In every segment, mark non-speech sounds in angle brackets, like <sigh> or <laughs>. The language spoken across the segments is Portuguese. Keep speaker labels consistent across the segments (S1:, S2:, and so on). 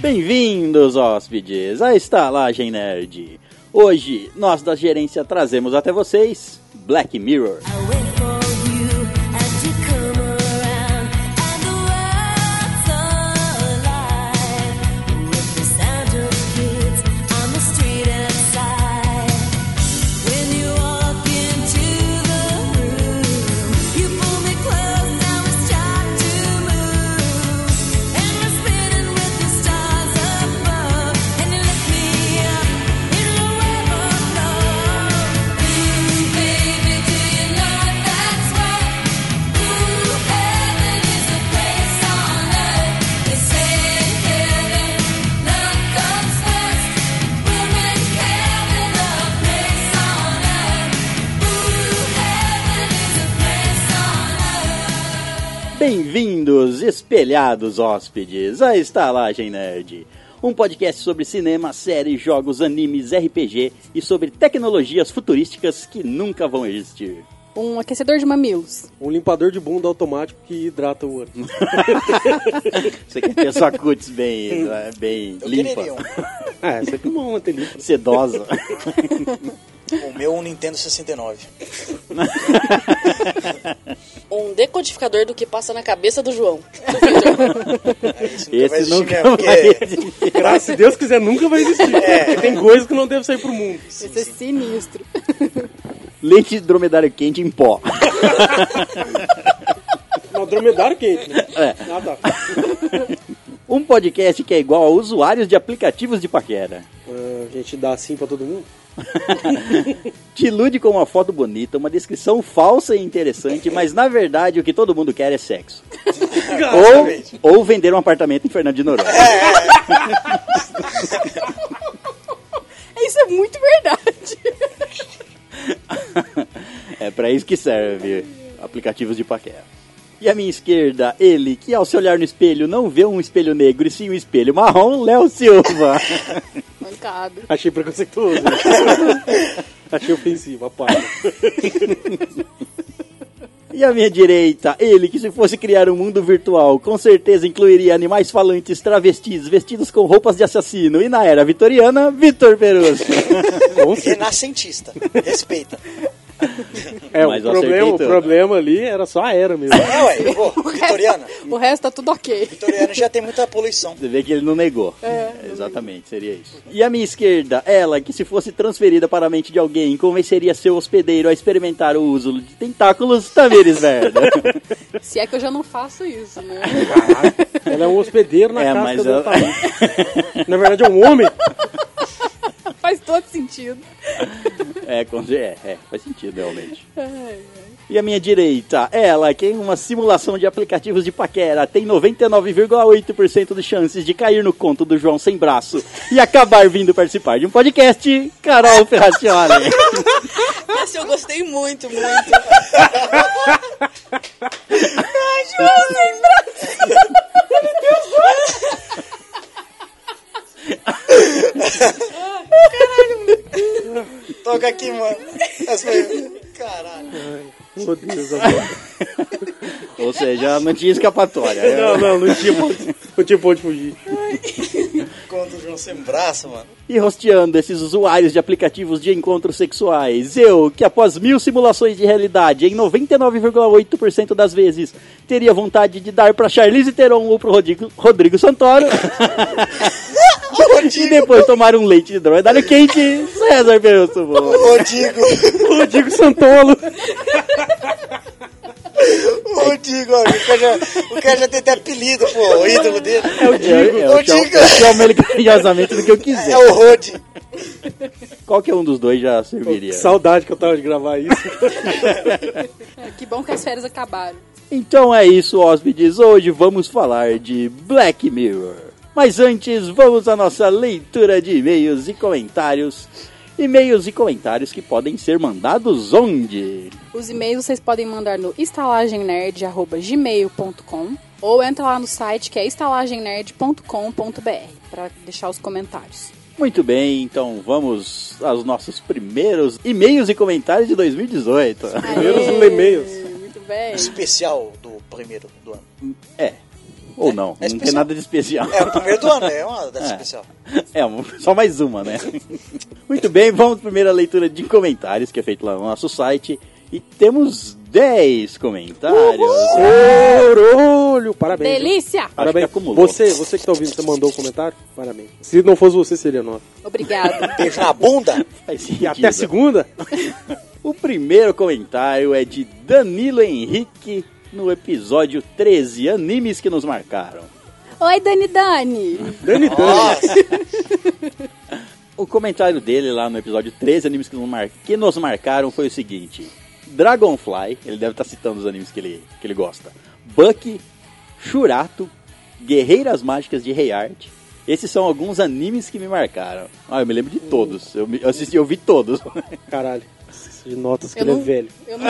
S1: Bem-vindos, hóspedes, à Estalagem Nerd. Hoje, nós da gerência trazemos até vocês Black Mirror.
S2: I wait for you as you come around, and the world's alive with the sound of kids on the street outside. When you walk into the room, you pull me close and we start to move, and we're spinning with the stars above, and you lift me up into a web of love. Ooh, baby, do you know that's right? Ooh, heaven is a place on earth. They say heaven, love comes first. We'll make heaven a place on earth. Ooh, heaven is a place on earth.
S1: Bem-vindos, espelhados hóspedes, à Estalagem Nerd. Um podcast sobre cinema, séries, jogos, animes, RPG e sobre tecnologias futurísticas que nunca vão existir.
S3: Um aquecedor de mamilos.
S4: Um limpador de bunda automático que hidrata
S1: <laughs>
S4: o ano.
S1: Você quer ter sua cutis bem, né, bem
S5: Eu
S1: limpa,
S5: quereria um.
S4: ah, essa aqui é uma mantelita.
S1: sedosa. <laughs>
S5: O meu é um Nintendo 69.
S6: Um decodificador do que passa na cabeça do João.
S5: Esse
S1: Esse nunca
S5: nunca vai existir mesmo,
S1: vai
S5: porque é
S1: existir.
S4: <laughs> Graças se Deus quiser, nunca
S1: <laughs>
S4: vai existir.
S1: É.
S4: Porque tem coisa que não deve sair pro mundo.
S3: Isso é sinistro.
S1: Leite de dromedário quente em pó.
S4: Não, dromedário quente, né?
S1: É.
S4: Ah, tá.
S1: Um podcast que é igual a usuários de aplicativos de paquera.
S4: Ah, a gente dá assim pra todo mundo?
S1: Te ilude com uma foto bonita, uma descrição falsa e interessante, mas na verdade o que todo mundo quer é sexo.
S4: Exatamente.
S1: ou, ou vender um apartamento em Fernando de Noronha. <laughs>
S3: Isso é muito verdade.
S6: <laughs>
S1: É pra isso que serve aplicativos de paquera. E à minha esquerda, ele que ao se olhar no espelho não vê um espelho negro e sim um espelho marrom, Léo Silva.
S3: Mancado.
S1: <laughs>
S4: Achei preconceituoso. Achei ofensivo, a parte.
S1: E à minha direita, ele que se fosse criar um mundo virtual, com certeza incluiria animais falantes, travestis, vestidos com roupas de assassino e na era vitoriana, Vitor Peruzzi.
S5: Renascentista. Respeita.
S4: É,
S1: Mas
S4: o
S1: eu acertei
S4: problema, o
S1: tudo.
S4: problema ali era só a era mesmo.
S5: É, ué. Pô, vitoriana.
S3: O resto tá tudo ok.
S5: Vitoriano já tem muita poluição.
S1: Você vê que ele É, não negou. Exatamente, seria isso. E à minha esquerda, ela que se fosse transferida para a mente de alguém, convenceria seu hospedeiro a experimentar o uso de tentáculos, Tá Tamires Verda.
S3: Se é que eu já não faço isso,
S6: <laughs>
S3: né?
S4: Ela é um hospedeiro na
S1: É,
S4: casa
S1: mas
S4: do
S1: ela- <laughs>
S4: Otávio. Na verdade é um homem.
S3: Faz todo sentido.
S1: <laughs> é, com- é, é, faz sentido, <laughs> realmente.
S3: Ai,
S1: E à minha direita, ela que em uma simulação de aplicativos de paquera tem 99,8% de chances de cair no conto do João sem braço e acabar vindo participar de um podcast, Carol <laughs> Ferracione.
S6: Esse eu gostei muito,
S3: <laughs>
S6: muito.
S5: Toca aqui, mano. Essa foi- Caralho.
S4: Meu Deus, agora.
S1: Ou seja, não tinha escapatória. né?
S4: Não, não, não tinha ponto, não tinha ponto de fugir.
S5: Contra o João sem braço, mano.
S1: E rosteando esses usuários de aplicativos de encontros sexuais, eu, que após mil simulações de realidade, em 99,8% das vezes, teria vontade de dar pra Charlize Theron ou pro Rodrigo, Rodrigo
S5: <laughs>
S1: Santoro, e depois tomar um leite de dromedário quente, César Perusso. Bom.
S5: Rodrigo.
S4: Rodrigo Santolo.
S5: Rodrigo, ó. O cara, já, o cara já tem até apelido, pô. O ídolo dele.
S1: Eu, eu, eu, chamo,
S5: Rodrigo.
S1: eu chamo ele é carinhosamente do que eu
S5: É
S1: quiser.
S5: o Rod.
S1: Qualquer um dos dois já serviria.
S4: Saudade que eu tava de gravar isso.
S3: ai. É, Que bom que as férias acabaram.
S1: Então é isso, hóspedes. Hoje vamos falar de Black Mirror. Mas antes, vamos à nossa leitura de e-mails e comentários. E-mails e comentários que podem ser mandados onde?
S3: Os e-mails vocês podem mandar no estalagemnerd.gmail.com ou entra lá no site que é estalagemnerd.com.br para deixar os comentários.
S1: Muito bem, então vamos aos nossos primeiros e-mails e comentários de 2018.
S4: Primeiros e-mails.
S3: Hum, É. Muito bem.
S5: Especial do primeiro do ano.
S1: É, Ou não,
S5: é
S1: não tem
S5: especial.
S1: nada de especial.
S5: É o primeiro do ano, né? É uma data especial.
S1: <laughs> É, um- só mais uma, né? <laughs> Muito bem, vamos primeiro à leitura de comentários que é feito lá no nosso site. E temos 10 comentários.
S4: Orolho, parabéns. viu?
S3: Delícia!
S4: Parabéns.
S1: Acho que é acumulou.
S4: Você, você que tá ouvindo, você mandou o comentário? Parabéns. Se não fosse você, seria nós.
S3: Obrigada.
S5: Beijo na bunda.
S1: Faz
S4: E até
S1: sentido.
S4: a segunda?
S1: O primeiro comentário é de Danilo Henrique no episódio 13, animes que nos marcaram.
S3: Oi, Dani Dani.
S4: Dani Dani.
S5: Nossa.
S1: O comentário dele lá no episódio 13, animes que nos, mar- que nos marcaram, foi o seguinte: Dragonfly, ele deve estar citando os animes que ele, que ele gosta. Bucky, Shurato, Guerreiras Mágicas de Rei Art. Esses são alguns animes que me marcaram. Ah, eu me
S5: Uh.
S1: lembro de todos. Eu, me- eu assisti, eu vi
S5: <laughs>
S1: todos.
S4: Caralho. De notas que
S3: Eu
S4: ele é
S3: não-
S4: velho.
S3: Eu não,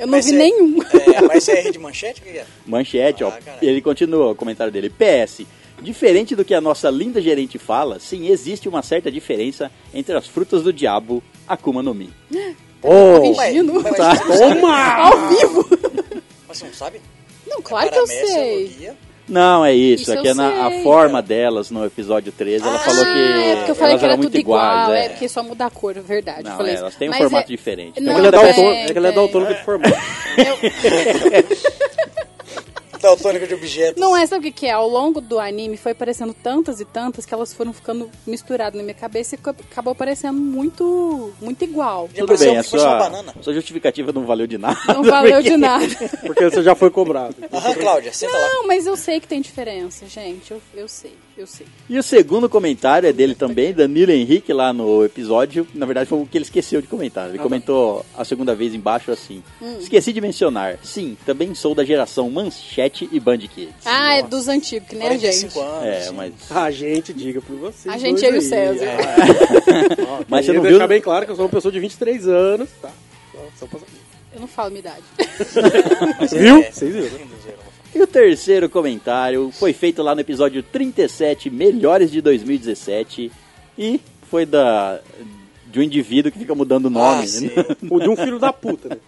S3: eu não vi nenhum.
S5: É, mas isso é rede manchete? O que que é?
S1: Manchete,
S5: Ah,
S1: ó.
S5: caralho.
S1: Ele continua o comentário dele. PS. Diferente do que a nossa linda gerente fala, sim, existe uma certa diferença entre as frutas do diabo, Akuma no Mi.
S4: Oh,
S5: Ué,
S3: Imagino.
S5: mas
S1: Tá.
S5: você não sabe?
S4: toma!
S3: Ao vivo.
S5: Mas você não sabe? É
S3: Não, claro que eu
S5: Paramécia,
S3: sei.
S5: logia.
S1: Não, é isso.
S3: Isso
S1: é
S3: eu
S1: que na, a
S3: sei.
S1: forma delas no episódio 13, ela falou que
S3: ah, é porque eu falei
S1: elas
S3: que era
S1: eram
S3: tudo
S1: muito
S3: igual.
S1: iguais.
S3: é. porque só muda a cor, verdade.
S1: Não,
S3: eu falei
S1: é,
S3: isso.
S1: elas têm um
S3: Mas
S1: formato
S3: é-
S1: diferente.
S3: Não,
S1: Tem
S4: Ele
S1: outra
S4: é daltônico,
S3: tem,
S4: é que ele é
S3: tem.
S4: daltônico de formato.
S5: Daltônica Então, de objetos.
S3: Não é, sabe o que, que é? Ao longo do anime foi aparecendo tantas e tantas que elas foram ficando misturadas na minha cabeça e ac- acabou parecendo muito, muito igual. Tipo,
S5: Já
S1: Tudo
S5: pareceu
S1: bem, a
S5: que fosse é uma
S1: sua,
S5: banana.
S1: sua justificativa não valeu de nada.
S3: Não valeu
S1: <laughs> porque-
S3: de nada.
S4: Porque você já foi cobrado.
S5: Aham, Cláudia, senta lá.
S3: Não, mas eu sei que tem diferença, gente. Eu, eu sei, eu sei.
S1: E o segundo comentário é dele também,
S3: Tá
S1: Danilo Henrique, lá no episódio. Na verdade, foi o que ele esqueceu de comentar.
S5: Ah, tá.
S1: Ele comentou a segunda vez embaixo assim:
S3: Hum.
S1: Esqueci de mencionar. Sim, também sou da geração Manchete e Band Kids.
S3: Ah, é dos antigos, que nem a Ah, gente.
S5: 45 anos.
S1: É, mas.
S4: A gente, diga por você.
S3: A gente é o César.
S5: Ah,
S1: Mas você
S4: Mas eu
S1: não
S4: deixar
S1: viu-
S4: bem claro que eu sou uma pessoa de 23 anos, tá? Só- Só pra saber.
S3: Eu não falo minha idade.
S5: Mas é-
S4: Viu?
S5: é-
S4: Vocês viram?
S5: lindo, Zero.
S1: E o terceiro comentário foi feito lá no episódio 37, Melhores de 2017. E foi da. De um indivíduo que fica mudando o nome.
S5: Ah, sim.
S1: né?
S4: O de um filho da puta, né?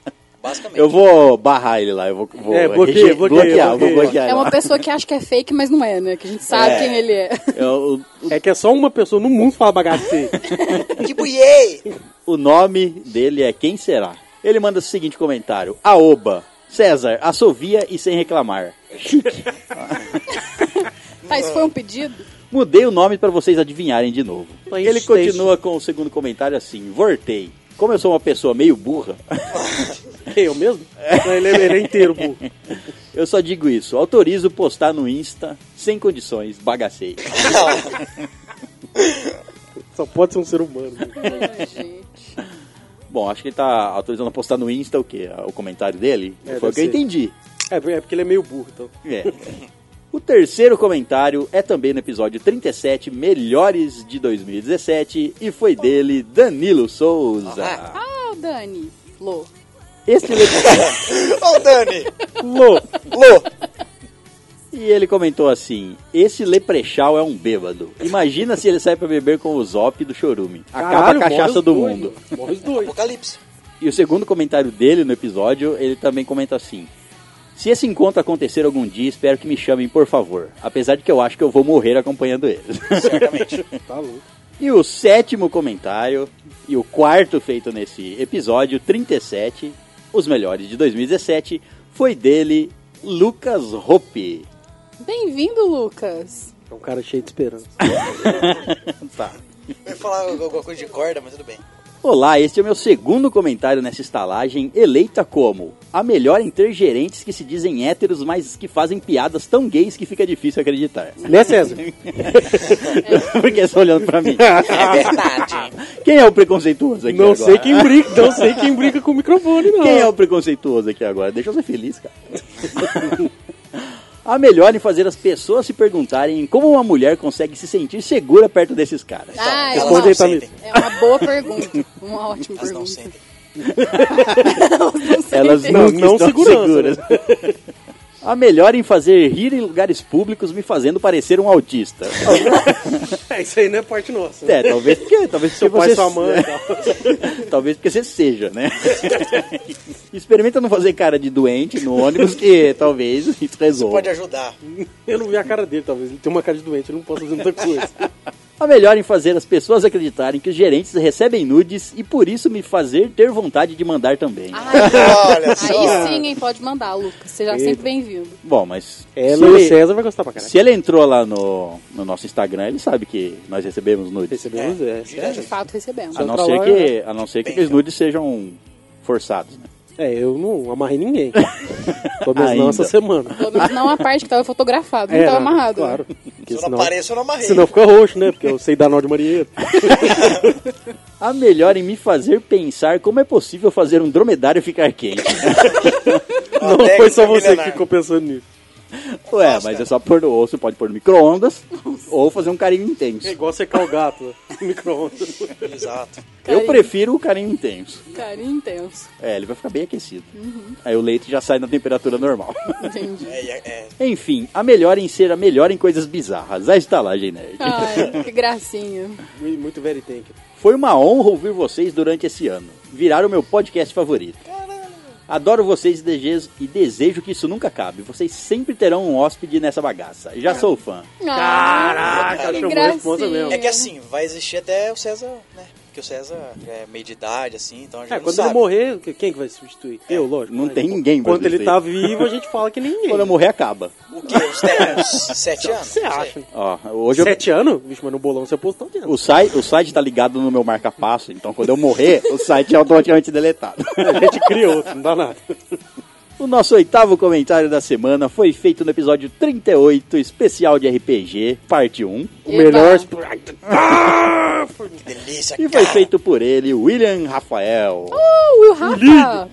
S5: Basicamente.
S1: <laughs>
S5: <laughs>
S1: Eu vou barrar ele lá, eu vou, vou
S4: É, bloqueia,
S1: rege-
S4: bloqueia,
S1: bloquear, vou
S4: bloqueia.
S1: bloquear ele
S3: É
S5: <laughs>
S3: uma
S1: lá.
S3: pessoa que acha que é fake, mas não é, né? Que a gente sabe
S1: É.
S3: quem ele <laughs> é.
S1: É o-
S4: É que é só uma pessoa no mundo fala bagaceiro.
S5: Que buiê!
S1: O nome dele é Quem Será? Ele manda o seguinte comentário: Aoba, César, assovia e sem reclamar.
S3: Tá, isso foi um pedido?
S1: Mudei o nome para vocês adivinharem de novo. Ele
S4: PlayStation.
S1: continua com o segundo comentário assim: Vortei. Como eu sou uma pessoa meio burra,
S4: Quem, eu mesmo? Não, Ele, é, ele é inteiro, burro.
S1: eu só digo isso. Autorizo postar no Insta, sem condições, bagacei.
S4: Só pode ser um ser humano.
S3: Ai, né, gente.
S1: Bom, acho que ele tá autorizando a postar no Insta o quê? O comentário dele?
S4: É,
S1: Foi o
S4: deve
S1: que eu
S4: ser.
S1: entendi.
S4: É, porque- é porque ele é meio burro, então.
S1: É. O terceiro comentário é também no episódio 37, Melhores de 2017, e foi dele, Danilo Souza.
S5: Ah.
S3: Ah, Dani. Lô.
S1: Este ele-
S5: Ó o Dani!
S4: Lô,
S5: Lô!
S1: <laughs> E ele comentou assim: Esse leprechal é um bêbado. Imagina se ele sai pra beber com o Zop do Chorume. Acaba
S4: caralho,
S1: a cachaça
S4: morre os
S1: do
S4: dois,
S1: mundo.
S4: mano. Morre os dois.
S5: Apocalipse.
S1: E o segundo comentário dele no episódio, ele também comenta assim: Se esse encontro acontecer algum dia, espero que me chamem, por favor. Apesar de que eu acho que eu vou morrer acompanhando eles. <laughs>
S5: Certamente.
S4: Tá louco.
S1: E o sétimo comentário, e o quarto feito nesse episódio 37, os melhores de 2017, foi dele, Lucas Hoppe. <laughs>
S3: Bem-vindo, Lucas.
S4: É um cara cheio de esperança.
S1: Tá.
S5: Eu ia falar alguma coisa de corda, mas tudo bem.
S1: Olá, este é o meu segundo comentário nessa estalagem, eleita como a melhor entre gerentes que se dizem héteros, mas que fazem piadas tão gays que fica difícil acreditar.
S4: Né, César? <laughs>
S1: Porque
S4: tá
S1: estão olhando pra mim.
S5: É verdade.
S1: <laughs> Quem é o preconceituoso aqui
S4: Não
S1: agora?
S4: sei quem brinca, não sei quem brinca com o microfone, não.
S1: Quem é o preconceituoso aqui agora? Deixa eu ser feliz, cara. <laughs> A melhor em fazer as pessoas se perguntarem como uma mulher consegue se sentir segura perto desses caras.
S4: Então,
S3: Ah, é
S5: Elas
S3: uma,
S4: Responde aí,
S5: não
S4: Tamir.
S5: sentem.
S3: é uma boa pergunta.
S4: <laughs>
S3: Uma ótima
S5: Elas não
S3: pergunta.
S5: sentem.
S1: Elas não,
S4: Não, não
S1: estão
S4: segurança, né?
S1: seguras. <laughs> A melhor em fazer rir em lugares públicos me fazendo parecer um autista.
S4: <laughs> É, isso aí não é parte nossa.
S1: É, talvez porque. Talvez
S4: Seu
S1: porque
S4: pai,
S1: você-
S4: sua mãe e tal.
S1: Talvez porque você seja, né? <laughs> Experimenta não fazer cara de doente no ônibus, que talvez isso resolva.
S5: Pode ajudar.
S4: Eu não vi a cara dele, talvez. Ele tem uma cara de doente, eu não posso fazer muita coisa.
S1: A melhor em fazer as pessoas acreditarem que os gerentes recebem nudes e por isso me fazer ter vontade de mandar também.
S3: Ah. Ai,
S5: Olha só.
S3: aí sim, hein? Pode mandar, Lucas. Seja sempre bem-vindo.
S1: Bom, mas
S4: <laughs> Ela e o
S1: se, ele,
S4: César vai gostar pra caralho.
S1: se ele entrou lá no, no nosso Instagram, ele sabe que nós recebemos nudes.
S4: Recebemos é.
S3: De fato, recebemos.
S1: A não
S4: entra
S1: ser
S4: lá,
S1: que, a não ser que aqueles nudes sejam forçados, né?
S4: É, eu não amarrei ninguém. Pelo
S1: <laughs>
S4: menos
S1: Ainda.
S4: não essa semana.
S3: Pelo menos não a parte que tava fotografado, não
S4: É,
S3: tava amarrado.
S4: Claro.
S3: né?
S4: Porque
S5: Se eu não
S4: senão,
S5: apareço, eu não amarrei.
S4: senão fica roxo, né? Porque eu sei dar nó de marinheiro.
S1: A melhor em me fazer pensar como é possível fazer um dromedário ficar quente.
S5: Uma
S4: Não foi só você
S5: técnica
S4: que
S5: milenar.
S4: ficou pensando nisso.
S1: Ué, mas é só pôr no, ou você pode pôr no micro-ondas ou fazer um carinho intenso.
S4: É igual secar o gato né? no micro-ondas.
S5: Exato.
S1: Eu
S3: Carinho.
S1: prefiro o carinho intenso.
S3: Carinho intenso.
S1: É, ele vai ficar bem aquecido. Aí o leite já sai na temperatura normal. <laughs>
S3: Entendi.
S5: É, é, é.
S1: Enfim, a melhor em ser a melhor em coisas bizarras, a estalagem nerd.
S3: Ai, que gracinha.
S4: Muito very tank.
S1: <laughs> Foi uma honra ouvir vocês durante esse ano. Viraram meu podcast favorito. Adoro vocês e desejo, e desejo que isso nunca acabe. Vocês sempre terão um hóspede nessa bagaça. Já sou fã.
S4: Caraca,
S3: que
S4: chamou a
S3: gracinha.
S4: resposta mesmo.
S3: Uhum.
S5: É que assim, vai existir até o César, né? Porque o César é meio de idade, assim, então a gente
S4: É,
S5: não
S4: quando
S5: sabe.
S4: ele morrer, quem que vai substituir? Eu, lógico.
S1: Não
S4: né?
S1: tem ninguém pra
S4: Enquanto ele
S1: substituir.
S4: tá vivo, a gente fala que ninguém.
S1: Quando eu morrer, acaba.
S5: O quê? Uns, dez- uns sete anos?
S4: Você
S5: Não sei.
S4: acha?
S1: Ó, hoje eu-
S4: Sete anos? Vixe, mas no bolão você postou tanto.
S1: o, site, o site tá ligado no meu marca-passo, então quando eu morrer, o site é automaticamente
S3: <laughs>
S1: deletado.
S4: A gente criou outro, não dá nada.
S1: O nosso oitavo comentário da semana foi feito no episódio 38, especial de RPG, parte 1,
S4: O
S3: Eba.
S4: melhor. tá,
S5: Que delícia,
S1: e foi
S5: cara.
S1: feito por ele, William Rafael.
S3: Oh, Will Rafa!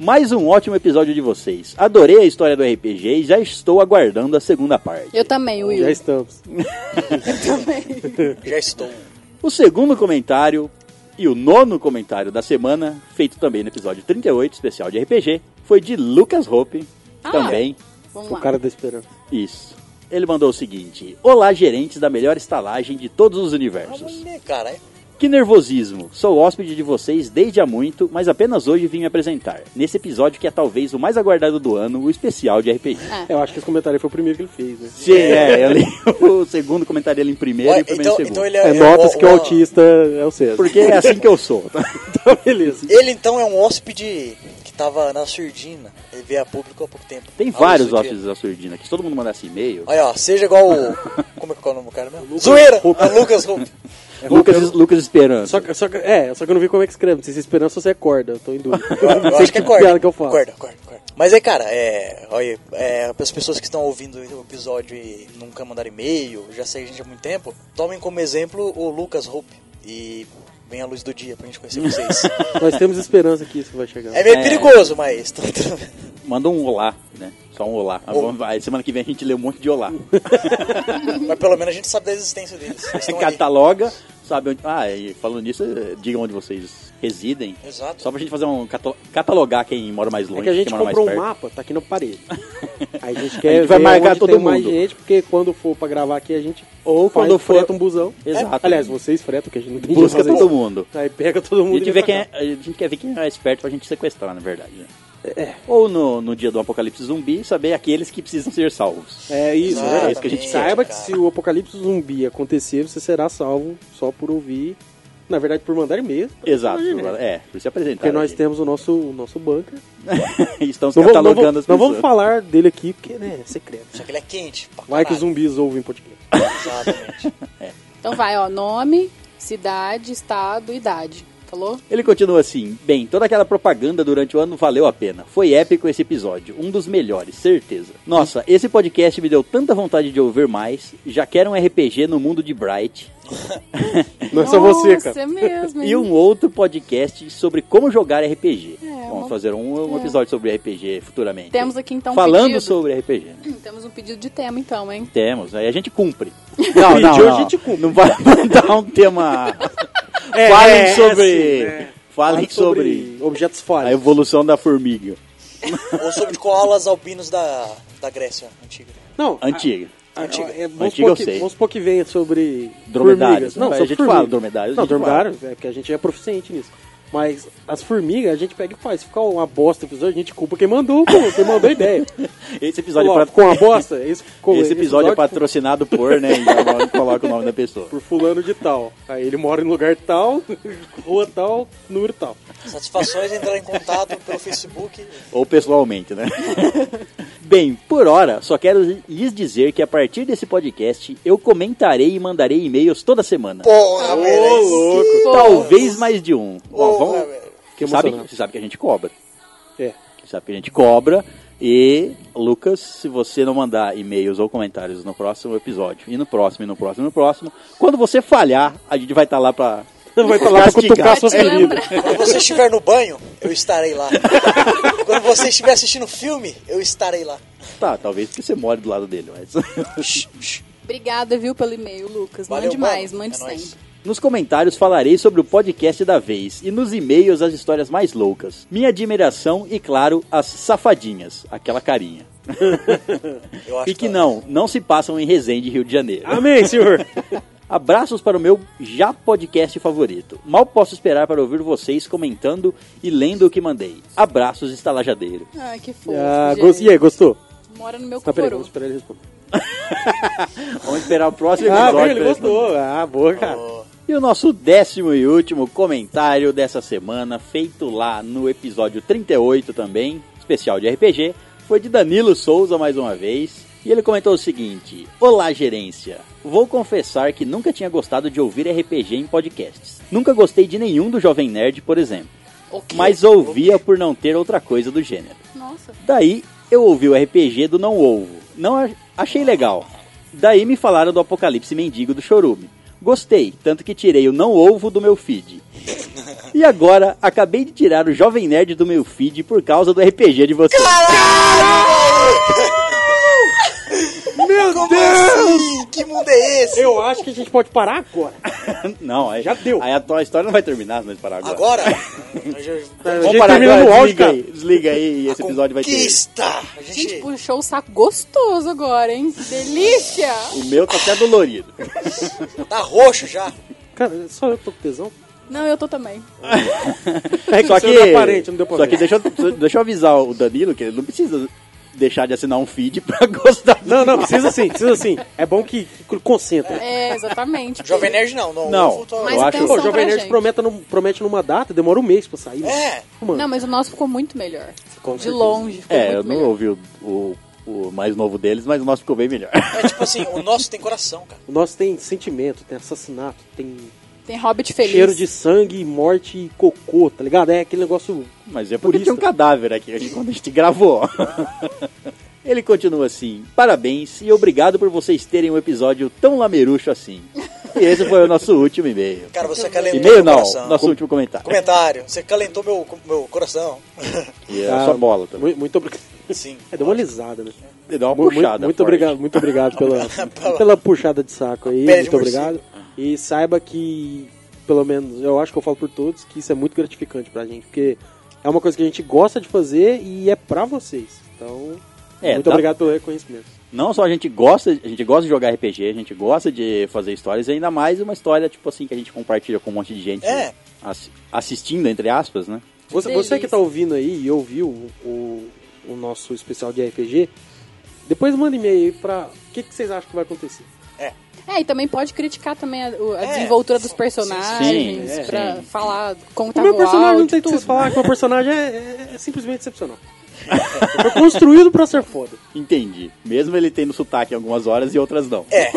S1: Mais um ótimo episódio de vocês. Adorei a história do RPG e já estou aguardando a segunda parte.
S3: Eu também, Will.
S4: Já estamos.
S5: Já estou.
S1: O segundo comentário e o nono comentário da semana, feito também no episódio 38, especial de RPG, foi de Lucas Hope,
S3: Ah.
S1: também.
S3: Vamos
S4: O
S3: lá.
S4: cara da esperança.
S1: Isso. Ele mandou o seguinte: Olá, gerentes da melhor estalagem de todos os universos.
S5: Olha, cara, é-
S1: Que nervosismo! Sou hóspede de vocês desde há muito, mas apenas hoje vim me apresentar. Nesse episódio que é talvez o mais aguardado do ano, o especial de RPG.
S4: É, Eu acho que esse comentário foi o primeiro que ele fez, né?
S1: Sim, é, eu li <laughs> o segundo comentário dele em primeiro
S5: Olha,
S1: e o primeiro
S5: então,
S1: em segundo.
S5: então ele é,
S4: É,
S5: é
S4: notas
S5: um-
S4: que o
S5: um-
S4: autista é o César.
S1: Porque é assim que eu
S5: <laughs>
S1: sou. tá?
S4: <laughs> Então, beleza.
S5: Ele então é um hóspede que tava na surdina. Ele veio a público há pouco tempo.
S1: Tem
S5: Ah,
S1: vários
S5: isso aqui.
S1: hóspedes da surdina, que se todo mundo mandasse e-mail.
S5: Aí ó, seja igual o. Como é que é o nome do cara mesmo? Zoeira! É o Lucas Rupp. É,
S1: Lucas, Lucas Esperança.
S4: Só que, só que- é, só que eu não vi como é que escreve. Não sei se é esperança ou se é corda. Eu tô em dúvida.
S5: Eu, eu
S4: <laughs>
S5: acho que é corda.
S4: piada que eu faço.
S5: Corda, corda, corda. Mas é, cara, é. Olha, aí, é, para as pessoas que estão ouvindo o episódio e nunca mandaram e-mail, já seguem a gente há muito tempo, tomem como exemplo o Lucas Rupp. E vem a luz do dia pra gente
S4: <laughs>
S5: conhecer vocês.
S4: Nós temos esperança que isso vai chegar.
S5: é meio
S1: É.
S5: perigoso, mas. tá- tá-
S1: Manda um olá, né? Só um olá. Mas vamos- Aí semana que vem a gente lê um monte de olá.
S5: mas pelo menos a gente sabe da existência deles. Eles estão ali.
S1: Cataloga, sabe onde. Ah, e falando nisso, eh, diga onde vocês residem.
S5: Exato.
S1: Só pra gente fazer um. catal- catalogar quem mora mais longe,
S4: É que a gente
S1: quem mora
S4: comprou um
S1: mais perto.
S4: mapa, tá aqui
S1: <laughs>
S4: na parede. Aí a gente
S1: A
S4: quer
S1: gente vai
S4: ver
S1: marcar
S4: onde
S1: todo
S4: tem mais
S1: mundo.
S4: gente, porque quando for pra gravar aqui, a gente
S1: Ou
S4: faz,
S1: quando for-
S4: freta um busão.
S1: Exato.
S4: Aliás, vocês fretam, que a gente não tem
S1: Busca
S4: jeito de fazer
S1: todo
S4: isso. Um
S1: mundo.
S4: Aí pega todo
S1: A
S4: mundo
S1: gente,
S4: e
S1: vê
S4: vê
S1: quem é- a gente quer ver quem é mais esperto pra gente sequestrar, na verdade. né?
S4: É.
S1: Ou no, no dia do apocalipse zumbi, saber aqueles que precisam ser salvos.
S4: É isso,
S5: Exato,
S4: né?
S1: é isso que a gente
S5: exatamente,
S4: Saiba que
S5: cara.
S4: se o apocalipse zumbi acontecer, você será salvo só por ouvir, na verdade, por mandar e-mail.
S1: Exato.
S4: Imagina.
S1: É, por se apresentar.
S4: Porque nós
S1: aqui.
S4: temos o nosso, o nosso bunker.
S1: <laughs> Estamos
S4: Não vamos, não,
S1: catalogando as
S4: vamos,
S1: pessoas.
S4: não vamos falar dele aqui, porque né, é secreto.
S1: <laughs>
S5: Só que ele é quente. pra
S4: Vai que os um-
S5: caralho.
S4: zumbis ouvem podcast.
S5: Exatamente.
S3: Então vai, ó. Nome, cidade, estado, idade. Falou?
S1: Ele continua assim: Bem, toda aquela propaganda durante o ano valeu a pena. Foi épico esse episódio, um dos melhores, certeza. Nossa, esse podcast me deu tanta vontade de ouvir mais. Já quero um RPG no mundo de Bright
S4: Não é só você, cara.
S3: Você mesmo. hein?
S1: e um outro podcast sobre como jogar RPG.
S3: É,
S1: Vamos
S3: uma-
S1: fazer um, um episódio sobre RPG futuramente.
S3: Temos aqui então um
S1: Falando
S3: pedido.
S1: sobre RPG. né?
S3: Temos um pedido de tema então, hein?
S1: Temos, aí a gente cumpre. <laughs> Não,
S4: Pediu, a gente cumpre.
S1: Não vai mandar um <laughs> tema.
S4: É,
S1: falem
S4: é,
S1: sobre.
S4: assim, né?
S1: é, Falem sobre
S4: objetos fora.
S1: a evolução da formiga.
S5: Ou sobre koalas albinos da, da Grécia antiga.
S4: Não,
S1: Antiga.
S4: a- a-
S5: antiga.
S4: é, vamos,
S1: Antiga eu
S4: supor que,
S1: sei.
S4: vamos supor que venha sobre.
S1: Dromedários.
S4: formigas. Não,
S1: Mas a
S4: sobre
S1: gente
S4: formigas.
S1: fala dromedários, a
S4: Não,
S1: gente fala.
S4: dromedários, é porque a gente é proficiente nisso. Mas as formigas a gente pega e faz. Se ficar uma bosta o episódio, a gente culpa quem mandou, pô, quem mandou a ideia.
S1: Esse <laughs> episódio,
S4: Ó,
S1: é
S4: Com
S1: pra...
S4: a bosta?
S1: <laughs>
S4: Esse, com-
S1: Esse episódio é
S4: por-
S1: patrocinado por, né? E agora coloca o nome da pessoa.
S4: por fulano de tal. Aí ele mora em lugar tal, <laughs> rua tal, número tal.
S5: Satisfações entrar em contato pelo Facebook.
S1: Ou pessoalmente, né? <laughs> Bem, por hora, só quero lhes dizer que a partir desse podcast eu comentarei e mandarei e-mails toda semana.
S5: Porra, velho.
S1: louco! Talvez mais de um. Ó,
S5: Porra,
S1: vamos-
S5: velho.
S1: Você sabe,
S4: emocionante.
S1: você sabe que a gente cobra.
S4: É.
S1: Você sabe que a gente cobra. E, Lucas, se você não mandar e-mails ou comentários no próximo episódio, e no próximo, e no próximo, e no próximo, quando você falhar, a gente vai estar lá pra.
S4: Vai estar lá
S1: Castigar. É,
S4: pra cutucar suas
S3: Vai te
S4: feridas.
S5: Quando você estiver no banho, eu estarei lá. Quando você estiver assistindo filme, eu estarei lá.
S1: Tá, talvez porque você more do lado dele, mas. <laughs>
S3: Obrigada, viu, pelo e-mail, Lucas.
S5: Valeu,
S3: mande mais,
S5: mano.
S3: mande
S5: É nóis.
S3: sempre.
S1: Nos comentários falarei sobre o podcast da vez e nos e-mails as histórias mais loucas. Minha admiração e, claro, as safadinhas, aquela carinha.
S5: Eu acho tá é.
S1: E que não, não se passam em Resende, Rio de Janeiro.
S3: <laughs>
S4: Amém, senhor.
S1: Abraços para o meu já podcast favorito. Mal posso esperar para ouvir vocês comentando e lendo o que mandei. Abraços, estalajadeiro.
S3: Ai, que fofo.
S4: Ah,
S3: gente.
S4: gos- E aí, gostou?
S3: Mora no meu
S4: Tá, peraí,
S3: coro.
S4: vamos esperar ele responder.
S1: Vamos esperar o próximo
S4: Ah,
S1: episódio.
S4: bem, ele
S1: pra
S4: gostou. Ah, boa, cara.
S1: E o nosso décimo e último comentário dessa semana, feito lá no episódio 38 também, especial de RPG, foi de Danilo Souza mais uma vez. E ele comentou o seguinte: Olá, gerência. Vou confessar que nunca tinha gostado de ouvir RPG em podcasts. Nunca gostei de nenhum do Jovem Nerd, por exemplo.
S6: O quê?
S1: Mas ouvia por não ter outra coisa do gênero.
S4: um.
S3: Nossa.
S1: Daí eu ouvi o RPG do Não Ovo. Não a- achei legal. Daí me falaram do Apocalipse Mendigo do Chorume. Gostei, tanto que tirei o Não Ovo do meu feed. E agora acabei de tirar o Jovem Nerd do meu feed por causa do RPG de vocês.
S5: Meu Deus! que mundo é esse?
S4: Eu acho que a gente pode parar agora.
S1: <laughs> Não, aí,
S4: Já deu.
S1: Aí a tua história não vai terminar se nós parar agora.
S5: Agora? Eu já-
S4: gente
S1: parar
S4: termina no áudio,
S1: desliga
S4: cara.
S1: aí, desliga aí e esse episódio vai ter.
S5: Conquista! A
S3: A gente
S5: gente...
S3: puxou o saco gostoso agora, hein? Delícia!
S1: O meu tá até dolorido.
S5: Tá roxo já.
S4: Cara, só eu tô com tesão.
S3: Não, eu tô também.
S1: É, só
S4: Isso
S1: que,
S4: não é aparente, não deu pra
S1: só
S4: ver.
S1: que deixa, eu- deixa eu avisar o Danilo que ele não precisa deixar de assinar um feed pra <laughs> gostar do
S4: Não, não, precisa sim, precisa sim. É bom que, que concentra.
S3: É, exatamente.
S5: Jovem Nerd não. Não.
S1: Não.
S5: Ovo, tô-
S1: Eu
S3: Mas
S1: acho-
S3: atenção
S4: Pô, o
S3: É pra
S4: Jovem Nerd
S3: gente.
S4: promete, num- promete numa data, demora um mês pra sair.
S5: É.
S4: Mano,
S3: Não, mas o nosso ficou muito melhor.
S4: Ficou, com
S3: De
S4: certeza.
S3: longe, ficou
S1: É,
S3: muito
S1: eu não
S3: melhor.
S1: ouvi o, o- o mais novo deles, mas o nosso ficou bem melhor. <laughs>
S5: É tipo assim, o nosso tem coração, cara.
S4: o nosso tem sentimento, tem assassinato, tem
S3: Tem Hobbit feliz.
S4: cheiro de sangue, morte e cocô, tá ligado? É aquele negócio.
S1: Mas é por isso
S4: Purista.
S1: tinha um cadáver aqui aqui quando a gente gravou. <laughs> Ele continua assim: parabéns e obrigado por vocês terem um episódio tão lameruxo assim. E esse foi o nosso último e-mail.
S5: Cara, você calentou
S1: E-mail
S5: meu
S1: não,
S5: coração.
S1: nosso último comentário.
S5: Comentário. Você calentou meu, meu coração. <laughs>
S1: E a sua bola também.
S4: Mu- Muito obrigado.
S5: Sim.
S4: É, deu uma lisada, né?
S1: Ele deu uma
S4: Mu- muito-
S1: Tá puxada. Tá
S4: Muito
S1: forte.
S4: obrigado, muito
S1: <laughs>
S4: obrigado pela, pela puxada de saco aí.
S5: Pé de
S4: muito obrigado.
S5: morcego.
S4: E saiba que, pelo menos, eu acho que eu falo por todos, que isso é muito gratificante pra gente, porque é uma coisa que a gente gosta de fazer e é pra vocês. Então,
S1: É,
S4: muito
S1: dá-
S4: obrigado pelo reconhecimento.
S1: Não só a gente gosta, a gente gosta de jogar RPG, a gente gosta de fazer histórias, e ainda mais uma história tipo assim que a gente compartilha com um monte de gente
S5: É.
S1: assi- assistindo entre aspas, né?
S4: Você,
S3: delícia.
S4: você que tá ouvindo aí e ouviu o, o- o nosso especial de RPG, depois manda e-mail aí pra o que, que vocês acham que vai acontecer.
S3: É, e também pode criticar também a, o- a
S5: É,
S3: desenvoltura dos
S5: sim,
S3: personagens,
S1: sim, é,
S3: pra
S1: sim.
S3: falar como
S4: O
S3: tava
S4: meu personagem
S3: Tá áudio,
S4: não tem o que
S3: tudo.
S4: vocês falar, que o meu personagem é, é- é simplesmente excepcional.
S3: <laughs>
S4: Foi construído pra ser foda.
S1: Entendi. Mesmo ele tendo sotaque em algumas horas e outras não.
S5: É.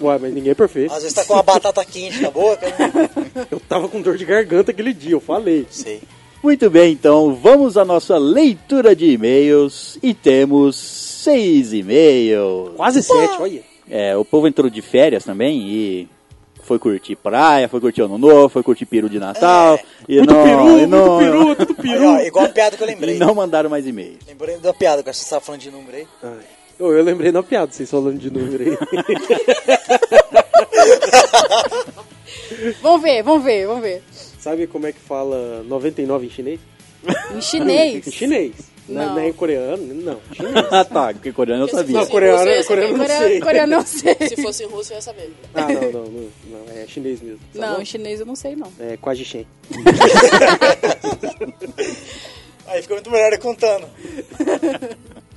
S4: Ué, mas ninguém é perfeito.
S5: Às vezes tá com uma batata quente na boca. né?
S4: Eu tava com dor de garganta aquele dia, eu falei.
S5: Sei.
S1: Muito bem, então vamos à nossa leitura de e-mails e temos seis e-mails.
S4: Quase sete, olha.
S1: É, o povo entrou de férias também e foi curtir praia, foi curtir ano novo, foi curtir peru de Natal e
S4: Muito
S1: não,
S4: peru,
S1: e
S4: muito
S1: não,
S4: peru, tudo
S5: Aí,
S4: peru.
S5: ó, igual a piada que eu
S1: e
S5: lembrei.
S1: não mandaram mais e-mails.
S5: Lembrei da piada, agora você tava falando de número aí.
S4: Ai. Ô, Eu lembrei da piada, vocês falando de número <laughs> aí.
S3: Vamos ver, vamos ver, vamos ver.
S4: Sabe como é que fala 99 em chinês?
S3: Em chinês.
S4: Em chinês. Não.
S3: Não.
S4: Nem coreano, não. Chinês.
S1: <laughs> Ah, tá, porque coreano eu
S6: Porque se
S1: sabia.
S4: Não,
S6: fosse
S4: coreano,
S6: russo, eu ia
S4: coreano não
S6: saber.
S4: sei.
S3: Coreano, coreano eu não sei.
S6: Se fosse russo, eu ia saber.
S4: Ah, não, não, não, não, É chinês mesmo. tá
S3: Não,
S4: bom?
S3: em chinês eu não sei, não.
S4: É quase Shen.
S5: Aí fica muito melhor ele contando.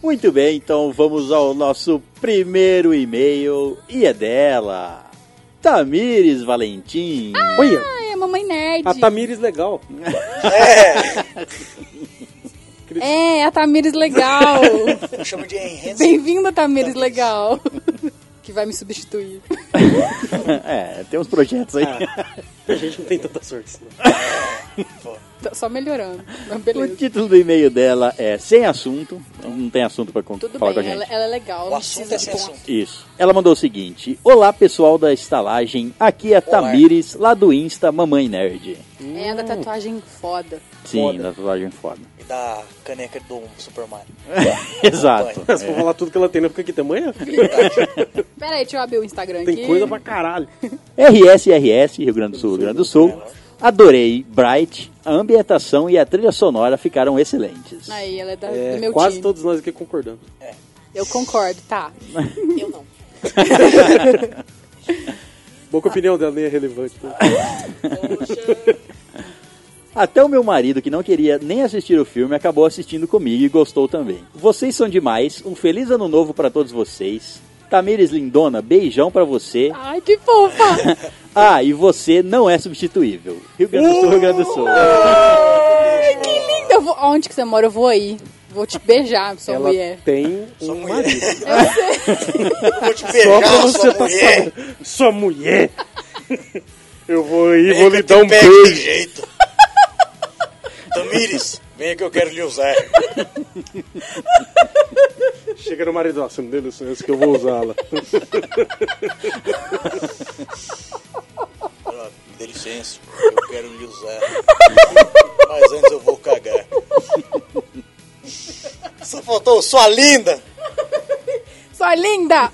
S1: Muito bem, então vamos ao nosso primeiro e-mail e é dela. Tamires Valentim.
S4: Olha,
S3: Ah, é mamãe nerd.
S4: a Tamires legal.
S3: É, a Tamires
S4: <laughs>
S3: legal.
S5: Eu chamo de Enhance.
S3: Bem-vinda, Tamires legal. Que vai me substituir.
S1: <laughs> é, tem uns projetos aí.
S3: Ah,
S4: A gente não tem tanta sorte. <laughs> assim, Não.
S3: Tô Tá Só melhorando.
S1: <laughs>
S3: Mas
S1: o
S3: beleza.
S1: título do e-mail dela é Sem Assunto. Não tem assunto pra con-
S3: Tudo
S1: falar com a
S3: bem,
S1: gente.
S3: ela, ela é legal.
S5: O
S3: não
S5: assunto
S3: precisa
S5: é
S3: de
S5: sem
S3: ponto.
S5: assunto.
S1: Isso. Ela mandou o seguinte: Olá pessoal da estalagem, aqui é Tamires, lá do Insta Mamãe Nerd.
S3: É, da tatuagem foda.
S1: Sim,
S5: Foda.
S1: da tatuagem
S3: <laughs>
S1: foda.
S5: E da caneca do Super Mario.
S1: Exato.
S4: Se for falar tudo que ela tem, não fica aqui até amanhã?
S3: Pera aí, deixa eu abrir o Instagram
S4: Tem
S3: aqui.
S4: coisa pra caralho.
S1: RSRS, Rio Grande do Sul, Rio Grande do Sul. Adorei, Bright, a ambientação e a trilha sonora ficaram excelentes.
S3: Aí, ela é, da-
S4: É,
S3: do meu
S4: quase
S3: time.
S4: todos nós aqui concordamos.
S3: Eu concordo,
S4: <laughs>
S3: tá.
S6: Eu não.
S4: Boa que a opinião dela nem é relevante. né?
S1: Até o meu marido, que não queria nem assistir o filme, acabou assistindo comigo e gostou também. Vocês são demais, um feliz ano novo pra todos vocês. Tamires Lindona, beijão pra você.
S3: Ai, que fofa.
S1: Ah, e você não é substituível. Rio Grande do Sul, Rio Grande do Sul.
S3: Eu vou- onde que você mora? Eu vou aí. Vou te beijar, sua
S4: Ela
S3: mulher.
S4: tem
S5: Sua
S4: um
S5: mulher.
S4: marido.
S5: Vou te
S4: Só pra
S5: beijar,
S4: você
S5: sua
S4: tá
S5: mulher.
S4: sabendo. Sua mulher! Eu vou aí,
S5: Vem
S4: vou
S5: que
S4: lhe
S5: eu te
S4: dar um
S5: pego de
S4: beijo.
S5: <laughs> jeito. Tamires, venha que eu quero lhe usar.
S4: Chega no marido, ó, você me deu licença que eu vou usá-la.
S5: Ela, Me dê licença, eu quero lhe usar. Mas antes eu vou cagar. Só faltou sua linda.
S3: Sua linda!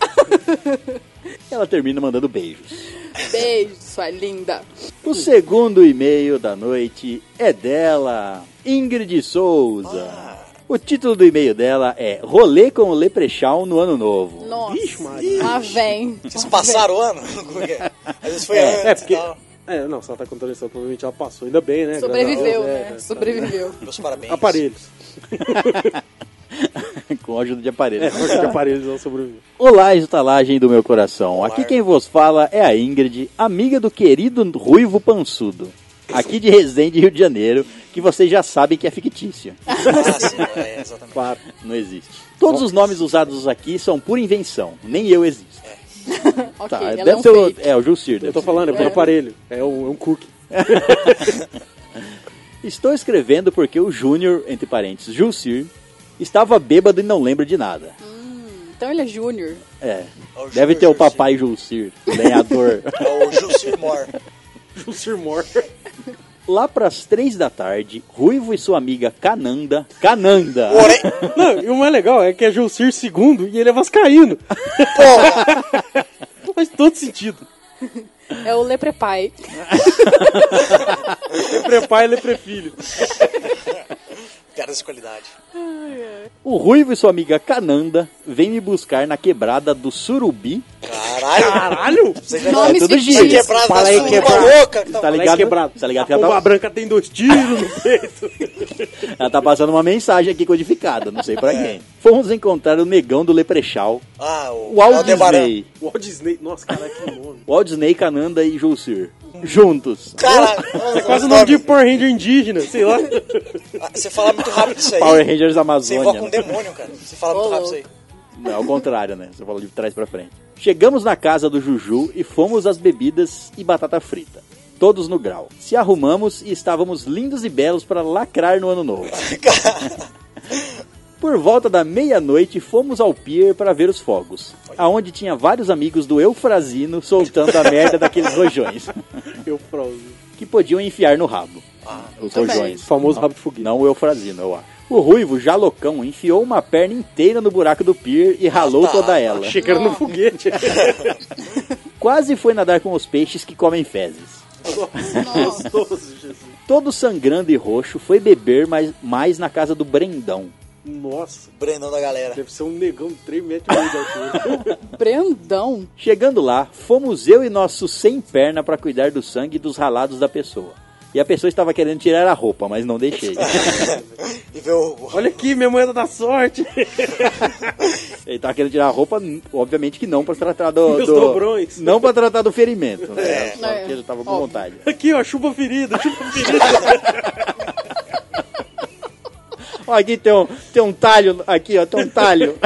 S1: Ela termina mandando beijos.
S3: Beijo, sua linda.
S1: O segundo e-mail da noite é dela, Ingrid Souza. O título do e-mail dela é Rolê com o Leprechaun no Ano Novo.
S3: Nossa.
S4: Vixe, Maria.
S3: Lá vem.
S5: Vocês passaram o ano? Como que é? Às vezes foi antes
S4: É, porque.
S5: e tal.
S4: É, não, se ela tá contando isso, provavelmente ela passou, ainda bem, né?
S3: Sobreviveu,
S4: Graças a Deus, é,
S3: né?
S4: tá-
S3: Sobreviveu.
S5: Meus parabéns.
S4: Aparelhos.
S1: <laughs> com ajuda de aparelho.
S4: É, força de aparelhos ela sobreviveu.
S1: Olá, estalagem do meu coração. Aqui quem vos fala é a Ingrid, amiga do querido Ruivo Pansudo. Aqui de Resende, Rio de Janeiro, que vocês já sabem que é fictício.
S5: Ah, sim, é, exatamente.
S4: Claro.
S1: Não existe. Todos os nomes usados aqui são pura invenção. Nem eu existo.
S3: Ok,
S1: Tá,
S3: ela é
S1: deve
S3: um
S1: ser o,
S3: fake.
S1: é, o Jussir.
S4: Eu
S1: deve
S4: tô
S1: ser.
S4: falando, é por aparelho. É um, é um cookie.
S1: Estou escrevendo porque o Júnior, entre parênteses, Jussir, estava bêbado e não lembra de nada.
S3: Então ele é júnior.
S1: É.
S5: Ó, o
S1: Deve
S5: Júnior,
S1: ter o
S5: Júnior.
S1: papai Jussir, lenhador.
S5: É o Jussi Mor.
S4: Jusir Moore.
S1: Lá pras três da tarde, Ruivo e sua amiga Cananda. Cananda!
S5: Porém,
S4: Não, e o mais legal é que é Jusir II e ele é vascaíno.
S5: porra,
S4: Faz todo sentido.
S3: É o Leprepai.
S4: Prepare ele é prefilho.
S5: cara de qualidade.
S1: O Ruivo e sua amiga Cananda vêm me buscar na quebrada do Surubi. É,
S5: Caralho.
S4: Caralho!
S5: Você já
S3: Nomes
S1: tudo
S3: fictícios.
S5: Essa
S1: gíria.
S5: quebrada
S4: Fala aí,
S5: da
S4: quebrada.
S5: louca. Que
S1: Tá
S5: tá...
S1: ligado?
S4: Quebrado.
S1: Tá
S4: <laughs>
S1: ligado que
S4: A
S1: ela
S4: pomba
S1: tá,
S4: branca tem dois tiros no peito.
S1: ela tá passando uma mensagem aqui codificada, não sei pra quem. Fomos encontrar o negão do Leprechal,
S5: Ah, o,
S1: É o Walt
S5: Aldebaran.
S1: Disney.
S4: <laughs> Walt Disney. Nossa, cara, que nome.
S1: Walt Disney, Cananda e Julcir. Juntos.
S5: Caralho.
S4: É quase o nome de Power Ranger indígena, sei lá.
S5: Ah, Você fala muito rápido isso aí.
S1: Power Rangers
S5: Você invoca
S1: Amazônia.
S5: um
S1: né?
S5: demônio, cara. Você fala muito
S3: Ô,
S5: rápido isso aí.
S1: Não, é o contrário, né? Você falou de trás pra frente. Chegamos na casa do Juju e fomos às bebidas e batata frita. Todos no grau. Se arrumamos e estávamos lindos e belos para lacrar no ano novo. Por volta da meia-noite, fomos ao pier para ver os fogos, aonde tinha vários amigos do Eufrazino soltando a merda daqueles rojões,
S4: <laughs> Eu fraude.
S1: que podiam enfiar no rabo. os
S3: também.
S1: rojões.
S4: Famoso rabo de foguete.
S1: Não o Eufrazino, eu acho. O Ruivo, já loucão, enfiou uma perna inteira no buraco do pier e ralou toda ela.
S4: Achei que era no <laughs> foguete.
S1: Quase foi nadar com os peixes que comem fezes.
S3: Nossa.
S4: Gostoso, Jesus.
S1: Todo sangrando e roxo, foi beber mais, mais na casa do Brendão.
S4: Nossa,
S5: Brandão da galera.
S4: deve ser um negão 3 metros e meio de altura.
S3: Brandão.
S1: Chegando lá, fomos eu e nosso sem perna para cuidar do sangue e dos ralados da pessoa. E a pessoa estava querendo tirar a roupa, mas não deixei.
S5: E ver o,
S4: Olha aqui, minha moeda da sorte.
S1: Ele estava querendo tirar a roupa, n- obviamente que não para tratar do,
S4: Meus
S1: do-
S4: dobrões.
S1: não para tratar do ferimento, né? Só
S3: É.
S1: porque ele estava com
S3: Óbvio.
S1: vontade.
S4: Aqui, ó, chupa ferida, <laughs> chupa ferida.
S1: Ó, aqui tem um, tem um talho aqui, ó, tem um <laughs> talho.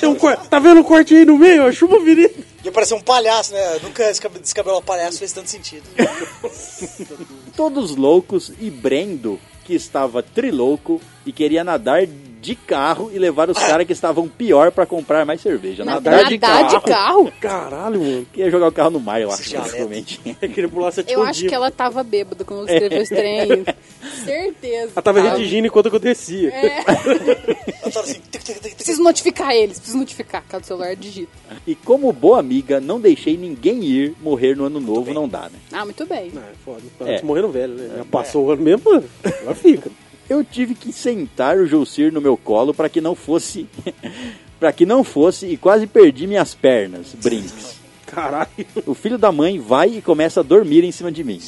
S4: Tem um cor- Tá vendo o corte aí no meio? ó, Chupa ferida.
S5: Ia parecer um palhaço, né? Nunca descab- descabelar um palhaço fez tanto sentido.
S1: Todos loucos e Brendo, que estava trilouco e queria nadar de carro e levar os caras que estavam pior para comprar mais cerveja. Nadar, de carro.
S3: de carro?
S4: Caralho, mano.
S1: Queria jogar o carro no mar, eu acho,
S5: Esse dialeto.
S1: principalmente.
S4: Eu queria pular sete
S3: Eu acho que é ela tava bêbada quando escreveu esse trem.
S4: <laughs>
S3: Certeza.
S4: É.
S3: Tá.
S4: Ela tava redigindo enquanto acontecia.
S3: É.
S5: Eu tava assim, tic, tic, tic, tic.
S3: Preciso notificar eles, preciso notificar. Cada celular digita.
S1: E como boa amiga, não deixei ninguém ir morrer no ano novo, não dá, né?
S3: Ah, muito bem.
S4: Ah, é foda.
S1: É.
S4: Tá morrendo velho, né? Já passou o ano mesmo, mano. Ela fica.
S1: Eu tive que sentar o Jousir no meu colo para que não fosse. <laughs> para que não fosse e quase perdi minhas pernas, brinks.
S4: Caralho.
S1: O filho da mãe vai e começa a dormir em cima de mim.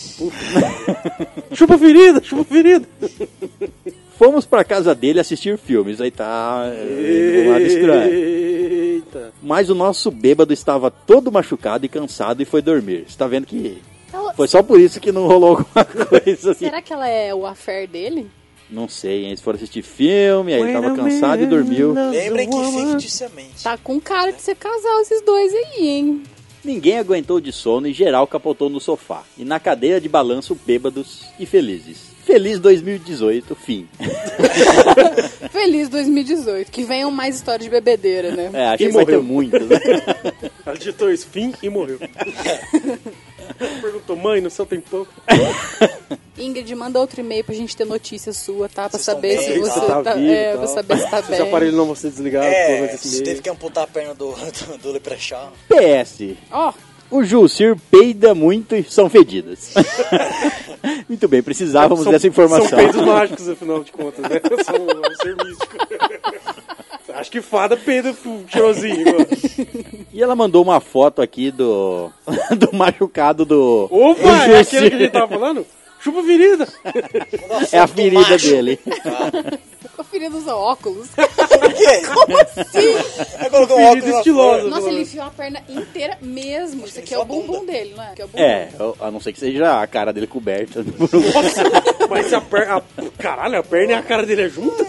S4: Chupa ferida, chupa ferida.
S1: Fomos pra casa dele assistir filmes, aí tá. é, um lado estranho.
S4: Eita.
S1: Mas o nosso bêbado estava todo machucado e cansado e foi dormir. Você tá vendo que
S3: Ela-
S1: foi só por isso que não rolou alguma <laughs> coisa assim.
S3: Será que ela é o affair dele?
S1: Não sei, hein? eles foram assistir filme, aí ele tava cansado e dormiu.
S5: Lembrem que é ficticiamente.
S3: Tá com cara de ser casal esses dois aí, hein?
S1: Ninguém aguentou de sono e geral capotou no sofá. E na cadeira de balanço, bêbados e felizes. Feliz 2018, fim. <laughs>
S3: Feliz 2018. Que venham mais histórias de bebedeira, né?
S1: É, acho
S4: E
S1: que vai ter
S4: morreu.
S1: muitos, né?
S4: <laughs> Ela digitou isso, fim, e
S5: <laughs>
S4: morreu. Perguntou, mãe, no seu tempão.
S3: Ingrid, manda outro e-mail pra gente ter notícia sua, tá? Pra
S5: Vocês
S3: saber
S5: estão
S3: se
S5: bem,
S3: você
S5: tá?
S3: tá.
S4: vivo e
S3: é,
S4: tal.
S3: pra saber se tá
S4: Esse
S3: bem.
S4: aparelho não vão ser desligados, pelo menos
S5: É,
S4: esse
S5: você
S4: mês.
S5: teve que amputar a perna do, do, do Leprechaun.
S1: PS.
S3: Ó,
S1: O Jussir peida muito e são
S4: <laughs>
S1: fedidas. muito bem, precisávamos
S4: São-
S1: dessa informação.
S4: São peidos mágicos, afinal de contas, né? <laughs> São um ser místico. <laughs> Acho que fada peida pro cheirosinho. mano.
S1: E ela mandou uma foto aqui do, <laughs> do machucado do. do
S4: Opa,
S1: Jussir.
S4: é aquele que a gente tava falando? Chupa ferida.
S5: Nossa,
S1: É a
S5: do
S1: ferida
S5: macho.
S1: dele.
S3: conferindo os óculos.
S5: O quê? Aí colocou um óculos
S4: Ferida
S5: na
S4: estilosa.
S3: Nossa, ele enfiou a perna inteira mesmo. Isso aqui é o bumbum dele, não é? Que é o bumbum.
S1: É, a não ser que seja a cara dele coberta. <laughs>
S4: Mas se a perna... a- Caralho, a perna e a cara dele é junta?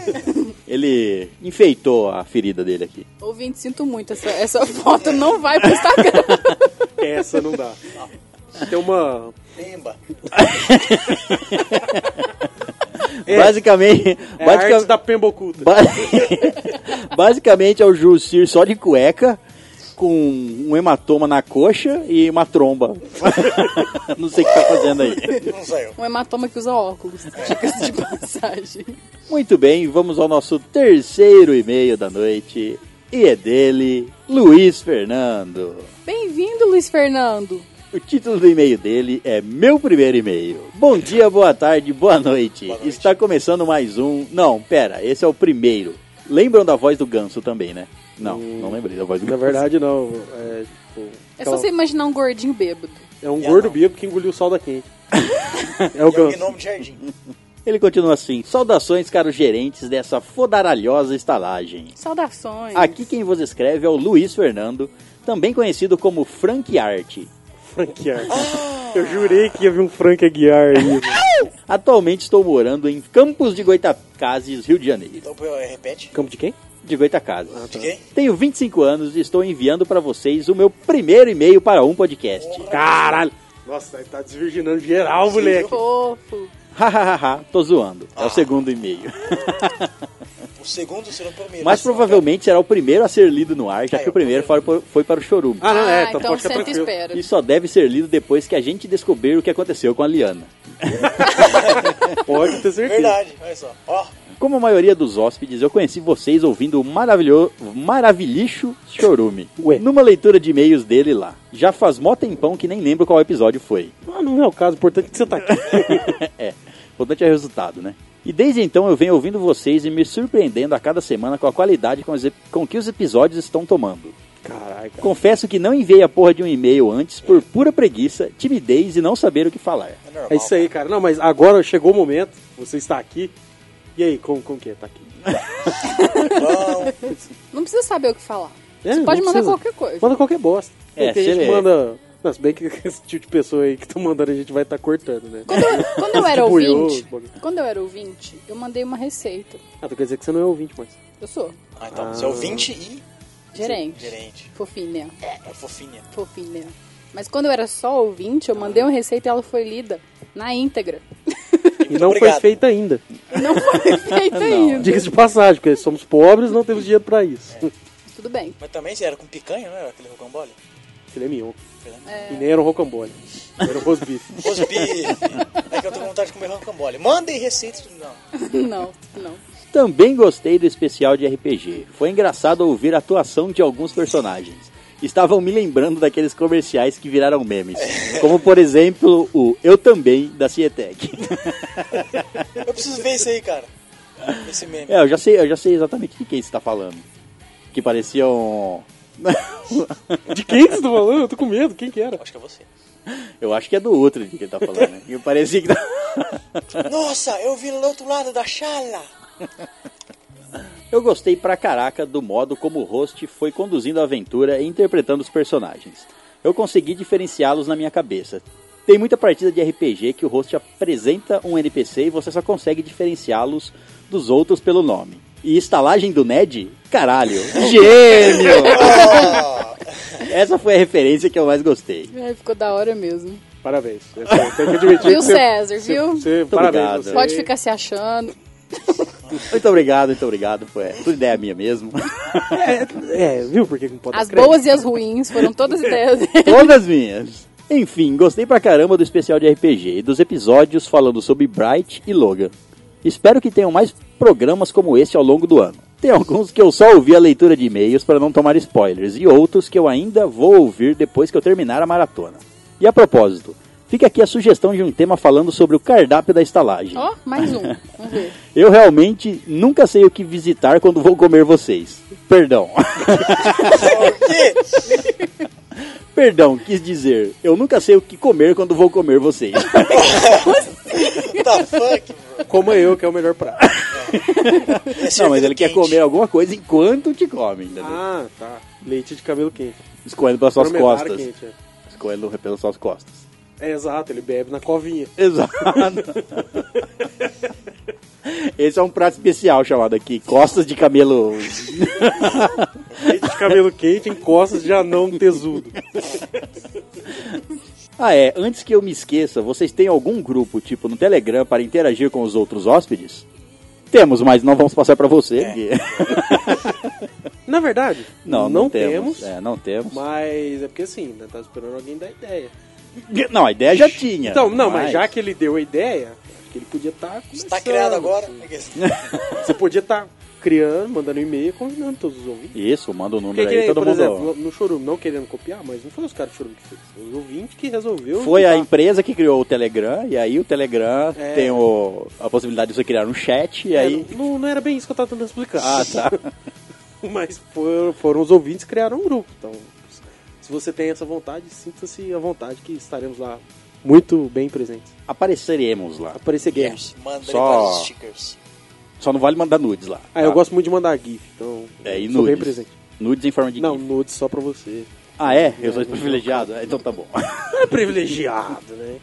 S1: Ele enfeitou a ferida dele aqui.
S3: Ouvinte, sinto muito. Essa, essa foto não vai pro Instagram. <laughs>
S4: Essa não dá. Tem uma...
S5: Pimba.
S1: <laughs> Basicamente.
S4: É a
S1: basica-
S4: arte da pemba oculta.
S1: ba- <laughs> basicamente é o Jussir só de cueca, com um hematoma na coxa e uma tromba. <laughs> não sei o que tá fazendo aí.
S5: Não saiu.
S3: Um hematoma que usa óculos. Dicas de passagem.
S1: Muito bem, vamos ao nosso terceiro e-mail da noite. E é dele, Luiz Fernando.
S3: Bem-vindo, Luiz Fernando.
S1: O título do e-mail dele é Meu Primeiro E-mail. Bom dia, boa tarde, boa noite. Está começando mais um. Não, pera, esse é o primeiro. Lembram da voz do ganso também, né? Não, não lembrei da voz do
S4: Na
S1: ganso.
S4: verdade, não. É,
S3: É só
S4: tipo, aquela-
S3: você imaginar um gordinho bêbado.
S4: é um
S5: É,
S4: gordo
S5: não.
S4: bêbado que engoliu o sal da quente. É o
S5: É o
S4: ganso.
S5: gnome de jardim.
S1: Ele continua assim: Saudações, caros gerentes dessa fodaralhosa estalagem.
S3: Saudações.
S1: Aqui quem vos escreve é o Luiz Fernando, também conhecido como Frank Arte.
S4: Frank Aguiar. Eu jurei que ia vir um Frank Aguiar aí.
S1: Atualmente estou morando em Campos de Goitacazes, Rio de Janeiro.
S5: Então, eu- repete.
S4: Campo de quem?
S1: De Goitacazes.
S5: De quem?
S1: Tenho 25 anos e estou enviando para vocês o meu primeiro e-mail para um podcast.
S4: Caralho! Nossa, aí tá desvirginando geral, moleque.
S3: Fofo.
S1: Hahaha, tô zoando. É o segundo e-mail.
S5: O segundo será o primeiro.
S1: Mas provavelmente será o primeiro a ser lido no ar, já que o primeiro foi, foi para o Chorume.
S4: Ah, não, é, então,
S3: então
S4: pode ficar
S3: senta e
S4: tranquilo.
S3: espera.
S1: E só deve ser lido depois que a gente descobrir o que aconteceu com a Liana.
S4: Pode ter certeza.
S5: Verdade, olha só. Ó,
S1: Como a maioria dos hóspedes, eu conheci vocês ouvindo o maravilhoso, maravilhicho Chorume.
S4: Ué.
S1: Numa leitura de e-mails dele lá. Já faz mó tempão que nem lembro qual episódio foi. <laughs>
S4: Ah, não é o caso, o importante é que você tá aqui. <laughs>
S1: é, o importante é o resultado, né? E desde então eu venho ouvindo vocês e me surpreendendo a cada semana com a qualidade com, os ep- com que os episódios estão tomando.
S4: Caralho, cara.
S1: Confesso que não enviei a porra de um e-mail antes por pura preguiça, timidez e não saber o que falar.
S5: É normal.
S4: É isso aí, cara. Não, mas agora chegou o momento, você está aqui. E aí, como, como que é? Tá aqui.
S5: Bom,
S3: Não precisa saber o que falar.
S4: É,
S3: Você
S4: não
S3: pode mandar
S4: precisa.
S3: qualquer coisa.
S4: Manda qualquer bosta.
S1: É,
S4: tem gente
S1: se-
S4: que manda. Não, se bem que <laughs> esse tipo de pessoa aí que tá mandando a gente vai estar cortando, né?
S3: Quando
S4: <laughs>
S3: eu, quando eu era
S4: Tipo eu,
S3: ouvinte,
S4: bagulho.
S3: quando eu era ouvinte, eu mandei uma receita.
S4: Ah, tu quer dizer que você não é ouvinte mais.
S3: Eu sou
S5: ah, então, você é ouvinte e
S3: gerente.
S5: gerente.
S3: Fofinha,
S5: É fofinha.
S3: fofinha. Mas quando eu era só ouvinte, eu mandei uma receita e ela foi lida na íntegra. <laughs>
S4: E não
S5: obrigado.
S4: foi feita ainda.
S3: Não foi feita ainda.
S4: Diga-se de passagem, porque somos pobres não temos dinheiro pra isso.
S1: É.
S4: <laughs>
S3: Tudo bem.
S5: Mas também era com picanha, não era aquele rocambole?
S4: Filé mignon.
S5: É.
S4: E nem era um rocambole. Era um rosbife.
S5: Rosbi. é que eu tô com vontade de comer rocambole. Mandem receitas. Não.
S3: Não, não.
S1: Também gostei do especial de RPG. Foi engraçado ouvir a atuação de alguns personagens. Estavam me lembrando daqueles comerciais que viraram memes. Como, por exemplo, o Eu Também, da Cietec.
S5: Eu preciso ver isso aí, cara. Esse meme.
S1: É, eu já sei, eu já sei exatamente de quem você tá falando. Que parecia um... <laughs>
S4: De quem que você tá falando? Eu tô com medo. Quem que era?
S5: Acho que é você.
S1: Eu acho que é do outro de quem tá falando. Né? E parecia que... tá- <laughs>
S5: Nossa, eu vi do outro lado da chala.
S1: Eu gostei pra caraca do modo como o host foi conduzindo a aventura e interpretando os personagens. Eu consegui diferenciá-los na minha cabeça. Tem muita partida de RPG que o host apresenta um NPC e você só consegue diferenciá-los dos outros pelo nome. E estalagem do Ned? Caralho! Gênio! <laughs> Essa foi a referência que eu mais gostei.
S3: É, ficou da hora mesmo.
S4: Parabéns. Essa- Tem que admitir.
S3: Viu,
S4: que você-
S3: César,
S4: você-
S3: viu?
S4: você- parabéns.
S1: obrigado.
S4: você.
S3: Pode ficar se achando.
S1: Muito obrigado, muito obrigado. Foi é, tudo ideia minha mesmo. <laughs>
S4: É, viu por que que não pode
S3: As
S4: dar crédito?
S3: boas e as ruins foram todas ideias dele.
S1: Todas minhas. Enfim, gostei pra caramba do especial de RPG e dos episódios falando sobre Bright e Logan. Espero que tenham mais programas como esse ao longo do ano. Tem alguns que eu só ouvi a leitura de e-mails para não tomar spoilers e outros que eu ainda vou ouvir depois que eu terminar a maratona. E a propósito, fica aqui a sugestão de um tema falando sobre o cardápio da estalagem.
S3: Ó, mais um. Vamos ver.
S1: Eu realmente nunca sei o que visitar quando vou comer vocês. Perdão. <laughs>
S5: Tá, O quê?
S1: Perdão, quis dizer, eu nunca sei o que comer quando vou comer vocês.
S5: Tá fuck, bro.
S4: Como eu, que é o melhor prato.
S1: <laughs>
S5: Esse é
S1: Não, mas ele quer
S5: quente.
S1: comer alguma coisa enquanto te come, entendeu?
S4: Ah, tá. Leite de cabelo quente.
S1: Escorrendo Ah. pelas suas
S4: Promenário
S1: costas.
S4: quente, é.
S1: Escorrendo pelas suas costas.
S4: É, exato, ele bebe na covinha.
S1: Exato. <laughs> Esse é um prato especial chamado aqui, costas de camelo.
S4: Leite de cabelo quente em costas de anão tesudo.
S1: Ah é, antes que eu me esqueça, vocês têm algum grupo, tipo no Telegram, para interagir com os outros hóspedes? Temos, mas não vamos passar pra você. porque- <laughs>
S4: Na verdade,
S1: Não, não, temos.
S4: temos,
S1: É, não temos.
S4: mas é porque assim, né, tá esperando alguém dar ideia.
S1: Não, a ideia já tinha.
S4: Então, não, mas já que ele deu a ideia, acho que ele podia estar.
S5: Tá criado agora?
S4: Você podia estar criando, mandando e-mail, convidando todos os ouvintes.
S1: Isso, manda o número
S4: Porque,
S1: aí,
S4: que,
S1: todo
S4: por
S1: mundo...
S4: exemplo, no Chorume, não querendo copiar, mas não foi os caras do Chorume que fez. Foi os ouvintes que resolveu.
S1: Foi a
S4: juntar.
S1: empresa que criou o Telegram, e aí o Telegram
S4: É.
S1: tem o- a possibilidade de você criar um chat, e
S4: É,
S1: aí.
S4: não, não era bem isso que eu tava tentando explicar.
S1: Ah, tá.
S4: <laughs> Mas foram, foram os ouvintes que criaram um grupo. Então, se você tem essa vontade, sinta-se à vontade que estaremos lá muito bem presentes.
S1: Apareceremos lá.
S4: Aparecer games.
S5: Manda ele
S1: Só-
S5: vários stickers.
S1: Só não vale mandar nudes lá. tá?
S4: Ah, eu gosto muito de mandar GIF, então
S1: É, e
S4: sou bem
S1: nudes.
S4: presente.
S1: Nudes em forma de
S4: Não,
S1: GIF.
S4: nudes só pra você.
S1: Ah, é? Eu sou privilegiado? É, então tá bom. <laughs>
S4: É privilegiado, né?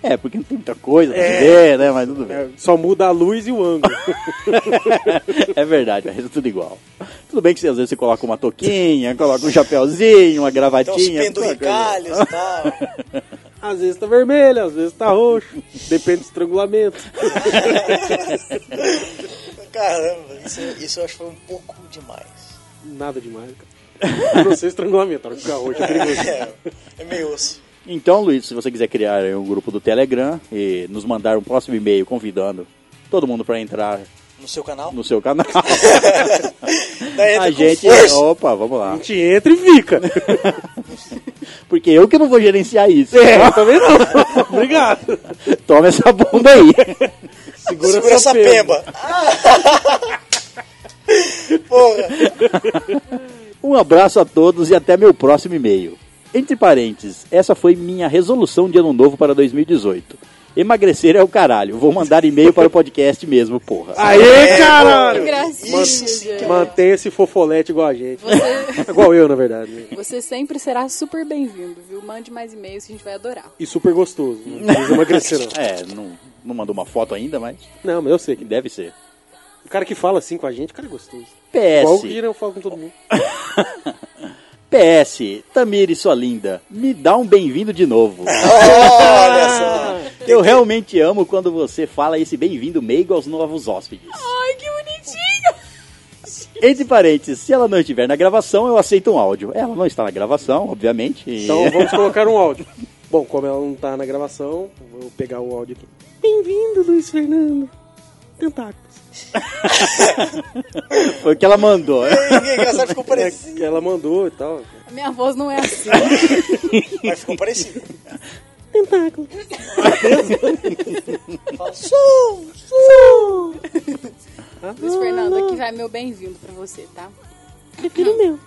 S1: É, porque não tem muita coisa pra se ver, né? Mas tudo
S4: <laughs>
S1: bem.
S4: <laughs> É, só muda a luz e
S1: <laughs>
S4: o ângulo.
S1: É verdade, mas é tudo igual. Tudo bem que você, às vezes você coloca uma toquinha, coloca um chapéuzinho, uma
S5: Tem uns
S1: gravatinha. alguma coisa.
S5: penduricalhos e tal. <laughs>
S4: às vezes tá vermelho, às vezes tá roxo. Depende
S1: <laughs>
S4: do estrangulamento.
S5: Caramba, isso, isso eu acho que foi um pouco demais.
S4: Nada demais, cara. Eu não sei estrangulamento, a hora que fica roxo é perigoso.
S5: É, é meio osso.
S1: Então, Luiz, se você quiser criar aí um grupo do Telegram e nos mandar um próximo e-mail convidando todo mundo pra entrar
S5: No seu canal?
S1: no seu
S5: <laughs>
S1: canal.
S5: Daí
S1: <laughs> A
S5: entra É, com
S1: gente. é,
S5: força.
S1: Opa, vamos
S4: A
S1: lá.
S4: gente entra e fica.
S1: Porque eu que não vou
S5: <laughs> É.
S1: gerenciar isso.
S4: Eu também não. É, <laughs> Obrigado.
S1: Toma essa bunda aí.
S4: Segura,
S5: <laughs> Segura essa pemba. Ah! <laughs> Porra.
S1: Um abraço a todos e até meu próximo e-mail. Entre parênteses, essa foi minha resolução de ano novo para 2018. Emagrecer é o caralho. Vou mandar e-mail para o podcast mesmo, porra.
S4: Aê,
S3: Que
S4: caralho!
S3: gracinha,
S5: Isso,
S3: gente.
S4: Mantenha esse fofolete igual a gente.
S3: Você,
S4: Igual eu, na verdade. né?
S3: você sempre será super bem-vindo, viu? Mande mais e-mails que a gente vai adorar.
S4: E super gostoso. né? <laughs> Não precisa emagrecer,
S1: É,
S4: não.
S1: não, não mandou uma foto ainda, mas
S4: Não, mas eu sei. que
S1: deve ser.
S4: O cara que fala assim com a gente, o cara é gostoso. Igual o
S1: PS,
S4: Guira, eu falo com todo mundo.
S1: PS, Tamiri, sua linda, me dá um bem-vindo de novo.
S5: Olha só.
S1: Eu realmente amo quando você fala esse bem-vindo meigo aos novos hóspedes.
S3: Ai, que bonitinho!
S1: Entre parênteses, se ela não estiver na gravação, eu aceito um áudio. Ela não está na gravação, obviamente. e-
S4: Então vamos colocar um áudio. Bom, como ela não tá na gravação, vou pegar o áudio aqui. Bem-vindo, Luiz Fernando. Tentáculos.
S1: <laughs> Foi o que ela mandou.
S5: Ninguém engraçado ficou
S4: É,
S5: parecido.
S4: que ela mandou e tal.
S3: A minha voz não é assim.
S5: Mas ficou parecido.
S4: Tentáculos.
S5: Fala, som, som.
S3: Luiz Fernando, aqui vai meu bem-vindo pra você, tá?
S4: Prefiro o meu.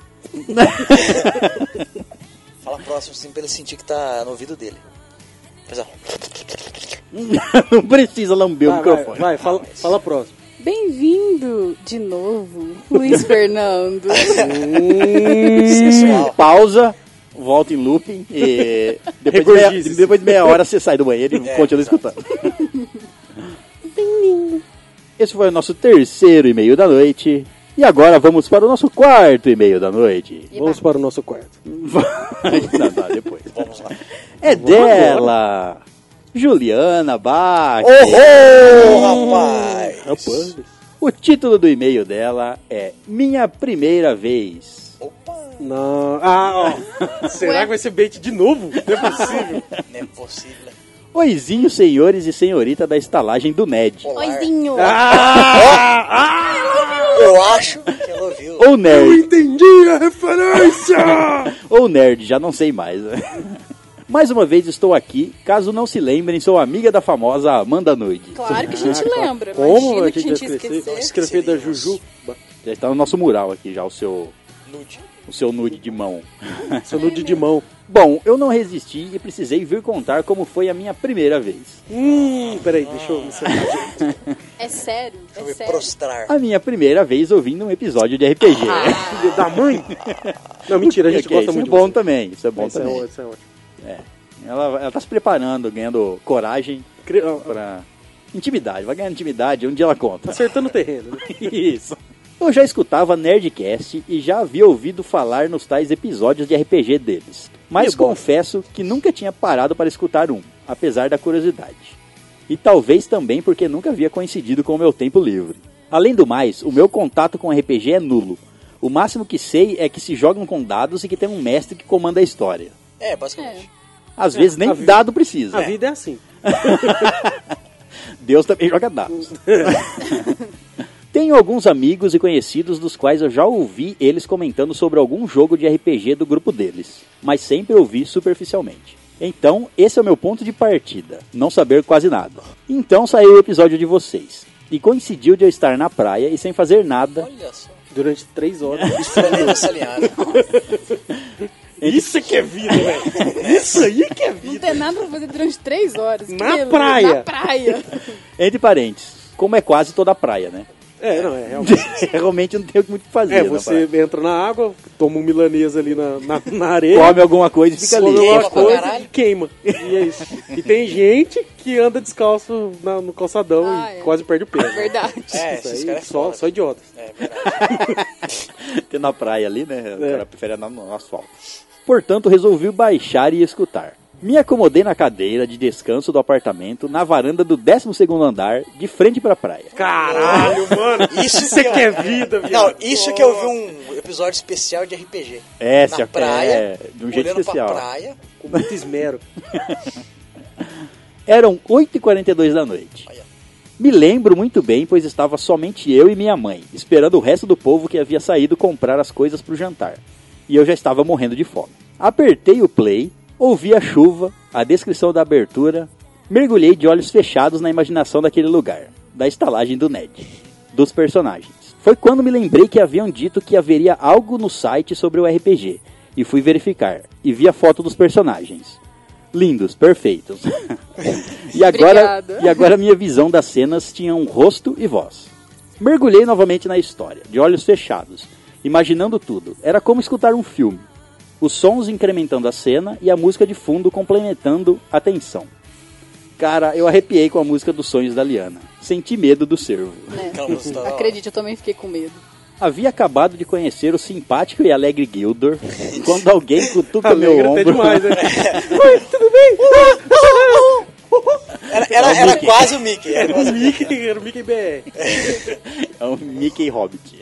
S5: Fala próximo, assim, pra ele sentir que tá no ouvido dele. Mas, ó,
S1: não precisa lamber o
S4: Vai, vai,
S1: microfone.
S4: vai, fala, fala <laughs> próximo.
S3: Bem-vindo de novo, Luiz
S4: <laughs>
S3: Fernando.
S5: sensual.
S1: Pausa, volta em looping
S5: <laughs>
S1: e depois, de
S4: Regurgiza
S1: meia, depois de meia hora você sai do banheiro e
S5: É,
S1: continua
S5: exato.
S1: escutando. Esse foi o nosso terceiro e-mail da noite. E agora vamos para o nosso quarto e-mail da
S5: <laughs>
S1: noite.
S4: Vamos
S3: tá.
S4: para o nosso quarto.
S1: não, não, depois.
S5: Vamos lá.
S1: É dela, Juliana Bach.
S5: Ô, rapaz.
S4: Rapaz.
S1: O título do e-mail dela é Minha Primeira Vez.
S5: Opa.
S4: Não. Ah,
S3: <laughs>
S4: ó. <laughs> Será
S3: Ué?
S4: que vai ser bait
S3: <laughs>
S4: de novo? Não é possível.
S5: Não é possível.
S1: Oizinhos, senhores e senhorita da estalagem do NED.
S5: Olá.
S6: Oizinho.
S3: Ah,
S4: Ah!
S5: Eu acho que ela ouviu.
S1: Ou nerd,
S4: entendi a referência!
S1: ou nerd, já não sei mais. né? mais uma vez estou aqui, caso não se lembrem, sou amiga da famosa Amanda Nude.
S3: Claro que a gente lembra.
S4: Ah, Como
S3: Imagina
S4: a
S3: que a
S4: gente
S3: gente
S4: vai
S3: ia
S4: esquecer? Eu
S3: esquecer.
S4: escrevi da Juju.
S1: Já está no nosso mural aqui, já o seu,
S5: Nude.
S1: o seu nude de mão.
S4: Seu nude de mão.
S1: Bom, eu não resisti e precisei vir contar como foi a minha primeira vez.
S4: Hum, peraí, deixa eu me sentar.
S3: É sério,
S5: Eu
S3: é
S5: me
S3: sério.
S5: prostrar.
S1: A minha primeira vez ouvindo um episódio de RPG.
S3: Ah.
S1: <laughs>
S4: Filho da mãe? Não, mentira, a <laughs> gente
S1: Ok,
S4: gosta
S1: isso
S4: muito
S1: é bom
S4: de
S1: também, isso é bom
S4: você. Isso é
S1: também.
S4: ótimo, isso é ótimo.
S1: Ela, ela tá se preparando, ganhando coragem
S4: Cri- ó,
S1: pra. Intimidade, vai ganhando intimidade, um dia ela conta.
S4: Acertando o <laughs> terreno. né?
S1: Isso. Eu já escutava Nerdcast e já havia ouvido falar nos tais episódios de RPG deles. Mas
S4: Que bom.
S1: confesso que nunca tinha parado para escutar um, apesar da curiosidade. E talvez também porque nunca havia coincidido com o meu tempo livre. Além do mais, o meu contato com RPG é nulo. O máximo que sei é que se jogam com dados e que tem um mestre que comanda a história.
S5: É, basicamente.
S1: Às vezes nem
S4: a vida-
S1: dado precisa.
S4: A vida tá é assim.
S1: Deus também joga dados. <laughs> Tenho alguns amigos e conhecidos dos quais eu já ouvi eles comentando sobre algum jogo de RPG do grupo deles, mas sempre ouvi superficialmente. Então, esse é o meu ponto de partida, não saber quase nada. Então saiu o episódio de vocês. E coincidiu de eu estar na praia e sem fazer nada.
S5: Olha só.
S4: Durante três <laughs> horas.
S5: Estranhei essa linhada.
S4: Isso que é vida, velho. Isso aí que é <laughs>
S3: Não
S4: vida.
S3: tem nada pra fazer durante três horas. que
S4: Na
S3: beleza,
S4: praia.
S3: Na praia. <laughs>
S1: Entre parênteses, como é quase toda praia,
S4: <laughs>
S1: né?
S4: É, não, é realmente.
S1: Realmente não tenho muito o que fazer. né,
S4: É,
S1: na
S4: você
S1: praia.
S4: entra na água, toma um milanês ali na, na, na areia.
S1: come alguma coisa e fica
S4: come
S1: ali.
S5: Queima
S4: alguma
S5: pra
S4: coisa
S5: caralho.
S4: e queima. E é isso. E tem gente que anda descalço na- no calçadão
S3: Ah,
S4: e
S3: é.
S4: quase perde o peso.
S3: Verdade.
S5: É,
S4: Isso
S5: esses
S4: aí,
S5: caras é
S4: só,
S5: foda.
S4: só idiotas.
S5: É verdade.
S1: <laughs> Tem na praia ali, né? O
S4: É.
S1: cara prefere andar no asfalto. Portanto, resolvi baixar e escutar. Me acomodei na cadeira de descanso do apartamento, na varanda do 12º andar, de frente pra praia.
S4: <laughs> Caralho, mano.
S5: Isso
S4: Isso é
S5: que
S4: que é
S5: é-
S4: vida,
S5: Não,
S4: viado.
S5: isso que eu vi um episódio especial de RPG.
S1: É, se
S5: Na
S1: a- é,
S5: praia,
S1: de um jeito
S5: olhando
S1: especial.
S5: pra praia.
S4: Com muito
S5: <laughs>
S4: esmero.
S1: Eram 8h42 da noite.
S5: Olha.
S1: Me lembro muito bem, pois estava somente eu e minha mãe, esperando o resto do povo que havia saído comprar as coisas para o jantar. E eu já estava morrendo de fome. Apertei o play, ouvi a chuva, a descrição da abertura, mergulhei de olhos fechados na imaginação daquele lugar. da estalagem do Ned, dos personagens. Foi quando me lembrei que haviam dito que haveria algo no site sobre o RPG, e fui verificar, e vi a foto dos personagens. Lindos, perfeitos. <laughs> e, agora,
S3: Obrigada.
S1: e agora minha visão das cenas tinha um rosto e voz. Mergulhei novamente na história, de olhos fechados, imaginando tudo. Era como escutar um filme. Os sons incrementando a cena e a música de fundo complementando a tensão. Cara, eu arrepiei com a música dos sonhos da Liana. Senti medo do cervo.
S3: né?
S5: Aquela música tá-
S3: Acredite, eu também fiquei com medo.
S1: Havia acabado de conhecer o simpático e alegre
S4: <laughs>
S1: Gildor quando alguém cutuca meu
S4: Alegra até
S1: ombro.
S5: <laughs>
S4: demais, né?
S5: É. Era, era, era quase o Mickey. Era
S4: Era o
S5: quase
S4: Ah, Mickey, era o Mickey BR.
S1: É um Mickey Hobbit.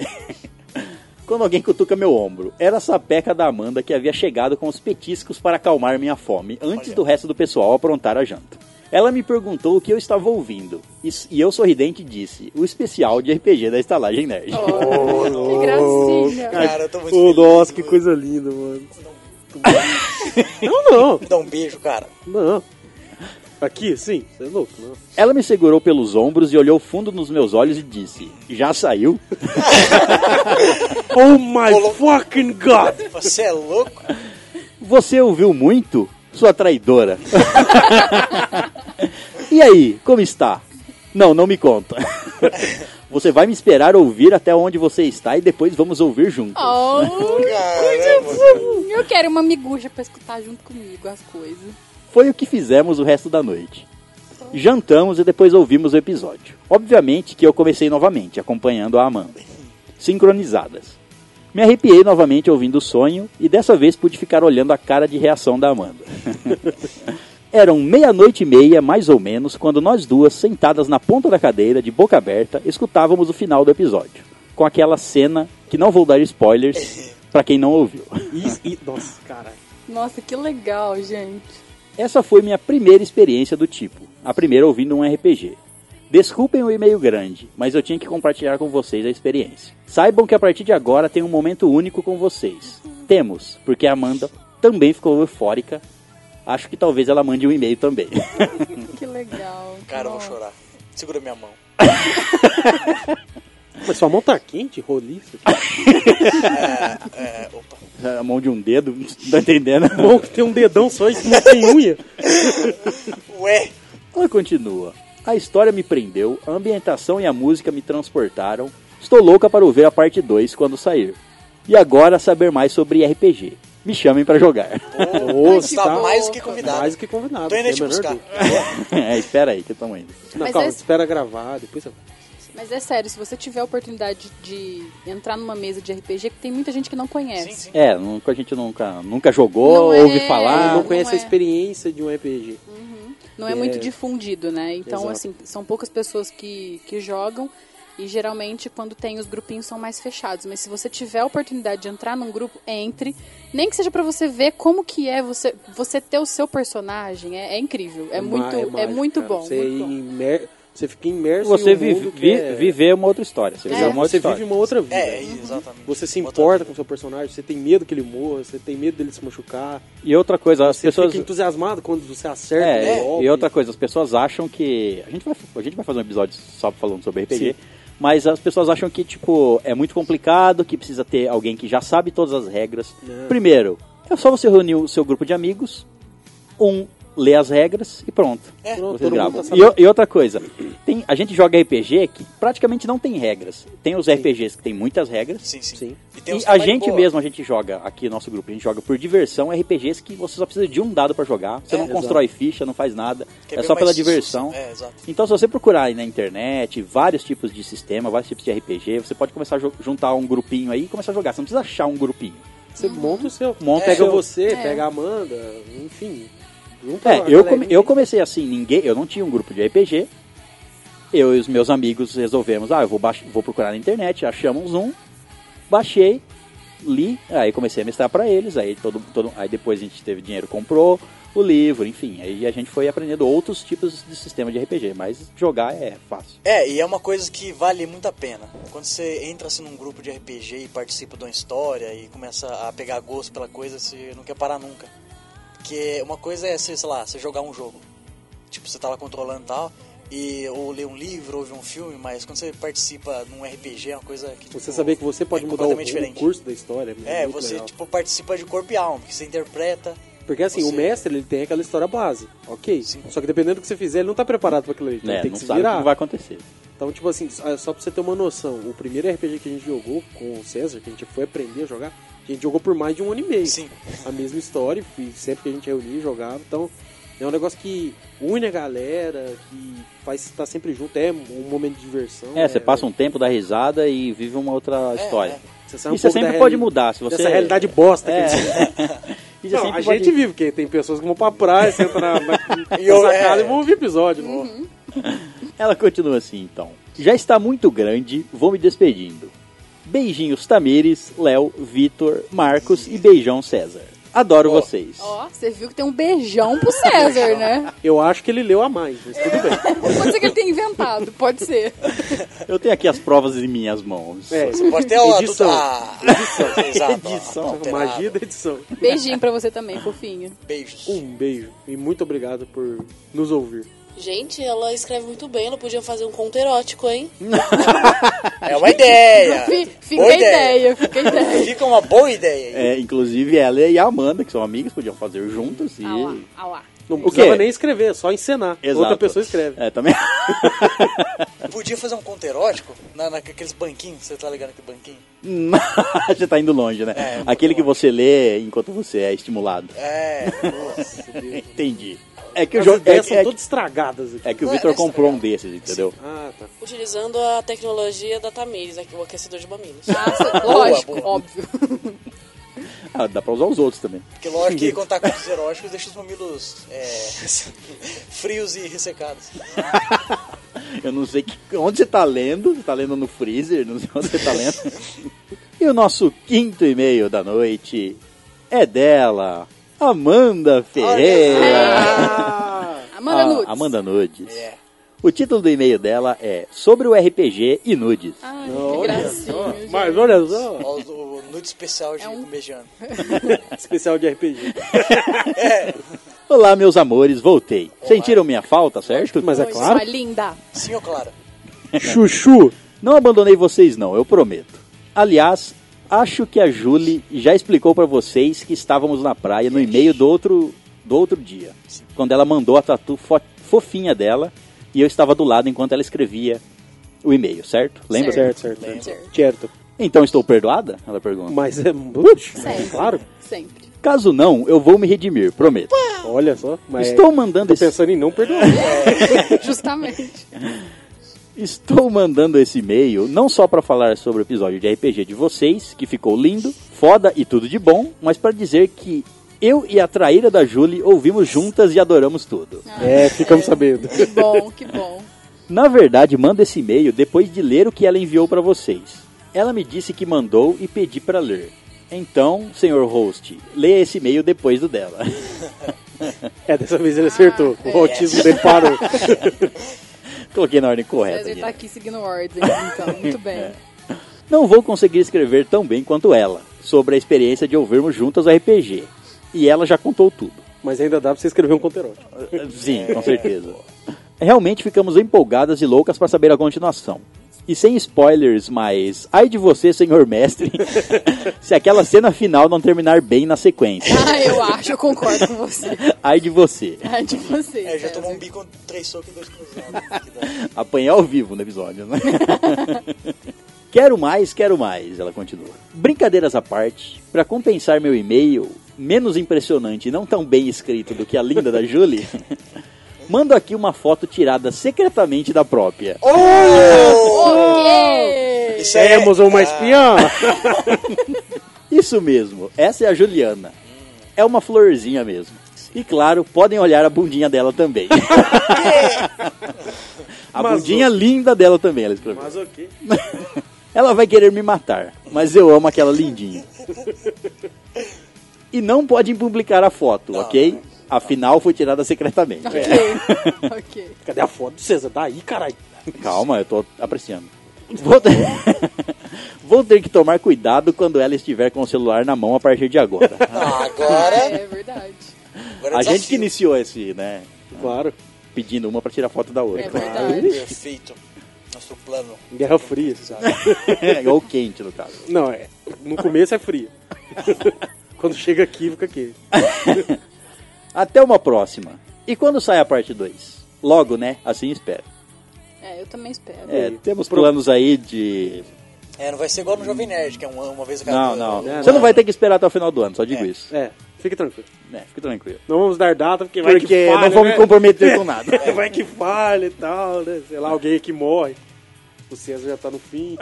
S1: <laughs> Quando alguém cutuca meu ombro, era a sapeca da Amanda que havia chegado com os petiscos para acalmar minha fome antes do resto do pessoal aprontar a janta. Ela me perguntou o que eu estava ouvindo, e s- e eu sorridente disse: o especial de RPG da Estalagem Nerd.
S3: Oh. que gracinha.
S5: Cara, eu tô muito
S4: Ô,
S5: feliz.
S4: nossa, que coisa linda, mano. Não,
S5: Me dá um beijo, cara.
S4: não, não. Aqui, sim, você é louco, não.
S1: Ela me segurou pelos ombros e olhou fundo nos meus olhos e disse: já saiu?
S4: Oh my
S5: Colo-
S4: fucking god!
S5: Você é louco?
S1: Você ouviu muito, sua traidora? <laughs> e aí, como está? Não, não me conta. <laughs> Você vai me esperar ouvir até onde você está e depois vamos ouvir juntos.
S3: Oh,
S5: Caramba.
S3: Uhum, eu quero uma miguja pra escutar junto comigo as coisas.
S1: Foi o que fizemos o resto da noite. Jantamos e depois ouvimos o episódio. Obviamente que eu comecei novamente, acompanhando a Amanda. Sincronizadas. Me arrepiei novamente ouvindo o sonho e dessa vez pude ficar olhando a cara de reação da Amanda. <laughs> Eram meia-noite e meia, mais ou menos, quando nós duas, sentadas na ponta da cadeira, de boca aberta, escutávamos o final do episódio. Com aquela cena que não vou dar spoilers pra quem não ouviu.
S4: E, e- nossa, caralho.
S3: Nossa, que legal, gente.
S1: Essa foi minha primeira experiência do tipo, a primeira ouvindo um RPG. Desculpem o e-mail grande, mas eu tinha que compartilhar com vocês a experiência. Saibam que a partir de agora tem um momento único com vocês. Temos, porque a Amanda também ficou eufórica. Acho que talvez ela mande um e-mail também. <laughs>
S3: Que legal.
S5: Cara, eu vou
S3: Nossa.
S5: chorar. Segura minha mão.
S4: Mas sua mão tá quente, roliça.
S5: É, opa.
S1: a mão de um dedo, <laughs> não tô entendendo.
S4: Bom que tem um dedão só e não tem unha.
S5: Ué,
S1: Ela continua. A história me prendeu, a ambientação e a música me transportaram. Estou louca para ouvir a parte 2 quando sair. E agora saber mais sobre RPG. Me chamem para jogar. <laughs>
S4: Nossa,
S5: tá
S4: tá
S5: mais do que convidado.
S4: mais do que convidado.
S5: Tô indo
S4: sem
S5: aí te
S4: a menor
S5: buscar.
S1: <laughs>
S4: dúvida.
S1: é, espera aí que estamos indo.
S4: Não,
S3: Mas
S4: calma,
S3: esse-
S4: espera gravar, depois você vai.
S3: Mas é sério, se você tiver a oportunidade de entrar numa mesa de RPG, que tem muita gente que não conhece.
S5: Sim, sim.
S1: É, nunca, a gente nunca, nunca jogou,
S3: Não
S1: ouve
S3: é.
S1: falar.
S4: não
S3: Não
S4: conhece
S3: é.
S4: a experiência de um RPG.
S3: Não é,
S4: É.
S3: muito difundido, né? Então,
S4: Exato.
S3: assim, são poucas pessoas que, que jogam. E geralmente, quando tem, os grupinhos são mais fechados. Mas se você tiver a oportunidade de entrar num grupo, entre. Nem que seja pra você ver como que é você, você ter o seu personagem. É, é incrível. É, muito,
S4: ma-
S3: é,
S4: mágico,
S3: muito,
S4: cara.
S3: bom,
S4: Você,
S3: muito bom.
S4: imer- você fica imerso
S1: Você
S4: em um
S1: vi,
S4: mundo que
S1: vi-
S4: é-
S1: viver uma outra história. Você viver
S3: É.
S4: Exato,
S1: uma outra
S4: Você
S1: história.
S4: vive uma outra vida. né?
S5: É, exatamente.
S4: Você se
S5: Outra-
S4: importa com o seu personagem, você tem medo que ele morra, você tem medo dele se machucar.
S1: E outra coisa, as
S4: um Você
S1: pessoas.
S4: fica entusiasmado né? quando você acerta
S1: É,
S4: o golpe.
S1: e outra coisa, as pessoas acham que. A gente vai, a gente vai fazer um episódio só falando sobre RPG,
S4: Sim.
S1: mas as pessoas acham que, tipo, é muito complicado, que precisa ter alguém que já sabe todas as regras.
S4: Não.
S1: Primeiro, é só você reunir o seu grupo de amigos, um lê as regras e pronto.
S5: É,
S4: Pronto,
S1: Vocês
S4: todo mundo
S1: gravam.
S4: tá
S1: E,
S4: sabendo.
S1: o- e outra coisa, tem, a gente joga RPG que praticamente não tem regras. Tem os RPGs que tem muitas regras.
S5: Sim, sim.
S4: Sim.
S5: E, tem
S1: E
S5: uns que
S1: a
S5: tá de
S1: gente
S5: boa.
S1: mesmo, a gente joga aqui no nosso grupo, a gente joga por diversão RPGs que você só precisa de um dado pra jogar, você
S5: É,
S1: não
S4: exato.
S1: constrói ficha, não faz nada,
S5: Quer
S1: é
S5: ver
S1: só
S5: mais
S1: pela
S5: susto?
S1: diversão.
S5: É, exato.
S1: Então se você procurar aí na internet vários tipos de sistema, vários tipos de RPG, você pode começar a jo- juntar um grupinho aí e começar a jogar, você não precisa achar um grupinho.
S4: Você monta o seu.
S1: Monta
S4: pega
S1: o seu.
S4: você,
S3: É.
S4: pega a Amanda, enfim. Junta
S1: É,
S4: a
S1: eu, come-
S4: galerinha.
S1: eu comecei assim, ninguém, eu não tinha um grupo de RPG. Eu e os meus amigos resolvemos, ah, eu vou, baix- vou procurar na internet, achamos um, baixei, li, aí comecei a mestrar pra eles, aí todo, todo aí depois a gente teve dinheiro, comprou o livro, enfim, aí a gente foi aprendendo outros tipos de sistema de RPG, mas jogar é fácil.
S5: É, e é uma coisa que vale muito a pena. Quando você entra assim num grupo de RPG e participa de uma história e começa a pegar gosto pela coisa, você não quer parar nunca. Porque uma coisa é, você, sei lá, você jogar um jogo. Tipo, você tá lá controlando e tal. e, ou ler um livro, ou ver um filme, mas quando você participa num RPG é uma coisa que.
S4: Você
S5: tipo,
S4: saber que você pode
S5: é
S4: mudar o,
S5: completamente
S4: o
S5: diferente.
S4: curso da história.
S5: É,
S4: muito
S5: você
S4: legal.
S5: tipo, participa de corpo e alma, porque você interpreta.
S4: Porque assim, o
S5: você-
S4: mestre ele tem aquela história base, ok?
S5: Sim.
S4: Só que dependendo do que você fizer, ele não tá preparado pra aquilo ali. Então
S1: É,
S4: ele tem
S1: não
S4: que se
S1: sabe o
S4: virar.
S1: que vai acontecer.
S4: Então, tipo assim, só só pra você ter uma noção, o primeiro RPG que a gente jogou com o César, que a gente foi aprender a jogar, a gente jogou por mais de um ano e meio.
S5: Sim.
S4: A mesma história, e sempre que a gente reunia, jogava. Então, é um negócio que une a galera, que faz estar sempre junto, é um momento de diversão. né?
S1: É, você passa um tempo, dá risada e vive uma outra
S5: É,
S1: história.
S5: é.
S4: Você um
S1: E você sempre pode
S4: mudar.
S1: mudar, se você...
S4: Dessa realidade bosta que
S1: É.
S4: eles-
S1: <laughs> E você
S4: Não,
S1: sempre
S4: a
S1: pode-
S4: gente vive, porque tem pessoas que vão pra praia, sentam na,
S5: <laughs>
S4: na, na
S5: E eu-
S4: sacada
S5: é. Uhum.
S4: e vão ouvir episódio. não-
S1: Ela continua assim, então. Já está muito grande, vou me despedindo. Beijinhos Tamires, Léo, Vitor, Marcos e beijão César. Adoro
S5: Ó.
S1: vocês.
S3: Ó, você viu que tem um beijão pro César, né?
S4: Eu acho que ele leu a mais, mas tudo bem.
S5: <laughs>
S3: Pode ser que ele tenha inventado, pode ser.
S1: Eu tenho aqui as provas em minhas mãos.
S4: É,
S5: Você pode
S4: <laughs>
S5: ter a
S4: Edição.
S5: a- Edição. <laughs> Exato. ó,
S1: Edição.
S5: alterado.
S4: magia da edição.
S3: Beijinho pra você também, fofinho.
S5: Beijos.
S4: Um beijo e muito obrigado por nos ouvir.
S6: Gente, ela escreve muito bem, ela podia fazer um conto erótico, hein?
S5: É uma <laughs> ideia.
S3: Fi- Fica
S5: Boa
S3: a ideia, fica a ideia.
S5: Fica uma boa ideia. aí.
S1: É, inclusive ela e a Amanda, que são amigas, podiam fazer juntas e.
S3: Ah lá, ah lá.
S4: Não
S1: O
S4: precisava
S1: quê?
S4: nem escrever, é só encenar.
S1: Exato.
S4: Outra pessoa escreve.
S1: É, também. <laughs> É.
S5: Podia fazer um conto erótico na, naqueles banquinhos, você tá ligado que banquinho?
S1: Já tá indo longe, né?
S5: É, muito
S1: Aquele que
S5: longe.
S1: você lê enquanto você é estimulado.
S5: É, nossa.
S1: <laughs> Entendi. É que o
S4: As
S1: jo- é,
S4: ideias
S1: que- é
S4: são
S1: que-
S4: todas estragadas aqui.
S1: é que o
S5: Não é
S1: Vitor
S5: dessa,
S1: comprou um desses, entendeu?
S4: Ah, tá.
S6: Utilizando a tecnologia da Tamires, aqui, o aquecedor de mamilos.
S3: Ah, cê- lógico,
S5: boa.
S3: óbvio.
S1: Ah, dá pra usar os outros também.
S5: Porque lógico que contar contos eróticos deixa os mamilos é, <laughs> frios e ressecados.
S1: Eu não sei que- onde você tá lendo, você tá lendo no freezer, não sei onde você tá lendo. e o nosso quinto e-mail da noite é dela, Amanda Ferreira.
S4: É,
S3: Amanda
S1: Ah,
S3: Nudes.
S1: Amanda Nudes.
S5: É.
S1: O título do e-mail dela é Sobre o RPG e Nudes.
S3: Ai, que gracinha. gente.
S4: Mas olha só,
S5: Ó, O, o nude especial de um beijando.
S4: especial de RPG.
S1: Olá, meus amores, voltei. Sentiram minha falta, certo?
S4: Mas é
S3: Oi,
S4: claro.
S3: sua linda.
S5: Sim ou claro?
S4: Chuchu.
S1: Não abandonei vocês não, eu prometo. Aliás, acho que a Julie já explicou pra vocês que estávamos na praia no e-mail do outro, do outro dia. Quando ela mandou a tatu fo- fofinha dela e eu estava do lado enquanto ela escrevia o e-mail, certo? Lembra?
S4: Certo, certo.
S3: Certo.
S4: Certo. certo.
S1: Então estou perdoada? Ela pergunta.
S4: Mas é. Puxa,
S3: Certo.
S4: Claro.
S3: Sempre. <laughs>
S1: Caso não, eu vou me redimir, prometo.
S4: Olha só. Mas
S1: Estou mandando
S4: tô
S1: esse
S4: pensando em não perdoar.
S3: Justamente.
S1: Estou mandando esse e-mail não só para falar sobre o episódio de RPG de vocês, que ficou lindo, foda e tudo de bom, mas para dizer que eu e a traíra da Julie ouvimos juntas e adoramos tudo.
S4: é, ficamos sabendo.
S3: Que bom, que bom.
S1: Na verdade, mando esse e-mail depois de ler o que ela enviou para vocês. Ela me disse que mandou e pedi para ler. Então, senhor host, leia esse e-mail depois do dela. <laughs>
S4: É, dessa vez ele acertou.
S3: é.
S4: O autismo dele parou.
S1: Coloquei na ordem correta.
S3: César
S1: gente.
S3: tá aqui seguindo ordens, então. Muito bem.
S1: Não vou conseguir escrever tão bem quanto ela sobre a experiência de ouvirmos juntas o RPG. E ela já contou tudo.
S4: Mas ainda dá pra você escrever um conto erótico.
S1: Sim, com certeza. Realmente ficamos empolgadas e loucas para saber a continuação. E sem spoilers, mas ai de você, senhor mestre, <laughs> se aquela cena final não terminar bem na sequência.
S3: Ah, eu acho, eu concordo com você.
S1: Ai de você,
S3: Ai, de você.
S5: É, já
S3: César.
S5: tomou um bico, três socos e dois <laughs> cruzados. Que dá.
S1: apanhar ao vivo no episódio, né? <laughs> quero mais, quero mais, ela continua. Brincadeiras à parte, para compensar meu e-mail, menos impressionante e não tão bem escrito do que a linda da Julie, <laughs> mando aqui uma foto tirada secretamente da própria.
S3: Ok!
S5: Isso aí
S4: Temos um
S5: é-
S4: uma
S5: ah,
S4: espiã.
S1: Isso mesmo, essa é a Juliana. É uma florzinha mesmo. E claro, podem olhar a bundinha dela <laughs> também. a
S4: Mas
S1: bundinha linda dela também, ela escreveu.
S4: Mas ok.
S1: Ela vai querer me matar, mas eu amo aquela lindinha. E não podem publicar a foto, ok? Afinal, foi tirada secretamente.
S4: É.
S3: Ok. Ok.
S4: Cadê a foto do César? Daí, caralho.
S1: Calma, eu tô apreciando. Vou ter... <laughs> Vou ter que tomar cuidado quando ela estiver com o celular na mão a partir de <laughs> agora.
S5: Ah, Agora,
S3: É verdade.
S5: agora é
S1: A gente que
S5: desafio.
S1: iniciou esse, né?
S4: Claro.
S1: pedindo uma pra tirar foto da outra.
S3: É
S1: claro.
S3: verdade.
S5: Perfeito. Nosso plano.
S4: Guerra fria.
S1: <laughs> É, Ou quente, no caso.
S4: Não, é. No começo é fria. <laughs> Quando chega aqui, fica aqui.
S1: Até uma próxima. E quando sai a parte 2? Logo, né? Assim espero.
S3: É, eu também espero.
S1: É,
S4: Sim.
S1: temos planos aí de.
S5: É, não vai ser igual no Jovem Nerd, que é um ano, uma vez a cada
S1: Não, não.
S4: não,
S1: Você não
S4: né? não.
S1: vai ter que esperar até o final do ano, só digo isso.
S4: É, fique tranquilo.
S1: É, fica tranquilo.
S4: Não vamos dar data, porque vai que
S1: Porque
S4: falha,
S1: não vou
S4: né? É,
S1: me comprometer
S4: <laughs>
S1: com nada.
S4: Vai que falha e tal, né? Sei lá, alguém que morre. O César já tá no fim.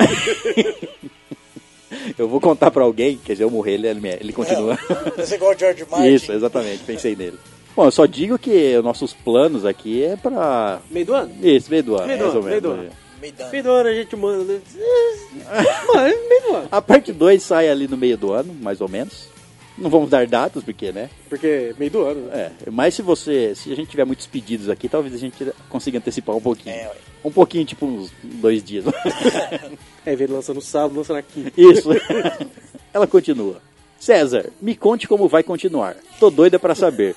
S1: Eu vou contar pra alguém, quer dizer, eu morrer, ele, ele, ele continua.
S5: Vai ser igual o George
S4: É.
S5: Martin.
S1: <laughs> Isso, exatamente, pensei nele. Bom, eu só digo que os nossos planos aqui é pra.
S4: Meio do ano?
S1: Esse, meio do ano,
S4: Meio do
S1: mais ou
S4: ano, meio
S1: menos. é.
S4: do ano.
S5: Meidana.
S4: Meio do ano a gente
S1: <laughs>
S4: manda, né? Mano, meio do ano.
S1: A parte 2 sai ali no meio do ano, mais ou menos. Não vamos dar datas, porque, né?
S4: Porque é meio do ano, né?
S1: É, mas se você. Se a gente tiver muitos pedidos aqui, talvez a gente consiga antecipar um pouquinho.
S5: É, ué.
S1: um pouquinho, tipo uns dois dias. <laughs>
S4: É, em vez de lançar no sábado, lança na quinta. <laughs>
S1: Isso. Ela continua. César, me conte como vai continuar. Tô doida pra
S4: <laughs>
S1: saber.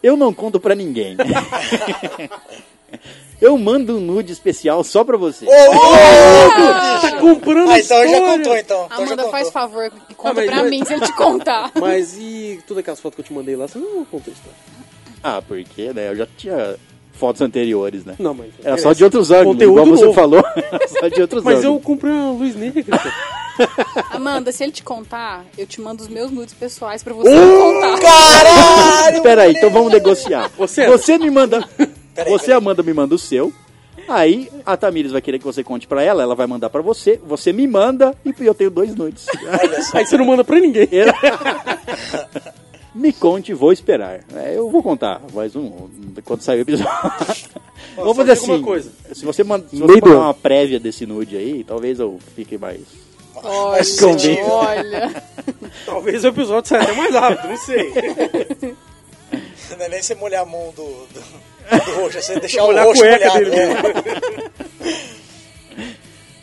S1: Eu não conto pra ninguém. Eu mando um nude especial só pra você. Ah,
S4: Tá comprando
S5: Ah, então já
S4: história.
S5: contou, então. então já
S3: Amanda,
S5: contou.
S3: faz favor, e conta
S4: mas-
S3: pra
S4: mas-
S3: mim se ele te
S4: <laughs>
S3: contar.
S4: Mas e todas aquelas fotos que eu te mandei lá, você não contou história.
S1: Ah, porque, né? Eu já tinha fotos anteriores, né?
S4: Não, mas...
S1: Era só de outros ângulos,
S4: Conteúdo
S1: igual você
S4: novo. <laughs>
S1: falou. só de outros
S4: Mas eu
S1: ângulos.
S4: comprei a luz negra. cara.
S3: Amanda, se ele te contar, eu te mando os meus nudes pessoais pra você
S1: <laughs>
S3: contar.
S5: Caralho!
S1: Espera aí, então vamos negociar.
S4: Você-
S1: você me manda...
S4: <laughs>
S5: Peraí,
S1: você,
S5: peraí.
S1: Amanda, me manda o seu. Aí a Tamires vai querer que você conte pra ela, ela vai mandar pra você, você me manda e eu tenho dois nudes.
S5: Olha só.
S4: Aí você não manda pra ninguém.
S1: <laughs> Me conte, vou esperar. É, eu vou contar, mas um, quando sair o episódio.
S4: <laughs> Ó,
S1: Vamos
S4: só
S1: fazer
S4: digo
S1: assim.
S4: uma coisa.
S1: Se você, man- se
S4: Meio
S1: você
S4: do
S1: mandar
S4: ano.
S1: uma prévia desse nude aí, talvez eu fique mais.
S3: Olha,
S1: convence.
S3: olha.
S4: Talvez o episódio saia até mais rápido, não sei.
S5: Não é nem você molhar a mão do, do, do roxo, é você deixar o
S4: Molhar a
S5: roxo
S4: cueca
S5: molhado.
S4: dele
S5: né?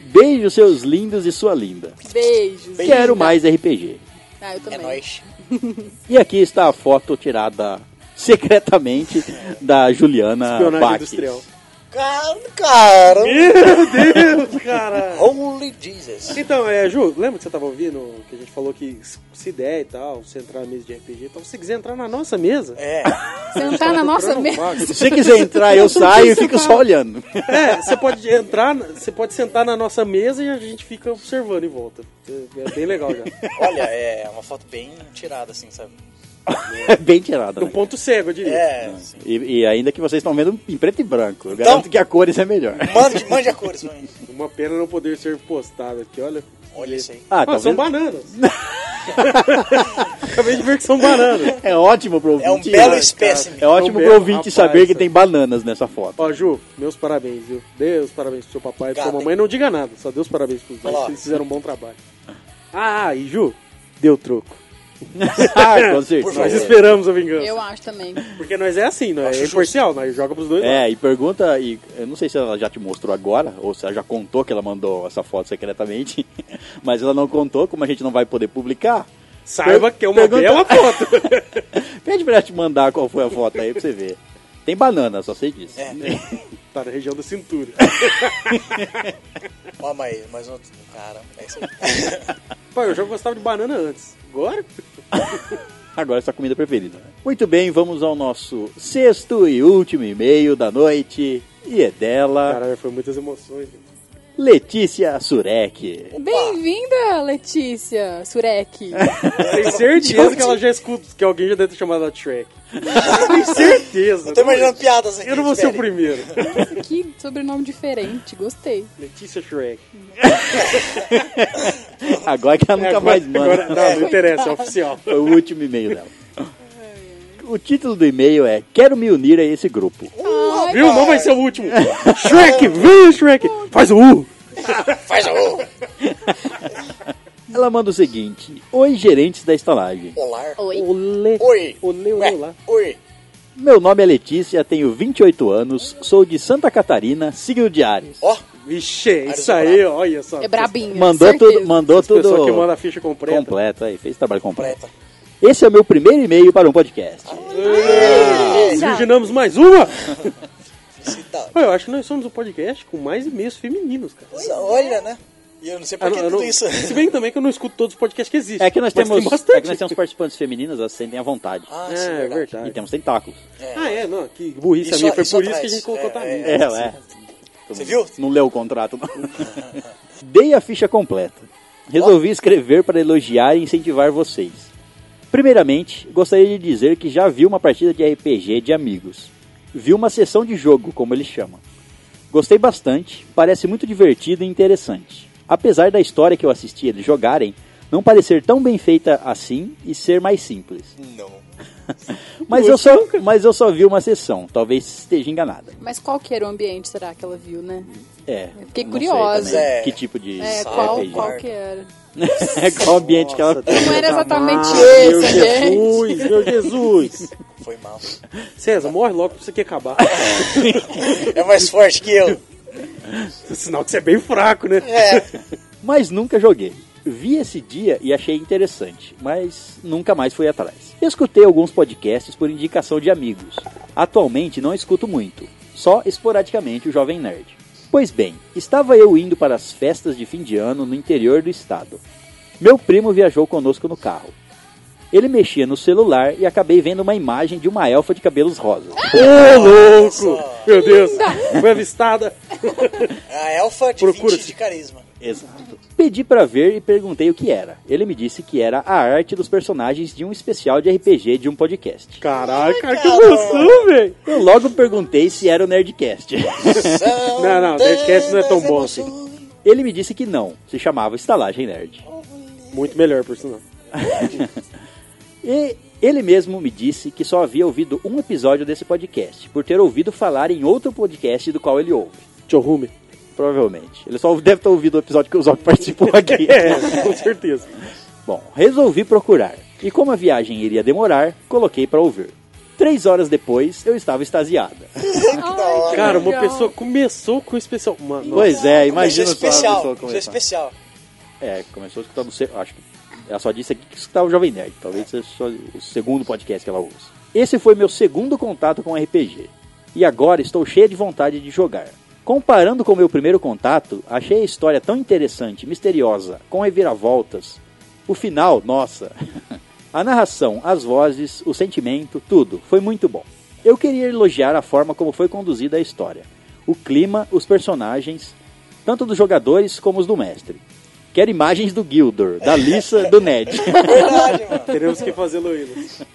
S1: Beijo, seus lindos e sua linda.
S3: Beijos.
S4: né?
S1: Quero mais RPG.
S3: Ah, eu
S5: É
S3: também.
S5: nóis.
S1: E aqui está a foto tirada
S4: <laughs>
S1: secretamente da Juliana
S4: Espionagem
S1: Baques.
S4: industrial.
S5: Cara, cara.
S4: Meu Deus, <laughs> cara.
S5: Holy Jesus.
S4: Então, é, Ju, lembra que você tava ouvindo que a gente falou que se der e tal, você entrar na mesa de RPG, então se você quiser entrar na nossa mesa,
S5: É,
S3: Sentar tá na nossa
S4: procurando um
S3: mesa.
S4: vago.
S1: Se você quiser entrar, eu saio e fico
S4: tá.
S1: só olhando.
S4: <laughs> É, você pode entrar, na- você pode sentar na nossa mesa e a gente fica observando em volta. É bem legal já.
S5: olha, é uma foto bem tirada, assim, sabe?
S1: É bem tirada.
S4: No
S1: Né?
S4: ponto cego, eu diria.
S5: É, assim.
S1: E, e ainda que vocês estão vendo em preto e branco.
S4: Então-
S1: Eu garanto que a cores é melhor.
S5: Mande, mande a cores pra mim.
S4: Uma pena não poder ser postado aqui, olha.
S5: Olha isso aí.
S1: Ah,
S4: Ah,
S1: talvez-
S4: são
S5: <laughs>
S4: bananas. Acabei de ver que são bananas.
S1: É ótimo pro ouvinte.
S5: É um belo espécime.
S1: É ótimo pro
S4: É um belo-
S1: ouvinte
S4: rapaz,
S1: saber que
S4: cara.
S1: tem bananas nessa
S4: <laughs>
S1: foto.
S4: Ó, Ju, meus parabéns, viu? Dê os parabéns pro seu papai e pra sua
S5: Gata,
S4: mamãe. Não diga nada, só dê os parabéns pros dois.
S5: Ó.
S4: que Eles fizeram um bom trabalho. Ah, e Ju, deu troco.
S1: Ah, com
S5: Por
S1: certeza.
S5: favor.
S4: Nós esperamos a vingança.
S3: Eu acho também.
S4: Porque nós é assim, nós é imparcial, nós joga pros dois. lados.
S1: É, e pergunta, e eu não sei se ela já te mostrou agora, ou se ela já contou que ela mandou essa foto secretamente, <laughs> mas ela não contou, como a gente não vai poder publicar.
S4: Saiba que é uma
S1: Pergunta-
S4: bela foto.
S1: Pede pra ela te mandar qual foi a foto aí pra você ver. Tem banana, só sei disso.
S5: É.
S4: tá na região da cintura.
S5: Ó, mas, mas outro. Cara, é isso aí.
S4: Pai, eu já gostava de banana antes. Agora?
S1: Agora essa comida preferida. Muito bem, vamos ao nosso sexto e último e-mail da noite. E é dela,
S4: Caralho, foi muitas emoções.
S1: Letícia Surek.
S3: Bem-vinda, Letícia Surek.
S4: Tenho certeza que ela já escuta, que alguém já deve ter chamado ela de Shrek. Tenho certeza.
S5: Eu tô imaginando piadas aqui.
S4: Eu não vou ser o
S5: espere.
S4: primeiro.
S3: que sobrenome diferente, gostei.
S4: Letícia Shrek.
S1: Agora que ela nunca
S4: É, agora-
S1: mais manda.
S4: agora- não, não interessa, é oficial.
S1: Foi o último e-mail dela. O título do e-mail é Quero me unir a esse grupo.
S3: Ai,
S4: Viu? Não vai ser o último. Shrek, vem, Shrek. Faz o U.
S5: Faz a o
S1: Ela manda o seguinte: Oi, gerentes da estalagem.
S5: Olar.
S3: Oi.
S4: Olê.
S5: Oi.
S4: Olê,
S5: Ué,
S4: olê lá.
S5: Oi.
S1: Meu nome é Letícia, tenho 28 anos, sou de Santa Catarina, signo de Ares.
S5: Ó,
S4: Vixe, é isso
S5: Arizona.
S4: aí, olha só.
S3: É brabinha.
S1: Mandou
S3: certeza.
S1: tudo, mandou
S4: As pessoas
S1: tudo
S4: que mandam a ficha completa.
S1: completo aí, fez trabalho completo.
S5: preta.
S1: Esse é o meu primeiro e-mail para um podcast.
S4: Virginamos mais uma!
S5: Se dá-
S4: Pô, eu acho que nós somos o podcast com mais e-mails femininos, cara.
S5: Olha, né? E eu não sei
S4: Ah,
S5: por que
S4: não, eu
S5: tudo
S4: não-
S5: isso.
S4: Se bem também que eu não escuto todos os podcasts que existem.
S1: É que nós
S4: Ah, mas
S1: temos,
S4: Tem
S1: é
S4: bastante.
S1: que nós temos participantes femininas, elas sentem à vontade.
S5: <laughs> Ah,
S4: É,
S5: sim,
S4: é
S5: verdade.
S4: verdade.
S1: E temos tentáculos.
S5: É.
S4: Ah, é, não, que burrice
S5: Isso-
S4: a minha. Foi
S5: isso
S4: por isso que a
S5: atrás.
S4: gente colocou
S5: É,
S4: Tamires.
S1: É, é.
S5: Você viu?
S1: Não leu o contrato, não. <laughs> Dei a ficha completa. Resolvi escrever para elogiar e incentivar vocês. Primeiramente, gostaria de dizer que já vi uma partida de RPG de amigos. Vi uma sessão de jogo, como eles chamam. Gostei bastante, parece muito divertido e interessante. Apesar da história que eu assisti eles jogarem, não parecer tão bem feita assim e ser mais simples.
S5: Não.
S1: Mas eu só, mas eu só vi uma sessão, talvez esteja enganada.
S3: Mas qual que era o ambiente, será que ela viu, né?
S1: É.
S3: fiquei
S1: não sei
S3: curiosa.
S1: também
S5: É.
S1: Que tipo de
S3: É,
S5: Sabe,
S3: qual,
S1: <laughs> RPG.
S3: qual que era?
S1: É qual o ambiente que ela
S3: Não era
S5: Ah,
S3: exatamente
S4: Meu
S3: esse, né?
S4: Jesus, meu Jesus.
S5: Foi mal.
S4: César, morre logo pra você que acabar. <laughs>
S5: É mais forte que eu.
S4: Sinal que você é bem fraco, né?
S1: É,
S4: <laughs>
S1: Mas nunca joguei. Vi esse dia e achei interessante, mas nunca mais fui atrás. Escutei alguns podcasts por indicação de amigos. Atualmente não escuto muito, só esporadicamente o Jovem Nerd. Pois bem, estava eu indo para as festas de fim de ano no interior do estado. Meu primo viajou conosco no carro. Ele mexia no celular e acabei vendo uma imagem de uma elfa de cabelos rosas.
S4: Ô, louco!
S5: só.
S4: Meu Deus, foi avistada.
S5: A elfa de
S4: Procura-se.
S5: 20 de carisma.
S1: Exato. Pedi pra ver e perguntei o que era. Ele me disse que era a arte dos personagens de um especial de RPG de um podcast.
S4: Caraca, que emoção, velho.
S1: Eu logo perguntei se era o Nerdcast. <laughs>
S4: Não, não, Nerdcast não é tão bom assim.
S1: Ele me disse que não, se chamava Estalagem Nerd.
S4: Muito melhor, por sinal.
S1: E ele mesmo me disse que só havia ouvido um episódio desse podcast, por ter ouvido falar em outro podcast do qual ele ouve. <laughs>
S4: Tio Rume.
S1: Provavelmente. Ele só deve ter ouvido o episódio que o Zop participou
S4: <laughs>
S1: aqui.
S4: É, com certeza.
S1: Bom, resolvi procurar. E como a viagem iria demorar, coloquei pra ouvir. Três horas depois, eu estava extasiada.
S4: Cara, uma
S3: Legal.
S4: pessoa começou com o especial. Mano, nossa.
S1: Pois é,
S5: Imagina
S1: imagina só a
S5: especial.
S1: pessoa
S5: Começou
S1: começar.
S5: especial.
S1: É, começou escutando o seu, acho que ela só disse aqui que escutava o Jovem Nerd, talvez seja só o segundo podcast que ela ouça. Esse foi meu segundo contato com RPG. E agora estou cheia de vontade de jogar. Comparando com o meu primeiro contato, achei a história tão interessante, misteriosa, com reviravoltas. O final, nossa. <laughs> A narração, as vozes, o sentimento, tudo. Foi muito bom. Eu queria elogiar a forma como foi conduzida a história. O clima, os personagens, tanto dos jogadores como os do mestre. Quero imagens do Gildor, da Lissa, do Ned.
S5: Verdade, mano.
S4: <laughs> Teremos que fazer Luísa.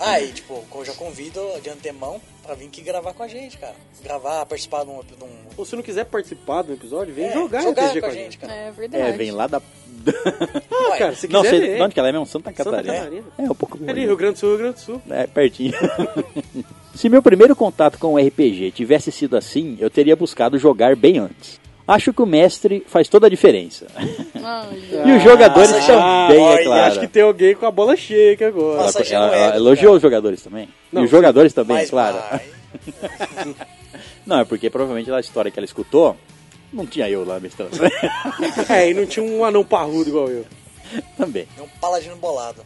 S5: Ah, e tipo, eu já convido de antemão pra vir aqui gravar com a gente, cara. Gravar, participar de um. De um
S4: Ou se não quiser participar do episódio, vem
S5: É,
S4: jogar, RPG com a gente.
S5: cara.
S3: É verdade.
S1: É, vem lá da.
S4: Ah, cara, se quiser.
S1: Não sei
S4: vem.
S1: de onde que ela é mesmo, Santa
S4: Santa
S1: Catarina.
S4: Catarina.
S1: É, um pouco
S4: Ali, Rio Grande do Sul, Rio Grande do Sul.
S1: É, pertinho. <laughs> Se meu primeiro contato com o RPG tivesse sido assim, eu teria buscado jogar bem antes. Acho que o mestre faz toda a diferença. <laughs>
S3: Ai,
S1: E os jogadores
S5: Ah,
S1: também, é
S5: olha,
S1: claro.
S4: Acho que tem alguém com a bola cheia aqui agora.
S5: Nossa,
S1: Ela-
S5: já
S1: ela,
S5: não é,
S1: ela
S5: né,
S1: elogiou os jogadores também.
S4: Não,
S1: e os jogadores
S4: Tá
S1: também,
S5: Mas, ah.
S1: claro.
S5: mas-
S1: Não, é porque provavelmente a história que ela escutou, não tinha eu lá mestrando. <laughs>
S4: É, e não tinha um anão parrudo igual eu.
S1: também.
S5: É um paladino bolado.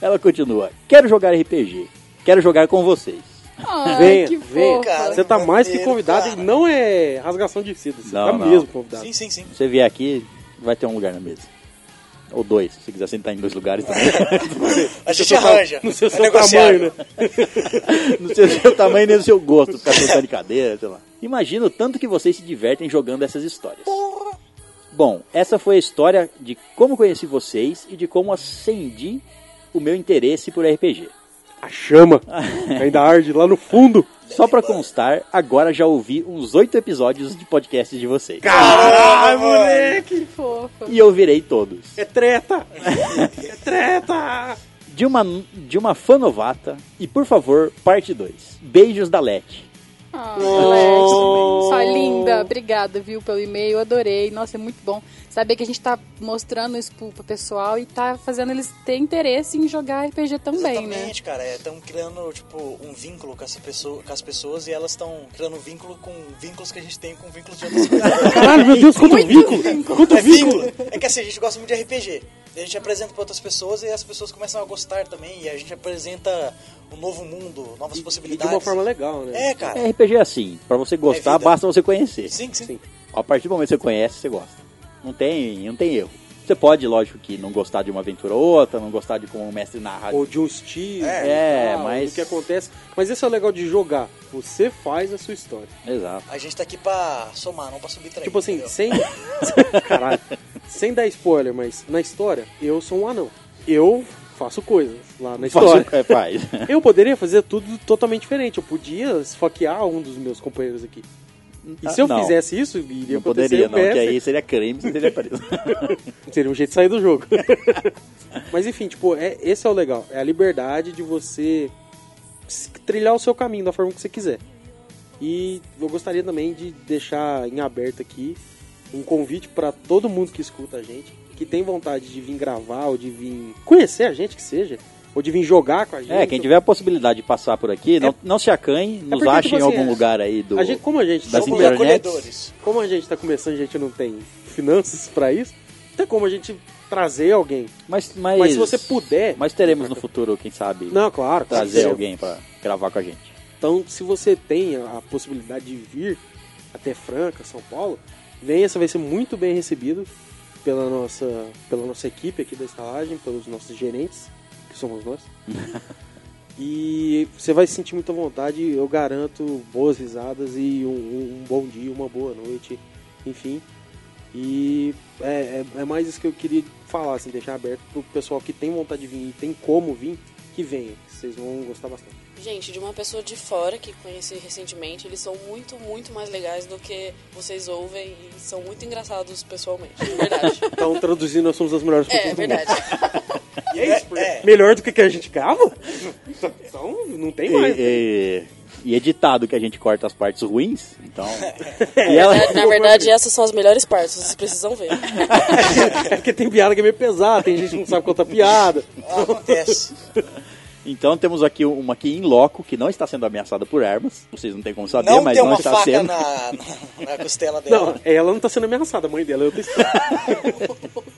S1: Ela continua. Quero jogar RPG. Quero jogar com vocês.
S3: Ai,
S4: Venha,
S3: que
S4: venha.
S3: fofa.
S5: Cara,
S4: Você tá mais que
S5: Maneiro,
S4: convidado
S5: cara.
S4: e não é rasgação de seda. Você
S1: Não,
S4: tá
S1: não.
S4: mesmo convidado.
S5: Sim, sim, sim.
S1: Se você vier aqui, vai ter um lugar na mesa. Ou dois, se quiser sentar em dois lugares também.
S5: A gente arranja.
S4: Não sei o
S5: É
S4: seu
S5: negociável.
S4: tamanho, né?
S1: não sei o seu tamanho nem o seu gosto, ficar sentado de cadeira, sei lá. Imagino o tanto que vocês se divertem jogando essas histórias. Bom, essa foi a história de como conheci vocês e de como acendi o meu interesse por RPG.
S4: A chama ainda arde lá no fundo.
S1: Só pra constar, agora já ouvi uns oito episódios de podcasts de vocês.
S5: É
S4: Caralho, moleque!
S3: Que fofa.
S1: E eu virei todos.
S4: É treta! É treta!
S1: De uma, de uma fã novata. E por favor, parte 2. Beijos da Leti.
S3: Ah, Alex, sua linda, obrigada, viu, pelo e-mail, adorei. Nossa, é muito bom saber que a gente tá mostrando isso pro pro pessoal e tá fazendo eles ter interesse em jogar RPG também, né?
S5: Exatamente, cara. Estão criando, tipo, um vínculo com, essa pessoa, com as pessoas e elas estão criando um vínculo com vínculos que a gente tem com vínculos de outras pessoas.
S4: Caralho, meu Deus, quanto vínculo! Quanto
S5: É
S4: vínculo!
S5: vínculo. É que assim, a gente gosta muito de RPG. a gente apresenta para outras pessoas e as pessoas começam a gostar também. E a gente apresenta um novo mundo, novas
S4: E
S5: possibilidades.
S4: de uma forma legal, né?
S5: É, cara.
S1: RPG é assim, pra você
S4: É
S1: gostar,
S5: vida.
S1: basta você conhecer.
S5: Sim, sim.
S4: Sim.
S1: A partir do momento que você conhece, você gosta. Não tem, não tem erro. Você pode, lógico, que não gostar de uma aventura ou outra, não gostar de como o mestre narra.
S4: Ou de um estilo.
S1: É,
S4: tal,
S1: mas-
S4: do que acontece. Mas esse é o legal de jogar. Você faz a sua história.
S1: Exato.
S5: A gente tá aqui pra somar, não pra subtrair.
S4: Tipo assim,
S5: entendeu?
S1: <laughs>
S4: sem. Caralho. Sem dar spoiler, mas na história, eu sou um anão. Eu faço coisas lá na
S1: Faz,
S4: história.
S1: o- é, faz.
S4: <laughs> Eu poderia fazer tudo totalmente diferente. Eu podia esfaquear um dos meus companheiros aqui. E se eu
S1: Ah, Não.
S4: fizesse isso, iria
S1: Não
S4: acontecer um
S1: poderia, não,
S4: o
S1: que
S4: PS.
S1: aí seria crime, você
S4: <laughs>
S1: seria preso.
S4: Seria um jeito de sair do jogo. <laughs> Mas enfim, tipo, é, esse é o legal. É a liberdade de você s- trilhar o seu caminho da forma que você quiser. E eu gostaria também de deixar em aberto aqui um convite para todo mundo que escuta a gente, que tem vontade de vir gravar ou de vir conhecer a gente, que seja, ou de vir jogar com a gente.
S1: é, quem tiver a possibilidade de passar por aqui, não, não se acanhe, nos
S4: É. porque,
S1: ache
S4: tipo
S1: em
S4: assim,
S1: algum
S4: é-
S1: lugar aí do.
S4: A gente, como a gente
S1: das
S4: como-
S5: Somos
S1: internets.
S5: acolhedores.
S4: como a gente tá começando, a gente não tem finanças para isso, não tem como a gente trazer alguém.
S1: Mas, mas,
S4: Mas se você puder,
S1: É Mas teremos no futuro, quem sabe,
S4: Não, claro,
S1: trazer
S4: sim.
S1: alguém pra gravar com a gente.
S4: Então, se você tem a a possibilidade de vir até Franca, São Paulo, venha, você vai ser muito bem recebido pela nossa, pela nossa equipe aqui da estalagem, pelos nossos gerentes, que somos
S1: <laughs>
S4: nós. e você vai se sentir muito à vontade, eu garanto boas risadas e um, um- um bom dia, uma boa noite, enfim. E é, é- é mais isso que eu queria falar, assim, deixar aberto pro pessoal que tem vontade de vir e tem como vir, que venha. que Vocês vão gostar bastante.
S6: Gente, de uma pessoa de fora que conheci recentemente, eles são muito, muito mais legais do que vocês ouvem e são muito engraçados pessoalmente. de Verdade.
S4: Então, traduzindo, nós somos as melhores pessoas
S6: É,
S4: do
S6: verdade.
S5: E é isso, é,
S4: Melhor do que, que a gente grava? Então, não tem mais.
S1: E, e, e editado que a gente corta as partes ruins, <laughs> então. e ela,
S6: Na verdade, essas são as melhores partes, vocês precisam ver.
S4: É porque tem piada que é meio pesada, tem gente que não sabe contar piada.
S5: acontece.
S1: Então temos aqui uma aqui em loco que não está sendo ameaçada por armas. Vocês não têm como saber,
S5: não
S1: mas
S5: tem
S1: não
S5: uma
S1: está
S5: faca
S1: sendo.
S5: Na, na, na costela dela.
S4: Não, ela não tá sendo ameaçada, a mãe dela é outra história.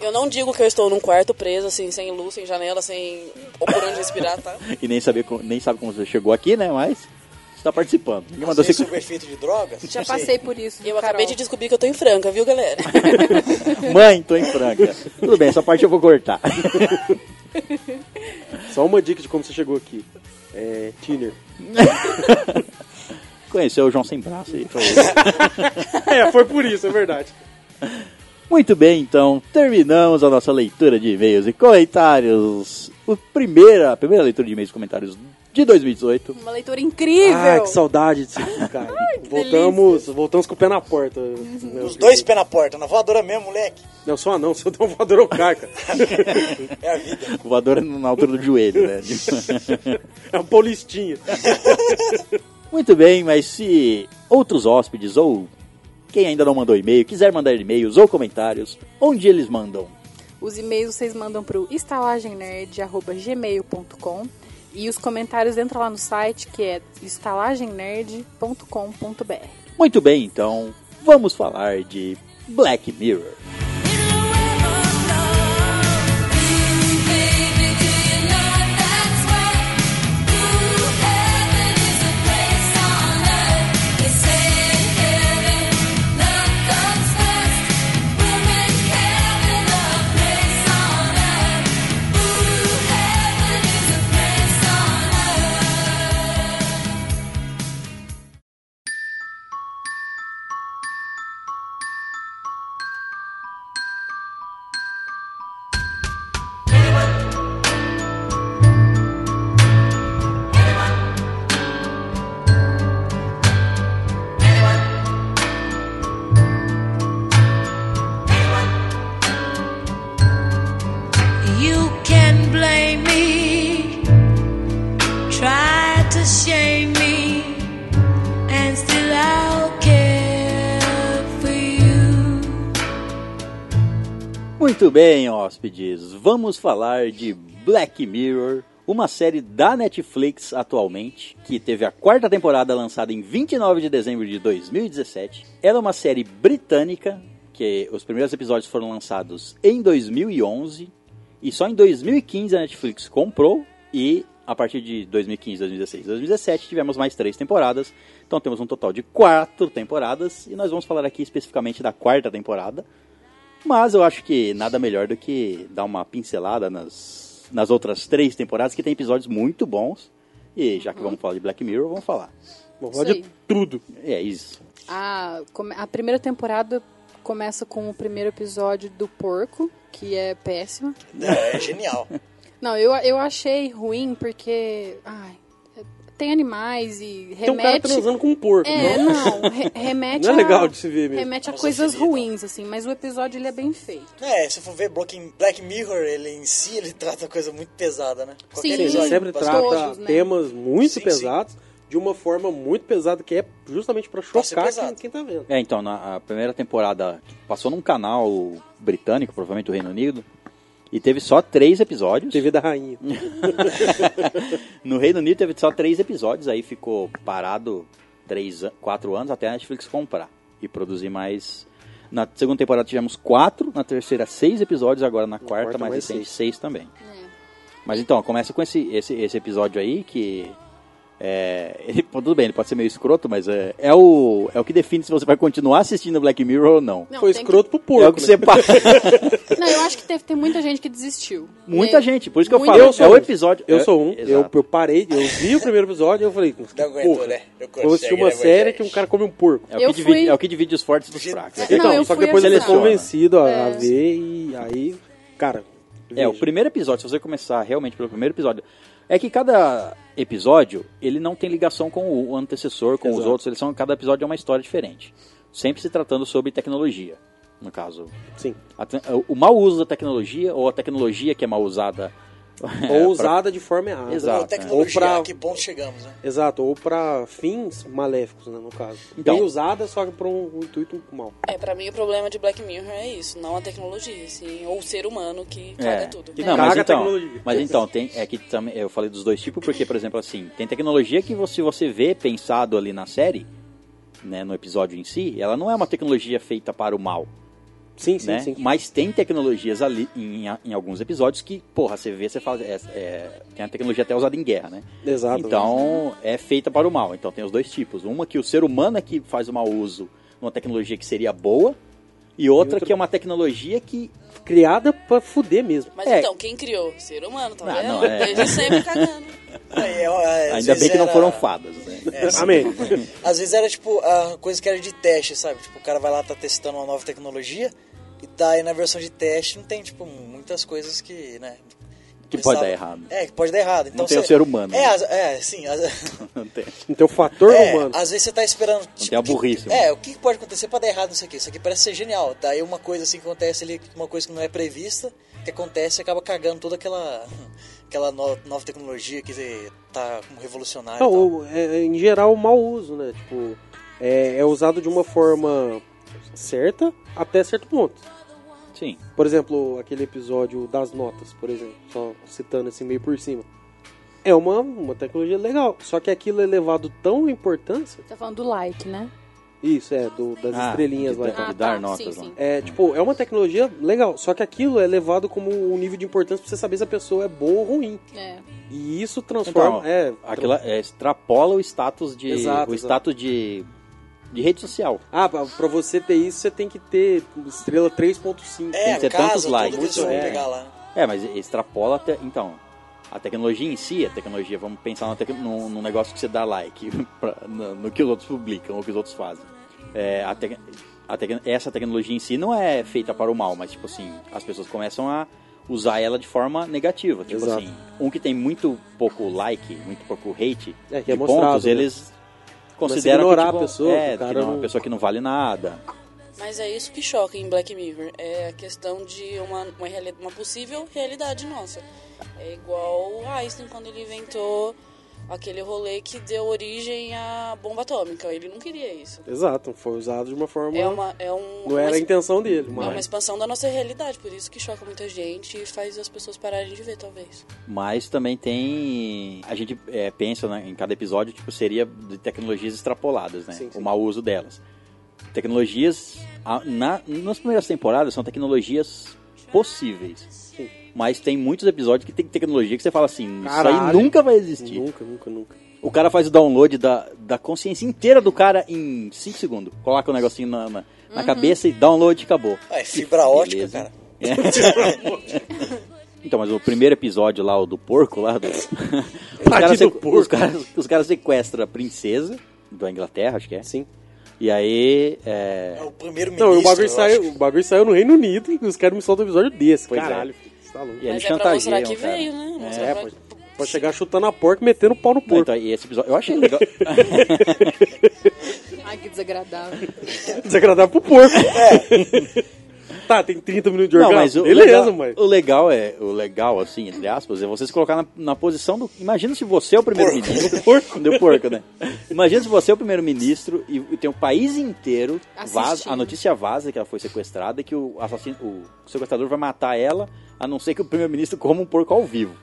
S6: Eu não digo que eu estou num quarto preso, assim, sem luz, sem janela, sem ou por onde respirar, tá?
S1: <laughs> E nem saber co- nem sabe como você chegou aqui, né? Mas está participando. Ninguém mandou assim,
S5: Às
S1: você.
S5: vezes, sob efeito de drogas.
S3: Já
S5: não sei.
S3: passei por isso.
S6: E eu
S3: viu,
S6: acabei de
S3: Carol?
S6: descobrir que eu tô em Franca, viu, galera?
S1: Mãe, tô em <laughs> franca. Tudo bem, essa parte eu vou cortar. <laughs>
S4: Só uma dica de como você chegou aqui. É, Tinder.
S1: Conheceu o João sem braço aí. Foi isso.
S4: É, foi por isso, é verdade.
S1: Muito bem, então, terminamos a nossa leitura de e-mails e comentários. O primeira, a primeira leitura de e-mails e comentários de 2018.
S3: Uma leitura incrível.
S4: Ah, que saudade disso aqui, cara. voltamos, voltamos com o pé na porta.
S5: Os dois pés na porta, na voadora mesmo, moleque.
S4: Não, só não, só dá um voador ao cara, cara.
S5: É a vida.
S1: <laughs> Voadora na altura do joelho, né? <laughs>
S4: É um paulistinha.
S1: Muito bem, mas se outros hóspedes ou quem ainda não mandou e-mail, quiser mandar e-mails ou comentários, onde eles mandam?
S3: Os e-mails vocês mandam pro estalagemnerd.gmail.com e os comentários entra lá no site que é estalagemnerd.com.br.
S1: Muito bem, então, vamos falar de Black Mirror.
S2: You can blame me, try to shame me, and still I'll care for you.
S1: Muito bem, hóspedes, vamos falar de Black Mirror, uma série da Netflix atualmente, que teve a quarta temporada lançada em 29 de dezembro de 2017. Ela é uma série britânica, que os primeiros episódios foram lançados em 2011 E só em 2015 a Netflix comprou e a partir de 2015, 2016, 2017 tivemos mais três temporadas. Então temos um total de quatro temporadas e nós vamos falar aqui especificamente da quarta temporada. Mas eu acho que nada melhor do que dar uma pincelada nas, nas outras três temporadas que tem episódios muito bons. E já que vamos falar de Black Mirror, vamos falar.
S4: Vamos
S3: Isso
S4: falar de
S3: aí.
S4: tudo.
S1: É isso.
S3: A, come- a primeira temporada começa com o primeiro episódio do porco, que é péssimo.
S5: É, é genial.
S3: Não, eu, eu achei ruim porque. Ai, tem animais e remete.
S4: Tem um cara transando com um porco.
S3: É,
S4: não?
S3: não,
S4: <laughs>
S3: re- remete
S4: Não é
S3: a-
S4: legal de se ver mesmo.
S3: Remete a
S5: Nossa,
S3: coisas
S5: fedida.
S3: ruins, assim, mas o episódio ele é bem feito.
S5: É, se for ver Black, Black Mirror, ele em si, ele <laughs> trata coisa muito pesada, né?
S3: Sim,
S4: Ele
S3: Episódio
S4: sempre
S5: pra-
S3: dos
S4: trata
S3: tojos, né?
S4: temas muito
S5: Sim, sim.
S4: pesados de uma forma muito pesada que é justamente pra
S5: Pra ser
S4: chocar quem,
S5: pesado.
S4: quem tá vendo.
S1: É, então, na a primeira temporada passou num canal britânico, provavelmente do Reino Unido, e teve só três episódios.
S4: TV da Rainha.
S1: <laughs> No Reino Unido teve só três episódios, aí ficou parado três, an- quatro anos até a Netflix comprar e produzir mais. Na segunda temporada tivemos quatro, na terceira seis episódios, agora na quarta,
S4: quarta,
S1: mais
S4: mais
S1: recente,
S4: seis.
S1: seis também.
S3: É.
S1: Mas então, começa com esse, esse, esse episódio aí que. É, <laughs> ele, pô, tudo bem, ele pode ser meio escroto, mas é, é, o, é o que define se você vai continuar assistindo Black Mirror ou não.
S3: Não,
S4: Foi
S3: tem
S4: escroto pro
S1: é o
S4: porco.
S1: que
S4: né?
S1: separa.
S4: <laughs>
S3: que- Não, eu acho que teve, tem muita gente que desistiu.
S1: Muita
S3: É,
S1: gente, por isso que eu
S3: muita-
S1: falo.
S4: Eu sou
S1: é
S4: um.
S1: o episódio.
S4: Eu
S1: é-
S4: sou um, eu,
S1: exato.
S4: eu parei, eu vi o primeiro episódio e eu falei, porra,
S5: aguentou, né? Eu
S4: vou assistir
S5: consigo,
S4: uma
S5: né,
S4: série
S5: Moisés?
S4: que um cara come um porco.
S1: É o,
S3: Eu
S1: que divide,
S3: fui-
S1: é o que divide os fortes dos
S5: Gente,
S1: fracos.
S5: é-
S1: né?
S3: Não, eu
S4: só que
S3: fui
S4: depois ele é
S1: avisada.
S4: convencido a, a
S3: É.
S4: ver e aí, cara,
S1: É,
S4: veja.
S1: o primeiro episódio, se você começar realmente pelo primeiro episódio, é que cada episódio, ele não tem ligação com o antecessor, com os
S4: Exato.
S1: outros, eles são, cada episódio é uma história diferente. Sempre se tratando sobre tecnologia, no caso.
S4: Sim.
S1: A te- o mau uso da tecnologia, ou a tecnologia que é mal usada. <laughs> é,
S4: Ou
S1: pra-
S4: usada de forma errada.
S1: Exato. é.
S5: Ou tecnologia,
S4: Ou pra-
S5: a que ponto chegamos, né?
S4: Exato, ou pra fins maléficos, né, no caso.
S1: Então.
S4: Bem usada, só que pra um, um intuito mal.
S6: É, pra mim o problema de Black Mirror é isso, não a tecnologia, assim, ou o ser humano que caga
S1: É.
S6: tudo.
S4: Que
S1: Não,
S6: né?
S1: mas
S4: caga a
S1: então,
S4: tecnologia.
S1: mas então tem, é que também eu falei dos dois tipos porque, por exemplo, assim, tem tecnologia que você você vê pensado ali na série, né, no episódio em si, ela não é uma tecnologia feita para o mal,
S4: Sim, sim,
S1: né?
S4: sim.
S1: Mas tem tecnologias ali em, em alguns episódios que, porra, você vê, você fala, é, é, tem a tecnologia até usada em guerra, né?
S4: Exato.
S1: Então, é feita para o mal. Então, tem os dois tipos. Uma que o ser humano é que faz o mau uso numa tecnologia que seria boa, e outra
S4: outra-
S1: que é uma tecnologia que...
S4: né? Criada pra fuder mesmo.
S6: Mas
S1: É.
S6: então, quem criou? Ser humano, tá
S1: Não,
S6: vendo?
S1: não, é.
S6: Desde sempre cagando.
S5: Aí, É, ó,
S4: É,
S5: às
S1: Ainda bem
S5: vezes
S1: que não
S5: era-
S1: foram fadas, né?
S5: É, sim.
S4: Amém. <laughs>
S5: Às vezes era tipo a coisa que era de teste, sabe? Tipo, o cara vai lá, tá testando uma nova tecnologia e tá aí na versão de teste, não tem, tipo, muitas coisas que, né?
S1: Que
S5: começava-
S1: pode dar errado.
S5: É, que pode dar errado. Então,
S1: tem
S5: você-
S1: o ser humano,
S5: É,
S1: né?
S5: as- é sim. as-
S1: <laughs> Não tem.
S4: Então o fator
S5: <laughs> é,
S4: humano.
S5: às vezes você tá esperando. Tipo,
S1: tem a
S5: que-
S1: burrice,
S5: é, o que pode acontecer pra dar errado nisso aqui? Isso aqui parece ser genial. Tá aí uma coisa assim que acontece ali, uma coisa que não é prevista, que acontece e acaba cagando toda aquela. Aquela no- nova tecnologia que tá como revolucionária.
S4: Não,
S5: e tal.
S4: o- é- é, em geral, o mau uso, né? Tipo, é, é usado de uma forma certa até certo ponto.
S1: Sim.
S4: Por exemplo, aquele episódio das notas, por exemplo, só citando assim meio por cima. É uma, uma tecnologia legal, só que aquilo é levado tão à importância.
S3: Tá falando do like, né?
S4: Isso, é, do, das
S1: Ah,
S4: estrelinhas
S1: de-
S4: lá. e
S1: de
S4: tal.
S3: Ah,
S1: dar
S3: tá,
S1: notas
S3: sim,
S1: lá.
S3: sim.
S4: É, tipo, é uma tecnologia legal, só que aquilo é levado como um nível de importância pra você saber se a pessoa é boa ou ruim.
S3: É.
S4: E isso transforma.
S1: Então,
S4: é,
S1: Aquela é, extrapola o status de
S4: Exato,
S1: o
S4: exato.
S1: status de, de rede social.
S4: Ah, pra, pra você ter isso, você tem que ter estrela 3.5.
S5: É,
S1: Tem
S5: a
S1: que ter
S5: casa,
S1: tantos
S5: tudo
S1: likes.
S5: que eles vão
S4: É.
S5: pegar lá.
S1: É, mas extrapola até então a tecnologia em si, a tecnologia, vamos pensar numa tec- num, num negócio que você dá like <laughs> pra- no, no que os outros publicam ou que os outros fazem. É, a tec- a tec- essa tecnologia em si não é feita para o mal, mas tipo assim, as pessoas começam a usar ela de forma negativa. Tipo
S4: Exato.
S1: assim, um que tem muito pouco like, muito pouco hate,
S4: É, que é
S1: de
S4: mostrado,
S1: pontos,
S4: né?
S1: eles consideram
S4: ignorar
S1: que, tipo,
S4: a pessoa,
S1: é,
S4: que o cara
S1: que não, uma
S4: não-
S1: pessoa que não vale nada.
S6: Mas é isso que choca em Black Mirror, é a questão de uma, uma, reali- uma possível realidade nossa. É igual o Einstein quando ele inventou aquele rolê que deu origem à bomba atômica. Ele não queria isso.
S4: Exato, foi usado de uma forma.
S6: É uma, é um,
S4: Não era
S6: uma
S4: a
S6: es-
S4: intenção dele,
S6: é uma
S4: mas.
S6: expansão da nossa realidade, por isso que choca muita gente e faz as pessoas pararem de ver, talvez.
S1: Mas também tem. A gente é, pensa né, em cada episódio, tipo, seria de tecnologias extrapoladas, né?
S4: Sim, sim.
S1: O mau uso delas. Tecnologias. a- na- nas primeiras temporadas são tecnologias possíveis. Mas tem muitos episódios que tem tecnologia que você fala assim, isso aí
S4: Caralho.
S1: nunca vai existir.
S4: Nunca, nunca, nunca.
S1: O cara faz o download da, da consciência inteira do cara em 5 segundos. Coloca o negocinho na, na, na
S4: Uhum.
S1: cabeça e download acabou.
S5: Ah, é fibra ótica,
S1: Beleza.
S5: cara.
S1: Então, mas o primeiro episódio lá, o do porco lá, do... <laughs> os caras
S4: do
S1: sequ-
S4: porco.
S1: Os caras os caras sequestram a princesa da Inglaterra, acho que é.
S4: Sim.
S1: E aí, é,
S5: É o primeiro ministro.
S4: Não, o bagulho,
S5: eu
S4: saiu,
S5: acho.
S4: o bagulho saiu no Reino Unido e os caras me soltam um episódio desse.
S1: Pois é.
S4: Caralho, filho, você tá louco.
S1: e eles
S6: Mas é pra mostrar
S1: chantageiam,
S6: que
S1: cara.
S6: veio, né? Mostrar
S4: É,
S6: pra-
S4: pode, pode chegar chutando a porca e metendo o pau no
S1: Não,
S4: porco.
S1: então, e esse episódio, eu achei legal.
S3: Ai, que desagradável.
S4: Desagradável pro porco. <laughs> tá, tem 30 minutos de
S1: É. Não,
S4: orgasmo.
S1: mas o
S4: Beleza,
S1: legal,
S4: mas...
S1: o legal é, o legal assim, entre aspas, é você se colocar na, na posição do, imagina se você é o primeiro-ministro, porco, do porco, né? Imagina se você é o primeiro-ministro e, e tem o país inteiro vaza,
S3: Assistindo.
S1: a notícia vaza que ela foi sequestrada e que o assassino, o sequestrador vai matar ela, a não ser que o primeiro-ministro coma um porco ao vivo.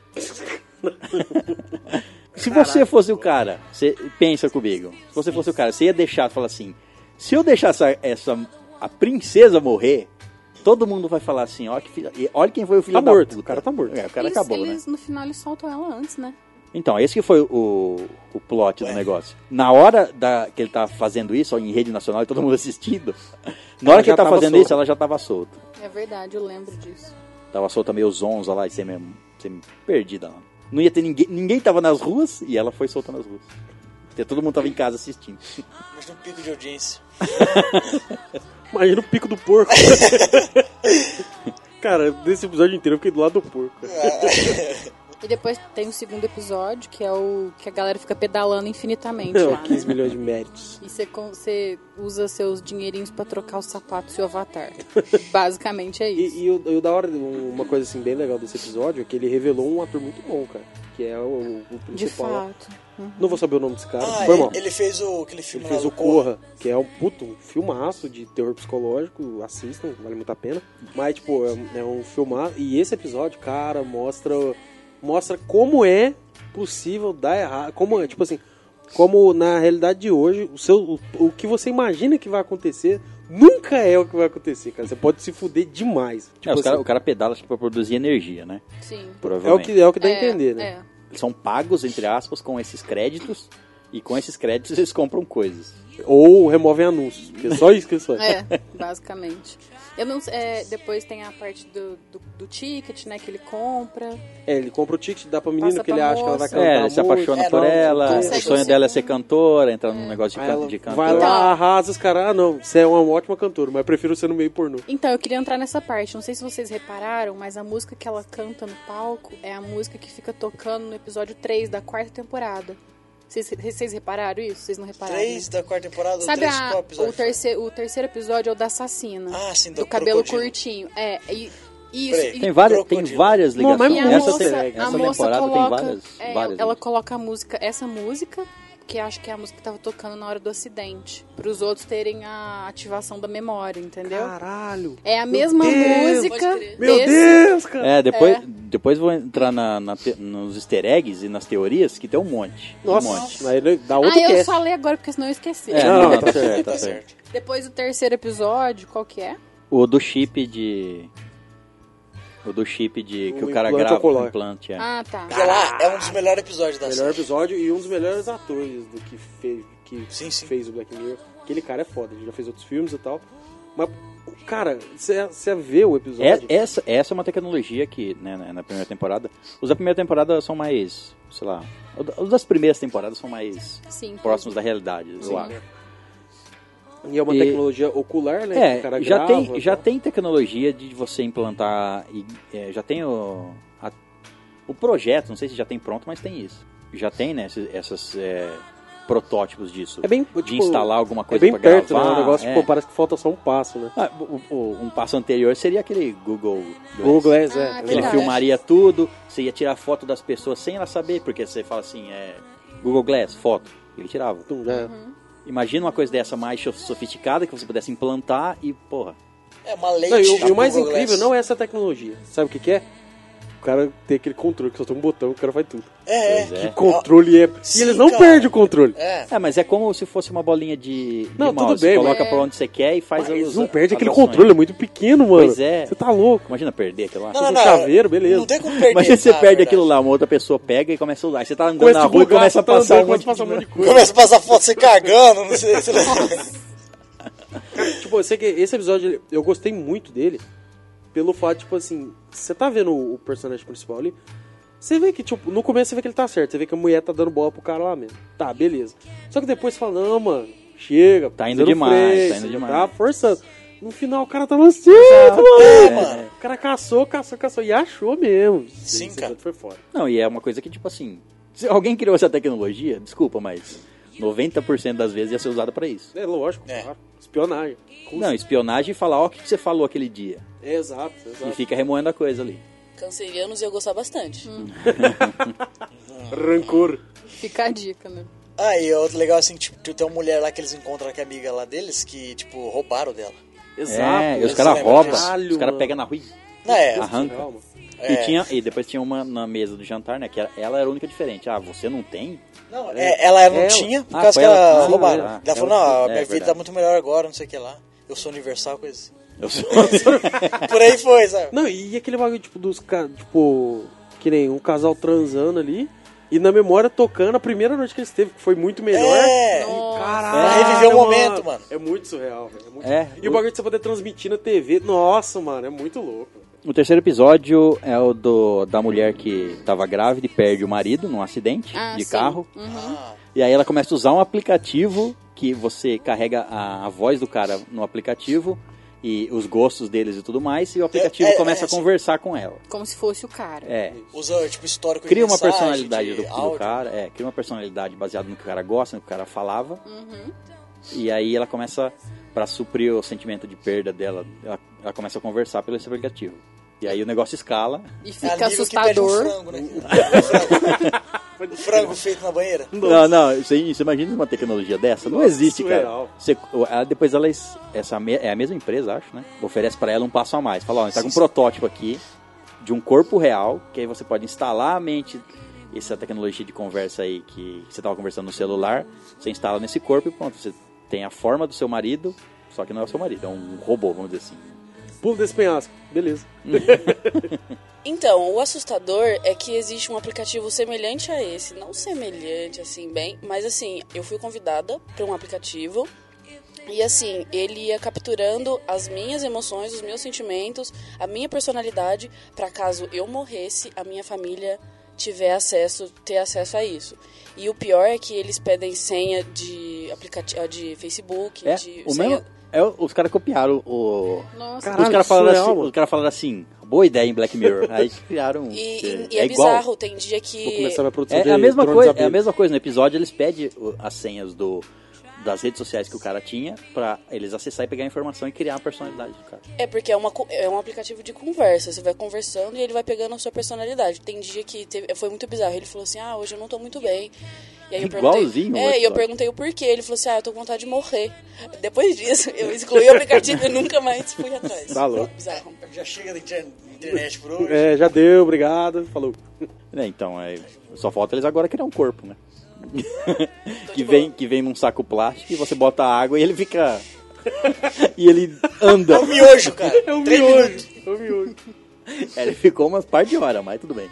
S1: se você fosse o cara, você pensa comigo. Se você fosse o cara, você ia deixar, fala assim: "Se eu deixar essa, essa a princesa morrer, Todo mundo vai falar assim, ó, que filha, e olha quem foi o filho
S4: Tá
S1: da
S4: morto,
S1: puta.
S4: o cara tá morto.
S1: É, o cara
S3: eles,
S1: acabou, né?
S3: eles, No final eles soltam ela antes, né?
S1: Então, esse que foi o, o plot do negócio. Na hora da, que ele tá fazendo isso, ó, em rede nacional e todo mundo assistindo, <laughs> na hora
S4: Ela
S1: que
S4: já
S1: ele tá
S4: tava
S1: fazendo
S4: solta.
S1: isso, ela já tava solta.
S3: É verdade, eu lembro disso.
S1: Tava solta meio zonza lá e semi, semi perdida lá. Não ia ter ninguém, ninguém tava nas ruas e ela foi solta nas ruas. Porque todo mundo tava em casa <laughs> assistindo. Tipo
S5: Mas no um pico de audiência.
S4: Imagina o pico do porco.
S1: <laughs>
S4: cara, desse episódio inteiro eu fiquei do lado do porco.
S1: É,
S4: cara.
S3: E depois tem o segundo episódio, que é o que a galera fica pedalando infinitamente
S4: Não,
S3: lá, né?
S4: 15 milhões de méritos.
S3: E você, con- você usa seus dinheirinhos pra trocar o sapato do seu avatar. <laughs> Basicamente é isso.
S4: E, e o, e o da hora, um- uma coisa assim bem legal desse episódio é que ele revelou um ator muito bom, cara. Que é o, o
S3: De
S4: principal. lá.
S3: fato.
S4: Não vou saber o nome desse cara.
S5: Ah,
S4: Foi mal.
S1: é,
S5: ele, ele fez o, aquele filme
S4: Ele
S5: lá
S4: fez
S5: do
S4: o Corra, que é um puto um filmaço de terror psicológico, assistam, vale muito a pena. Mas, tipo, é, um- é um filmaço. E esse episódio, cara, mostra, mostra como é possível dar errado. Como, é, tipo assim, como na realidade de hoje, o, seu, o, o que você imagina que vai acontecer nunca é o que vai acontecer, cara. Você pode se fuder demais. Tipo
S1: É, os
S4: assim,
S1: cara- o cara pedala acho que pra produzir energia, né?
S3: Sim.
S4: é o
S1: Provavelmente.
S4: que, é o que dá
S3: É,
S4: a entender, né?
S3: é.
S1: Eles são pagos, entre aspas, com esses créditos. E com esses créditos eles compram coisas.
S4: Ou removem anúncios, porque é só isso que é só. <laughs>
S3: É, basicamente. Eu não sei- é, depois tem a parte do, do, do ticket, né, que ele compra.
S4: É, ele compra o ticket, dá pra menina
S3: Passa
S4: que ele
S3: pra
S4: acha que ela vai
S3: moça.
S4: cantar.
S1: É, ele se
S4: música,
S1: apaixona
S5: É,
S1: por
S5: não,
S1: ela,
S3: consegue
S1: o sonho
S3: ser
S1: dela é
S3: um-
S1: ser cantora, entrar num negócio de,
S4: Aí
S1: can-
S4: ela
S1: de
S4: vai
S1: cantora.
S4: lá,
S3: Então-
S4: arrasa os caras. Ah, não, você é uma ótima cantora, mas prefiro ser no meio pornô.
S3: Então, eu queria entrar nessa parte. Não sei se vocês repararam, mas a música que ela canta no palco é a música que fica tocando no episódio 3 da quarta temporada. Vocês, vocês repararam isso? Vocês não repararam? né?
S5: Três da quarta temporada,
S3: Sabe
S5: três
S3: a-
S5: qual
S3: o,
S5: episódio foi?
S3: terceiro, o terceiro episódio é o da assassina.
S5: Ah, sim, do
S3: do cabelo
S5: crocodilo.
S3: curtinho. É, e isso.
S5: Peraí.
S3: e-
S1: Tem várias, tem
S5: Crocodilo.
S1: várias
S4: Não,
S1: ligações.
S4: mas
S3: e a
S1: essa
S3: moça,
S1: tem-
S3: a
S1: essa
S3: moça
S1: temporada
S3: coloca,
S1: tem várias.
S3: é,
S1: várias
S3: ela
S1: ligações.
S3: coloca a música, essa música, que acho que é a música que tava tocando na hora do acidente, Pros outros terem a ativação da memória, entendeu?
S5: Ah,
S4: Caralho.
S3: É a mesma
S4: Deus.
S3: música.
S6: Pode crer.
S4: Meu
S3: desse-
S4: Deus, cara.
S1: É, depois,
S3: É.
S1: depois vou entrar na, na te- nos easter eggs e nas teorias, que tem um monte.
S4: Nossa,
S1: Um monte.
S4: aí ele dá outro
S3: Ah, eu
S4: cast.
S3: falei agora porque senão eu esqueci.
S1: É,
S4: Não,
S1: não,
S4: tá
S1: tá
S4: certo,
S1: certo, tá
S5: <laughs> Tá
S1: certo.
S5: certo.
S3: Depois do terceiro episódio, qual que é?
S1: O do chip de. O do chip de. Que
S4: O
S1: o, cara
S4: implante
S1: grava
S4: ocular.
S1: o Um implante. É.
S3: Ah, tá.
S5: E olha lá, é um dos melhores episódios da
S4: Melhor
S5: série.
S4: episódio e um dos melhores atores do que fez, que
S5: Sim, sim.
S4: fez o Black Mirror. Aquele cara é foda, ele já fez outros filmes e tal. Mas, cara, você você vê o
S1: É-
S4: episódio.
S1: essa, essa é uma tecnologia que, né, na- na primeira temporada. Os da primeira temporada são mais, sei lá. o da- Os das primeiras temporadas são mais
S3: Sim.
S1: próximos da realidade, assim. eu
S4: Sim,
S1: acho.
S4: né? E é uma
S1: E-
S4: tecnologia ocular, né? que o cara
S1: É, já,
S4: grava,
S1: tem, já
S4: tal.
S1: tem tecnologia de você implantar. e, é, já tem o, a- o projeto, não sei se já tem pronto, mas tem isso. Já tem, né? Esses essas, é, protótipos disso.
S4: É bem,
S1: de
S4: tipo,
S1: instalar alguma
S4: É
S1: coisa
S4: bem
S1: pra
S4: perto,
S1: gravar.
S4: né? O negócio,
S1: é.
S4: tipo, parece que falta só um passo, né?
S1: Ah, o- o- um passo anterior seria aquele Google. Glass.
S4: Google Glass,
S3: Ah,
S4: é.
S3: que
S1: Ele
S3: Verdade.
S1: filmaria tudo, você ia tirar foto das pessoas sem ela saber, porque você fala assim, é Google Glass, foto. Ele tirava.
S4: Tum, já é.
S1: Imagina uma coisa dessa mais sof- sofisticada que você pudesse implantar e, porra.
S5: É uma lei
S4: Não, e,
S5: de
S4: o, e o mais
S5: Google Glass.
S4: incrível não é essa tecnologia. Sabe o que, que é? cara tem aquele controle, que só tem um botão, o cara faz tudo.
S5: É, é.
S1: Pois é.
S4: Que controle é.
S5: Sim,
S4: e eles não
S5: cara.
S4: perdem o controle.
S5: É.
S1: É, mas é como se fosse uma bolinha de, de
S4: Não, tudo
S1: mouse.
S4: bem,
S1: Coloca
S3: mas-
S1: pra onde você quer e faz
S4: Mas
S1: os-
S4: não perde aquele
S1: alterações.
S4: controle, é muito pequeno, mano.
S1: Pois é.
S4: Você tá louco.
S1: Imagina perder aquilo lá.
S5: Não, não,
S4: Um
S5: não.
S4: chaveiro, beleza.
S5: Não tem como perder.
S1: Imagina você
S5: tá,
S1: perde
S5: verdade.
S1: aquilo lá, uma outra pessoa pega e começa a usar. Aí Você tá andando
S4: Começa
S1: na
S4: a
S1: rua e
S4: bugar,
S1: começa a
S4: tá
S1: passar
S4: andando,
S1: um monte
S4: começa a passar um
S1: de...
S4: monte de coisa.
S5: Começa a passar foto você cagando, não sei, sei lá. <laughs>
S4: Tipo, eu sei que esse episódio, ele- eu gostei muito dele. Pelo fato, tipo assim, você tá vendo o o personagem principal ali. Você vê que, tipo, no começo você vê que ele tá certo. Você vê que a mulher tá dando bola pro cara lá mesmo. Tá, beleza. Só que depois você fala, não, mano, chega.
S1: Tá indo
S4: pisando
S1: demais,
S4: freio,
S1: tá indo demais.
S4: Tá forçando. No final o cara tava certo, mano.
S5: É, mano.
S4: O cara caçou, caçou, caçou. E achou mesmo.
S5: Sim,
S4: Esse
S5: cara.
S4: episódio Foi fora.
S1: Não, e é uma coisa que, tipo assim... Se alguém criou essa tecnologia, desculpa, mas... 90% das vezes ia ser usada pra isso.
S4: É lógico,
S5: É.
S4: claro. Espionagem.
S1: Não, espionagem e falar, ó, o que que você falou aquele dia.
S4: É, exato,
S1: E
S4: exato.
S1: fica remoendo a coisa ali.
S6: Cancerianos ia gostar bastante.
S4: Rancor.
S3: Fica a dica, né?
S5: Ah, e outro legal assim, tipo, tem uma mulher lá que eles encontram com a amiga lá deles que, tipo, roubaram dela.
S4: Exato.
S1: é, e os
S5: eu
S1: caras
S5: lembro
S1: roubam,
S4: disso.
S1: os caras
S4: Caralho,
S1: pegam na rua e
S5: Não é?
S1: arranca.
S4: Calma.
S5: É.
S1: E, tinha, e depois tinha uma na mesa do jantar, né? Que era- ela era a única diferente. Ah, você não tem?
S5: Não, é, ela não
S4: Ela.
S5: tinha, por
S1: Ah,
S5: causa
S1: foi
S5: que ela,
S1: ela que tinha,
S5: roubaram.
S1: né?
S5: Ela falou,
S1: Ela
S5: não,
S1: tinha-
S5: a
S1: é,
S5: minha vida tá
S1: verdade.
S5: muito melhor agora, não sei o que lá. Eu sou universal, coisa assim.
S1: <laughs> Eu sou...
S5: Por aí foi, sabe?
S4: Não, e aquele bagulho, tipo, dos caras, tipo, que nem um casal transando ali, e na memória tocando a primeira noite que eles teve, que foi muito melhor.
S5: É.
S4: E,
S5: Pra
S4: Caralho,
S5: reviver o momento, mano.
S4: É muito surreal, velho. É muito-
S1: É.
S4: E o bagulho de você poder transmitir na TV, nossa, mano, é muito louco.
S1: O terceiro episódio é o do, da mulher que tava grávida e perde o marido num acidente
S3: Ah,
S1: de
S3: sim.
S1: carro.
S5: Ah,
S1: E aí ela começa a usar um aplicativo que você carrega a, a voz do cara no aplicativo e os gostos deles e tudo mais, e o aplicativo
S5: É, é,
S1: começa
S5: é,
S1: a
S5: sim.
S1: conversar com ela.
S3: Como se fosse o cara.
S1: É.
S5: usa, tipo, histórico
S1: Cria
S5: de
S1: uma
S5: mensagem,
S1: personalidade
S5: de
S1: do, do
S5: áudio.
S1: cara, é, cria uma personalidade baseada no que o cara gosta, no que o cara falava.
S5: Uhum.
S1: E aí ela começa, pra suprir o sentimento de perda dela, ela, ela começa a conversar pelo esse aplicativo. E aí o negócio escala.
S3: E
S5: É
S3: fica
S5: amigo Que pede um
S3: assustador.
S5: frango, né?
S1: <laughs>
S5: Um frango. Um frango feito na banheira.
S1: Não, não, você, você imagina uma tecnologia dessa? Não
S4: Nossa,
S1: existe, cara.
S4: surreal.
S1: Você- o- ela- depois ela, es- essa me- é a mesma empresa, acho, né? Oferece pra ela um passo a mais. Fala, ó, tá com um protótipo aqui de um corpo real, que aí você pode instalar a mente, essa tecnologia de conversa aí que você tava conversando no celular, você instala nesse corpo e pronto, você tem a forma do seu marido, só que não é o seu marido, é um robô, vamos dizer assim.
S4: Pulo desse penhasco, beleza.
S6: Então, o assustador é que existe um aplicativo semelhante a esse. Não semelhante, assim, bem, mas assim, eu fui convidada para um aplicativo. E assim, ele ia capturando as minhas emoções, os meus sentimentos, a minha personalidade, para caso eu morresse, a minha família tiver acesso, ter acesso a isso. E o pior é que eles pedem senha de aplicativo de Facebook,
S1: É,
S6: de
S1: o
S6: senha-
S1: mesmo, é, o- os caras copiaram o...
S3: Nossa,
S4: Caralho,
S1: os caras falaram,
S4: surreal,
S1: assim,
S4: mano.
S1: os cara falaram assim, boa ideia em Black Mirror. Aí criaram...
S6: E, e- e
S1: é
S6: é,
S1: igual.
S6: bizarro, tem dia que
S4: Vou começar minha produção
S1: É,
S4: de
S1: é a mesma
S4: drones
S1: coisa, é a
S4: abertos.
S1: mesma coisa. No episódio eles pedem o- as senhas do, das redes sociais que o cara tinha pra eles acessar e pegar a informação e criar a personalidade do cara.
S6: É, porque é, uma, co- é um aplicativo de conversa. Você vai conversando e ele vai pegando a sua personalidade. Tem dia que teve- foi muito bizarro. Ele falou assim: Ah, hoje eu não tô muito bem. E aí eu perguntei-
S1: Igualzinho o
S6: É, e eu
S1: episódio.
S6: perguntei o porquê. Ele falou assim: Ah, eu tô com vontade de morrer. <laughs> Depois disso, eu excluí o aplicativo e nunca mais fui atrás.
S4: Tá louco.
S6: Bizarro.
S5: Já chega da inter- internet por hoje.
S4: É, já deu, obrigado, falou.
S1: Né, então, é, só falta eles agora criar um corpo, né? <laughs> que,
S6: Tá de
S1: vem, que vem num saco plástico e você bota água e ele fica. <laughs> e ele anda.
S5: É
S6: <laughs>
S5: um miojo, cara.
S4: É o
S5: Três minutos.
S4: miojo, é o miojo.
S1: É, ele ficou umas par de horas, mas tudo bem.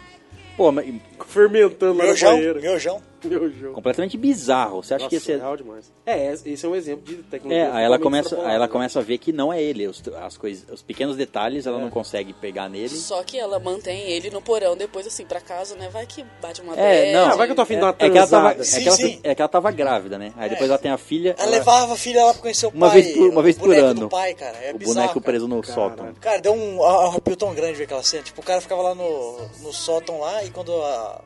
S1: Pô, mas,
S4: Fermentando lá na
S5: Miojão,
S4: banheira.
S5: miojão.
S4: Miojão.
S1: completamente bizarro. Você acha é que
S4: Nossa,
S1: esse é.
S4: surreal demais. É, esse é um exemplo de tecnologia.
S1: É, aí ela
S4: totalmente
S1: começa, aí ela
S4: extrapolada.
S1: começa a ver que não é ele. Os, as coisas, os pequenos detalhes ela não consegue pegar nele.
S6: Só que ela mantém ele no porão depois, assim, pra casa, né? Vai que bate uma
S1: É,
S6: bad.
S1: não.
S4: Ah, vai que eu tô afim de dar uma
S1: é, é que ela tava,
S4: transada. É.
S1: é que
S5: Sim,
S1: ela-
S5: sim.
S1: é que ela tava grávida, né? Aí depois ela tem a filha.
S5: Ela levava a filha lá pra conhecer o
S1: Uma
S5: pai.
S1: vez por- uma vez
S5: o
S1: por
S5: boneco
S1: ano.
S5: do pai, cara. É
S1: o
S5: bizarro,
S1: boneco
S5: cara.
S1: preso no sóltão.
S5: Cara, deu um arrepio tão grande ver aquela cena. Tipo, o cara ficava lá no, no sótão lá e quando a,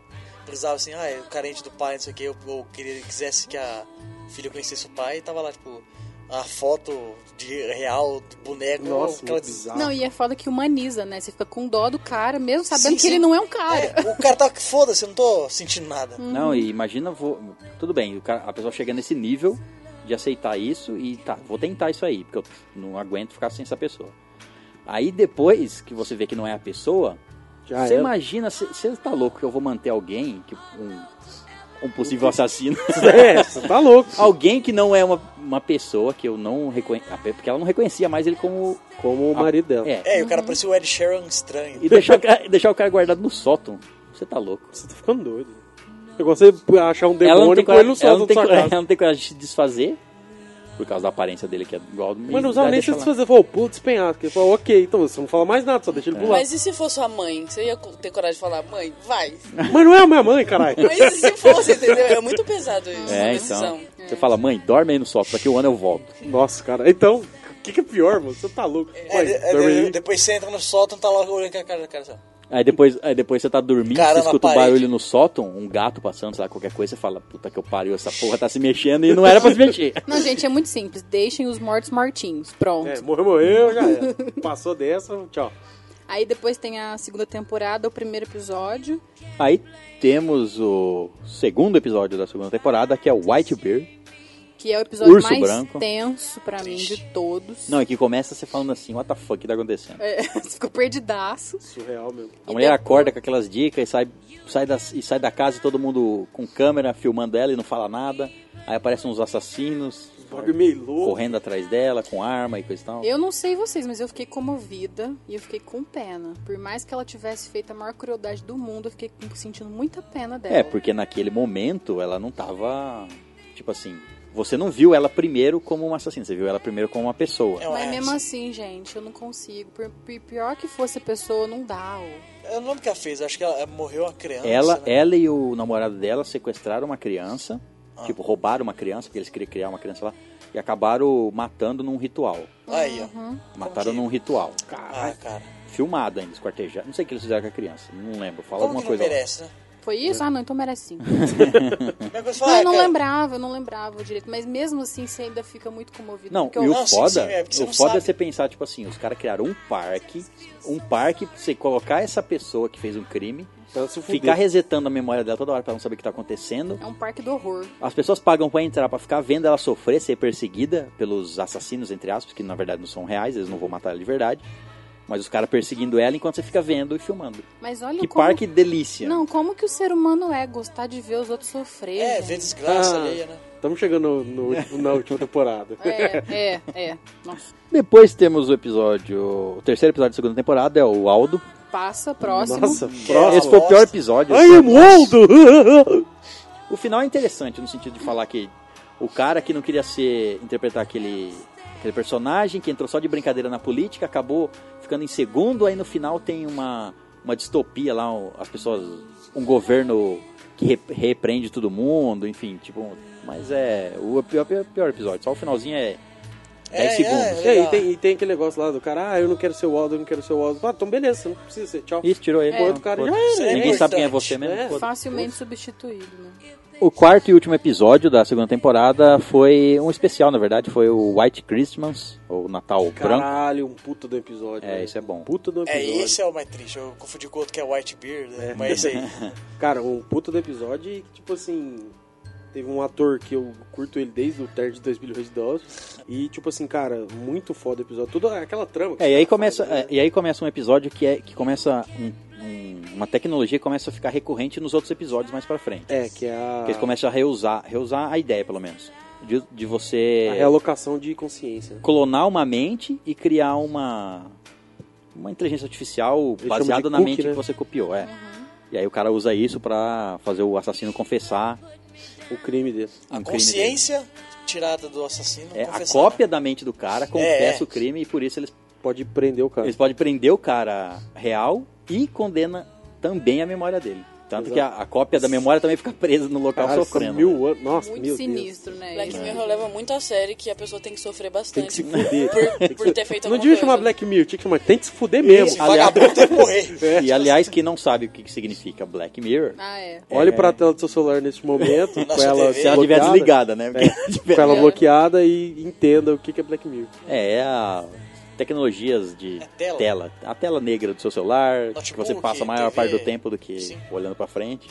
S5: precisava assim, ah, o carente do pai, não sei o que, eu, eu queria, quisesse que a filha conhecesse o pai, e tava lá, tipo, a foto de real do boneco.
S4: Nossa,
S5: aquela-
S4: muito bizarro.
S3: Não, e é foda que humaniza, né? Você fica com dó do cara, mesmo sabendo
S5: Sim,
S3: que
S5: sim.
S3: ele não é um cara.
S5: É, o cara tava que foda-se, eu não tô sentindo nada.
S1: Não, e imagina, vou- tudo bem, o cara- a pessoa chega nesse nível de aceitar isso e tá, vou tentar isso aí, porque eu não aguento ficar sem essa pessoa. Aí depois que você vê que não é a pessoa,
S4: Já
S1: Você
S4: era.
S1: imagina, você tá louco que eu vou manter alguém, que, um, um possível assassino, <laughs>
S4: <laughs> É, você tá louco.
S1: alguém que não é uma, uma pessoa que eu não reconheço, porque ela não reconhecia mais ele como...
S4: Como o marido dela.
S1: É,
S5: É, e o cara parecia o Ed Sheeran estranho.
S1: e deixar, o cara- deixar o cara guardado no sótão. Você tá louco.
S4: Você tá ficando doido. É igual você achar um
S1: Ela não,
S4: demônio
S1: tem
S4: e pôr ele
S1: coragem,
S4: no
S1: ela, não
S4: sótão da
S1: tem,
S4: sua
S1: cora-
S4: casa.
S1: ela não tem coragem de se desfazer, por causa da aparência dele que é igual ao do
S4: Mas não
S1: menino,
S4: usava
S1: vai
S4: nem se
S1: deixar lá.
S4: desfazer. Falou, pula despenhado. Porque ele falou, ok, então você não fala mais nada, só deixa ele pular.
S6: Mas e se fosse a mãe? Você ia ter coragem de falar, mãe, vai. <laughs>
S4: Mas não é a
S1: <laughs>
S4: minha mãe, caralho.
S6: Mas e se fosse, entendeu? É muito pesado isso,
S1: É,
S6: essa
S1: então.
S6: decisão.
S1: Você fala, mãe, dorme aí no sótão, daqui um ano eu volto.
S4: Nossa, cara. Então, o que, que é pior, mano? Você tá louco.
S5: É,
S4: Vai,
S5: de- é,
S4: dorme
S5: de-
S4: aí.
S5: depois você entra no sótão, tá lá olhando com a cara do cara. assim, ó.
S1: Aí depois, aí depois você tá dormindo,
S5: Cara
S1: você
S5: na
S1: escuta um
S5: parede.
S1: barulho no sótão, um gato passando, sei lá, qualquer coisa, você fala, puta que eu pariu, essa porra tá se mexendo e não era pra se mexer.
S3: Não, gente, é muito simples. Deixem os mortos mortinhos. Pronto.
S4: É, morreu, morreu, já era.
S1: <laughs>
S4: Passou dessa, tchau.
S3: Aí depois tem a segunda temporada, o primeiro episódio.
S1: <laughs> Aí temos o segundo episódio da segunda temporada, que é o White Bear.
S3: Que é o episódio
S1: Urso
S3: mais
S1: branco.
S3: tenso pra mim de todos.
S1: Não, é que começa você falando assim, what the fuck, o que tá acontecendo?
S3: <laughs> É, você ficou perdidaço.
S4: Surreal mesmo.
S1: A mulher
S3: depois-
S1: acorda com aquelas dicas e sai, sai da, e sai da casa e todo mundo com câmera filmando ela e não fala nada. Aí aparecem uns assassinos
S4: Um Bagulho meio louco.
S1: correndo atrás dela com arma e coisa e tal.
S3: Eu não sei vocês, mas eu fiquei comovida e eu fiquei com pena. Por mais que ela tivesse feito a maior crueldade do mundo, eu fiquei com- sentindo muita pena dela.
S1: É, porque naquele momento ela não tava. Tipo assim, você não viu ela primeiro como uma assassina, você viu ela primeiro como uma pessoa.
S5: É,
S3: Mas
S5: é,
S3: mesmo assim, gente, eu não consigo. Por, por- pior que fosse a pessoa, não dá. ó.
S5: Eu não lembro é o que ela fez, acho que ela é, morreu uma criança.
S1: Ela,
S5: né?
S1: ela e o namorado dela sequestraram uma criança,
S5: Ah.
S1: tipo, roubaram uma criança, porque eles queriam criar uma criança lá, e acabaram matando num ritual.
S5: Aí, ó.
S1: Mataram
S5: que?
S1: num ritual.
S5: Ah,
S4: Caralho.
S5: cara.
S1: Filmado ainda, esquartejado. Não sei o que eles fizeram com a criança, não lembro. Fala
S5: Como
S1: alguma
S5: que não
S1: coisa. lá.
S5: merece, né?
S3: Foi isso? Ah, não, então merece sim.
S1: Hum.
S5: Como é que você
S3: Não,
S5: fala,
S3: eu não
S5: ah, cara,
S3: lembrava, eu não lembrava direito. Mas mesmo assim, você ainda fica muito comovido.
S1: Não,
S3: porque
S1: e o
S5: Não, sim,
S1: foda,
S5: sim, é, porque você
S1: o
S5: não
S1: foda é
S5: sabe.
S1: você pensar, tipo assim, os caras criaram um parque, um parque, pra você colocar essa pessoa que fez um crime
S4: Então, se fuder.
S1: Ficar resetando a memória dela toda hora pra não saber o que tá acontecendo.
S3: É um parque do horror.
S1: As pessoas pagam pra entrar, pra ficar vendo ela sofrer, ser perseguida pelos assassinos, entre aspas, que na verdade não são reais, eles não vão matar ela de verdade. Mas os caras perseguindo ela enquanto você fica vendo e filmando.
S3: Mas olha
S1: que é?
S3: como...
S1: parque delícia.
S3: Não, como que o ser humano é gostar de ver os outros sofrer,
S5: É,
S3: gente?
S5: vê desgraça
S4: Ah.
S5: alheia, né?
S4: Estamos chegando no, no- na última temporada.
S3: É, é, é. Nossa.
S1: Depois temos o episódio. O terceiro episódio da segunda temporada é o Aldo.
S3: Passa, próximo.
S4: Nossa,
S5: Ela
S1: Esse
S4: próximo.
S1: foi o pior
S5: gosta.
S1: episódio.
S4: Ai,
S1: assim.
S4: <laughs> Moldo!
S1: O final é interessante no sentido de falar que o cara que não queria ser interpretar aquele, aquele personagem, que entrou só de brincadeira na política, acabou ficando em segundo, aí no final tem uma, uma distopia lá, um- as pessoas. um governo que re- repreende todo mundo, enfim, tipo. Mas é. O pior, pior, pior episódio, só o finalzinho é 10 segundos.
S4: É,
S5: legal.
S4: e, tem, e tem aquele negócio lá do cara, ah, eu não quero ser o Aldo, eu não quero ser o Aldo. Ah, então beleza, você não precisa ser, tchau.
S1: Isso, tirou ele.
S4: É. Outro cara já era,
S1: Foda-se.
S5: é
S1: Ninguém sabe quem é
S5: importante,
S1: você mesmo.
S4: né?
S1: foda-se.
S3: Facilmente substituído, né?
S1: O quarto e último episódio da segunda temporada foi um especial, na verdade, foi o White Christmas, ou Natal Branco.
S4: Caralho, um puto do episódio.
S1: É,
S4: velho.
S1: isso é bom.
S4: Puta do
S5: É,
S4: episódio.
S5: esse é o mais triste. Eu confundi com o outro que é White Beard, né? mas
S1: <laughs>
S5: esse aí.
S3: é-
S4: Cara, um puta do episódio e, tipo assim, teve um ator que eu curto ele desde o Terno de 2 bilhões de dólares. E, tipo assim, cara, muito foda o episódio. Toda aquela trama. que
S1: É, e
S4: os
S1: aí
S4: caras
S1: começa,
S4: fazem,
S1: é,
S4: né?
S1: e aí começa um episódio que é que começa um- um- uma tecnologia que começa a ficar recorrente nos outros episódios mais pra frente.
S4: É, que é a,
S1: Que eles começam a reusar, reusar a ideia pelo menos de, de
S4: a
S1: você
S4: realocação de consciência.
S1: clonar uma mente e criar uma uma inteligência artificial
S4: de
S1: baseada na
S4: cookie,
S1: mente
S4: né?
S1: que você copiou, é. E aí o cara usa isso pra fazer o assassino confessar
S4: O crime dele.
S1: um
S5: A
S1: crime dele.
S5: consciência tirada do assassino.
S1: É, a
S5: confessada.
S1: cópia da mente do cara confessa
S5: É, é.
S1: o crime e por isso eles
S4: Pode prender o cara.
S1: Eles podem prender o cara real e condena também a memória dele. Tanto
S4: Exato.
S1: que a, a cópia da memória também fica presa no local
S4: Caralho,
S1: sofrendo.
S4: são mil anos. Nossa,
S3: Muito
S4: meu
S3: sinistro, né?
S6: Black
S3: isso?
S6: Mirror leva muito a sério que a pessoa tem que sofrer
S4: Deus. Tem que se
S6: bastante
S4: fuder. Tem que
S6: por, por
S4: se-
S6: ter feito
S4: Não
S6: alguma
S4: devia
S6: coisa.
S4: chamar Black Mirror, tinha que chamar. Tem que se fuder mesmo.
S5: Esse
S1: aliás-
S5: vagabundo tem que
S1: <laughs>
S5: morrer.
S1: né? E aliás, quem não sabe o que, que significa Black Mirror,
S3: Ah, é.
S4: Olhe pra tela do seu celular neste momento,
S6: <laughs>
S4: com
S5: Nossa,
S4: ela
S5: TV.
S1: se ela tiver
S4: bloqueada,
S1: desligada, né? Porque ela
S4: Com
S1: tiver-
S4: ela bloqueada e entenda o que que é Black Mirror.
S1: <laughs> É, é a tecnologias de
S5: É tela.
S1: A tela negra do seu celular, que
S5: Notebook,
S1: você passa a maior
S5: TV.
S1: parte do tempo do que
S5: Sim.
S1: olhando pra frente.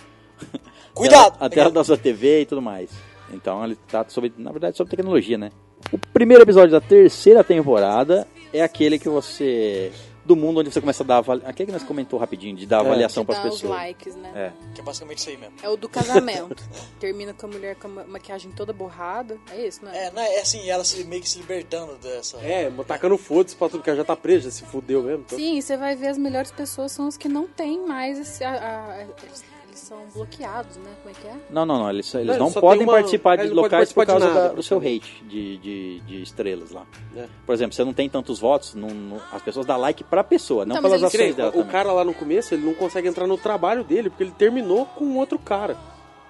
S5: Cuidado!
S1: A tela da sua TV e tudo mais. Então ele trata sobre, na verdade, sobre tecnologia, né? O primeiro episódio da terceira temporada é aquele que você do mundo onde você começa a dar avaliação. Aqui que nós comentou rapidinho, de dar avaliação
S3: Que
S1: para as
S4: Então,
S3: dá os
S1: pessoas.
S3: likes, né?
S1: É.
S5: Que é basicamente isso aí mesmo.
S3: É o do
S4: <laughs>
S3: casamento. Termina com a mulher com a ma- maquiagem toda borrada. É isso, né?
S5: É, né, é assim, ela se, meio que se libertando dessa.
S4: É, tacando foda-se pra tudo, que ela já tá presa, já se fudeu mesmo. Então,
S3: Sim, e você vai ver as melhores pessoas são as que não têm mais esse. a- a- eles, eles são bloqueados, né? Como é que é?
S1: Não, não, não. Eles, eles
S4: Não,
S1: não,
S4: ele só
S1: podem
S4: tem uma-
S1: participar
S4: ele
S1: de
S4: não pode
S1: locais por
S4: participar de
S1: causa
S4: nada,
S1: da- do seu hate de, de, de estrelas lá.
S4: É.
S1: Por exemplo, você não tem tantos votos, não- não- as pessoas dão like pra pessoa, não
S3: Então, mas
S1: pelas
S6: é
S3: eles-
S4: que nem,
S1: ações dela.
S4: assim, o
S1: também.
S4: cara lá no começo, ele não consegue entrar no trabalho dele, porque ele terminou com outro cara.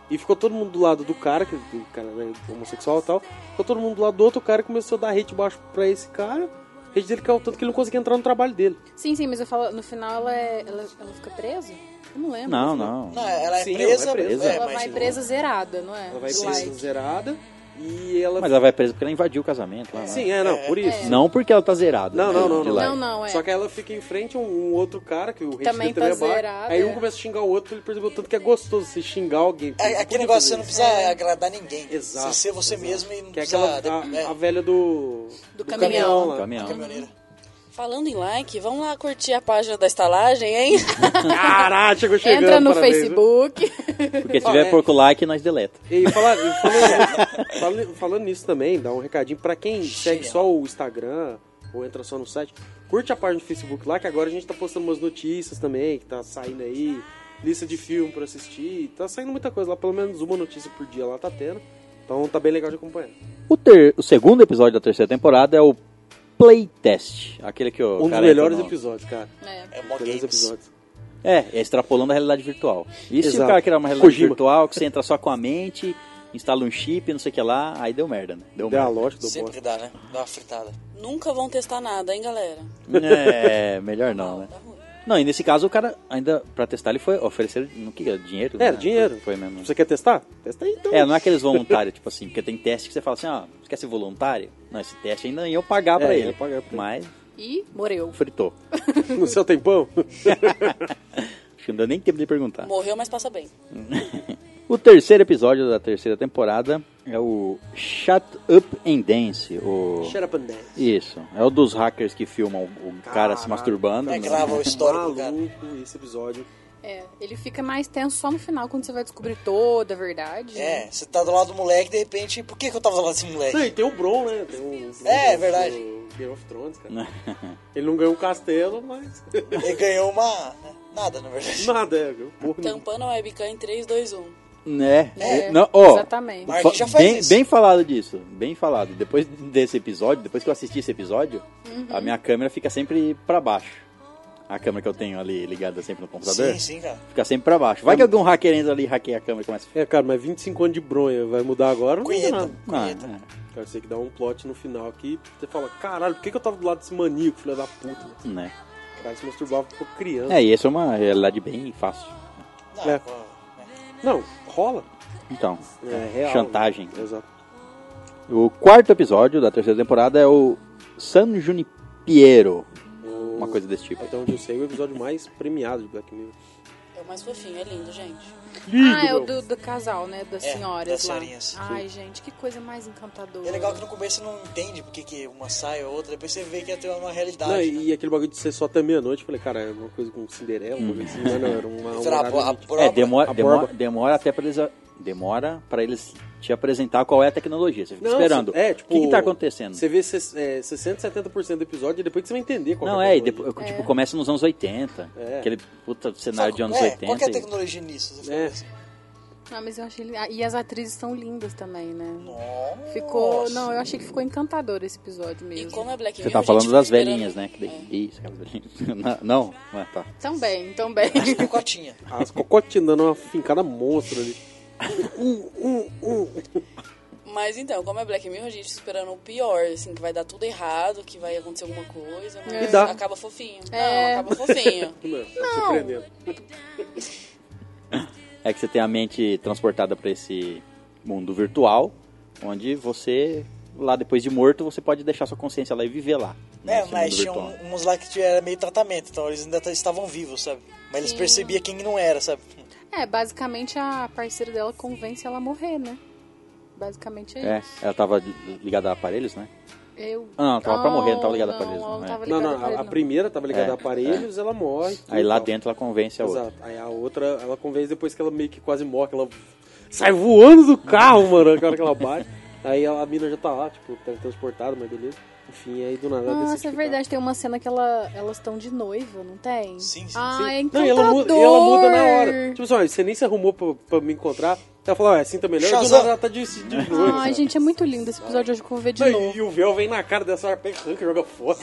S4: E ficou todo mundo do lado do cara, que o cara era homossexual e tal. Ficou todo mundo do lado do outro cara e começou a dar hate baixo pra esse cara. Hate dele caiu tanto que ele não conseguia entrar no trabalho dele.
S3: Sim, sim, mas eu falo, no final ela, é- ela, ela fica presa? Eu não lembro.
S1: Não, não.
S5: Não, ela é
S4: Sim,
S5: presa,
S4: ela é presa.
S5: é,
S3: Ela
S5: mas
S3: vai presa zerada, não é?
S4: Ela vai
S3: Do
S4: presa
S3: like.
S4: zerada e ela.
S1: Mas ela vai presa porque ela invadiu o casamento lá. né?
S4: Sim, é, não, por isso.
S1: Não porque ela tá zerada.
S4: Não,
S1: né,
S4: não, não,
S1: de
S4: não.
S1: like.
S3: Não, não, é.
S4: Só que aí ela fica em frente a um, um outro cara, que o hate
S3: Também
S4: dele também
S3: tá
S4: é baixo.
S3: zerado,
S4: aí
S3: é.
S4: um começa a xingar o outro, ele percebeu tanto que é gostoso você xingar alguém.
S5: É, aquele negócio você não precisa agradar ninguém.
S4: É. Exato,
S5: Você ser você
S4: exato.
S5: mesmo e não
S4: Que é
S5: precisa.
S4: aquela
S5: dep- é,
S4: a, a velha do.
S3: Do caminhão.
S4: lá.
S1: Caminhão.
S5: caminhoneira.
S6: Falando em like, vamos lá curtir a página da estalagem, hein?
S4: Caralho, chegou chegando.
S3: Entra no
S4: parabéns, viu? <laughs>
S3: Facebook.
S1: Porque se
S4: Ah,
S1: tiver
S4: é.
S1: pouco like, nós deleta.
S4: E falar- e
S5: <laughs>
S4: falando, falando- falando nisso também, dá um recadinho pra quem segue só o Instagram ou entra só no site, curte a página do Facebook lá, que agora a gente tá postando umas notícias também, que tá saindo aí, lista de filme pra assistir, tá saindo muita coisa lá, pelo menos uma notícia por dia lá tá tendo. Então tá bem legal de acompanhar.
S1: O, ter- o segundo episódio da terceira temporada é o Playtest. Aquele que o
S4: um dos
S1: cara é
S4: melhores
S1: entra no-
S4: episódios, cara.
S3: É.
S5: É
S4: Um
S5: mó
S4: dos melhores
S5: games.
S4: episódios.
S1: É, é extrapolando a realidade virtual. E se
S4: Exato.
S1: o cara criar uma realidade
S4: Kojima.
S1: virtual que você entra só com a mente, instala um chip, não sei o que lá, aí deu merda, né? Deu
S4: É a
S1: merda.
S4: lógica do bosta.
S5: Sempre dá, né? Dá uma fritada.
S6: Nunca vão testar nada, hein, galera?
S1: É, melhor não, né?
S6: Tá ruim.
S1: Não, e nesse caso o cara, ainda pra testar, ele foi oferecer no que? era? Dinheiro?
S4: É,
S1: né?
S4: dinheiro.
S1: Foi mesmo.
S4: Você quer testar? Testa aí então.
S1: É, não é aqueles voluntários, tipo assim, porque tem teste que você fala assim, ó, você quer ser voluntário? Não, esse teste ainda ia eu pagar
S4: É,
S1: pra
S4: ia
S1: ele.
S4: pagar pra ele.
S1: mas
S3: E morreu.
S1: fritou.
S4: <laughs> No seu tempão?
S1: Acho que não deu nem tempo de perguntar.
S6: Morreu, mas passa bem.
S1: O terceiro episódio da terceira temporada é o Shut Up and Dance. O...
S4: Shut up and dance.
S1: Isso. É o dos hackers que filmam o cara se
S4: Caraca.
S1: masturbando.
S5: É
S1: né?
S5: grave. Grava o histórico do cara.
S4: Tá Maluco esse episódio.
S3: É, ele fica mais tenso só no final, quando você vai descobrir toda a verdade. né?
S5: É, você tá do lado do moleque, de repente, por que, que eu tava do lado desse moleque?
S4: Não, e tem o Bron, né? Tem o Bron
S5: É,
S4: do-
S5: verdade.
S4: do Game of Thrones,
S1: Né?
S4: cara. Ele não ganhou o castelo, mas. <laughs>
S5: Ele ganhou uma. né? Nada, na verdade.
S4: Nada, é, viu? Porra, não.
S6: Tampando a webcam em um. 3, 2, 1.
S1: <laughs> Né?
S3: É,
S1: Não, ó,
S3: Exatamente.
S5: Mas-
S1: fa-
S5: já faz
S1: bem,
S5: isso.
S1: bem falado disso. Bem falado. Depois desse episódio, depois que eu assisti esse episódio,
S5: Uhum.
S1: a minha câmera fica sempre pra baixo. A câmera que eu tenho ali ligada sempre no computador.
S5: Sim, É sim, cara.
S1: Fica sempre pra baixo. Vai que algum hacker entra ali e hackeia a câmera e começa a...
S4: É, cara, mas 25 anos de bronha vai mudar agora? Não muda
S5: Cunheta,
S4: nada.
S5: cunheta.
S1: Ah,
S4: Cara, você tem que dar um plot no final aqui. Você fala, caralho, por que, que eu tava do lado desse maníaco, filho da puta?
S1: é, né?
S4: O cara se masturbava por criança.
S1: É, e essa é uma realidade bem fácil.
S5: Não,
S4: É.
S5: pô, né?
S4: Não, rola.
S1: Então,
S4: É real.
S1: chantagem.
S4: Exato.
S1: O quarto episódio da terceira temporada é o San Junipiero.
S4: O-
S1: Uma coisa desse tipo.
S4: Até onde eu sei, é o episódio mais premiado de Black Mirror.
S6: É o mais fofinho, é lindo, gente.
S4: Lindo,
S3: Ah, é o
S4: meu.
S3: do, do casal, né? Das
S5: É,
S3: senhoras
S5: das
S3: lá.
S5: senhorinhas.
S3: Ai, gente, que coisa mais encantadora.
S5: É legal que no começo você não entende porque que uma sai ou outra, depois você vê que ia ter uma realidade.
S4: Não,
S5: né?
S4: e aquele bagulho de ser só até meia-noite, eu falei, cara, é uma coisa com Cinderela, um
S5: <laughs>
S4: bagulho assim, mas não, era uma. um
S5: Será a,
S4: horário
S5: "Ah, a, a
S4: limite.
S5: prova?
S1: É, demora,
S4: a
S1: demora,
S4: borba.
S1: demora até pra eles. Demora pra eles te apresentar qual é a tecnologia. Você fica
S4: Não,
S1: esperando.
S4: cê- É, tipo,
S1: o que, que tá acontecendo?
S4: Você vê ses- é, 60, 70% do episódio e depois que você vai entender qual
S1: Não,
S4: que
S1: é, e
S4: a
S1: depois,
S4: tecnologia.
S1: eu, tipo, começa nos anos 80.
S4: É.
S1: Aquele puta
S5: Sabe,
S1: cenário de anos
S5: é, Qual que é a
S1: 80. e-
S5: tecnologia nisso? Você
S4: É.
S5: fica assim,
S3: Ah, mas eu achei. li- ah, E as atrizes são lindas também, né?
S5: Nossa.
S3: Ficou. Não, eu achei que ficou encantador esse episódio
S6: E
S3: mesmo.
S6: como é Black
S1: Você
S6: Mirror,
S1: tá
S6: a gente
S1: falando
S6: fica
S1: das
S6: esperando-
S1: velhinhas, né? Que daí- Isso, aquelas velhinhas. Não, não, ah, tá.
S3: Também, também.
S5: Ficou é cotinha.
S4: As cocotinhas dando uma fincada monstro ali. Um, um, um.
S6: Mas então, como é Black Mirror, a gente fica esperando o pior, assim, que vai dar tudo errado, que vai acontecer alguma coisa, mas
S4: E dá.
S6: acaba fofinho.
S3: É.
S6: Não,
S4: <laughs>
S6: acaba fofinho.
S4: Não, tá surpreendendo.
S1: É que você tem a mente transportada pra esse mundo virtual, onde você, lá depois de morto, você pode deixar sua consciência lá e viver lá.
S5: É,
S1: nesse
S5: mas
S1: mundo
S5: tinha
S1: virtual.
S5: um- uns lá que era meio tratamento, então eles ainda t- estavam vivos, sabe? Mas eles percebiam quem não era, sabe?
S3: <laughs> É, basicamente a parceira dela convence ela a morrer, né? Basicamente é,
S1: É,
S3: isso.
S1: ela tava ligada a aparelhos, né?
S3: Eu...
S1: Ah, não, tava pra morrer, não tava ligada
S3: não,
S1: a aparelhos, não,
S3: Não,
S1: é.
S3: tava
S4: Não,
S3: ligada
S4: não,
S3: a
S4: a, a
S3: aparelhos,
S4: primeira tava ligada
S1: É,
S4: a aparelhos, ela morre.
S1: Aí lá
S4: tudo e
S1: dentro ela convence a
S4: tal.
S1: outra.
S4: Exato. Aí a outra, ela convence depois que ela meio que quase morre, que ela sai voando do carro, mano, na hora que
S1: <laughs>
S4: ela bate. Aí a mina já tá lá, tipo, tá transportada, mas beleza. Enfim, aí do nada ela
S3: não.
S4: decide
S3: Nossa, é
S4: Ah, ficar.
S3: verdade, tem uma cena que ela, elas estão de noiva, não tem?
S5: Sim, sim,
S3: Ah,
S4: Sim.
S3: é
S4: Não, e ela, muda, e ela muda na hora. Tipo assim, olha, você nem se arrumou pra, pra me encontrar. Ela fala, ó, assim tá melhor. E do
S5: Shazam.
S4: nada ela tá de, de joelho,
S3: Ai,
S4: sabe?
S3: gente, é muito lindo esse episódio, hoje que eu vou ver de
S4: Não, e-
S3: novo.
S4: e o véu vem na cara dessa hora, pega, arranca e joga fora.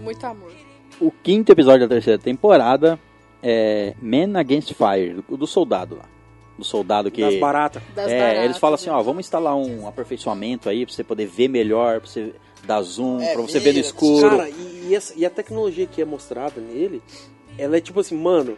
S3: Muito amor.
S1: O quinto episódio da terceira temporada é Men Against Fire, do, do soldado lá. Do soldado <laughs> que.
S4: Das baratas.
S3: Das
S1: é,
S3: baratas, né?
S1: eles falam assim, ó,
S3: gente.
S1: vamos instalar um aperfeiçoamento aí pra você poder ver melhor, pra você dar zoom,
S5: É,
S1: pra você ver no
S5: mira,
S1: escuro.
S4: Cara, e, e essa- e a tecnologia que é mostrada nele, ela é tipo assim, mano,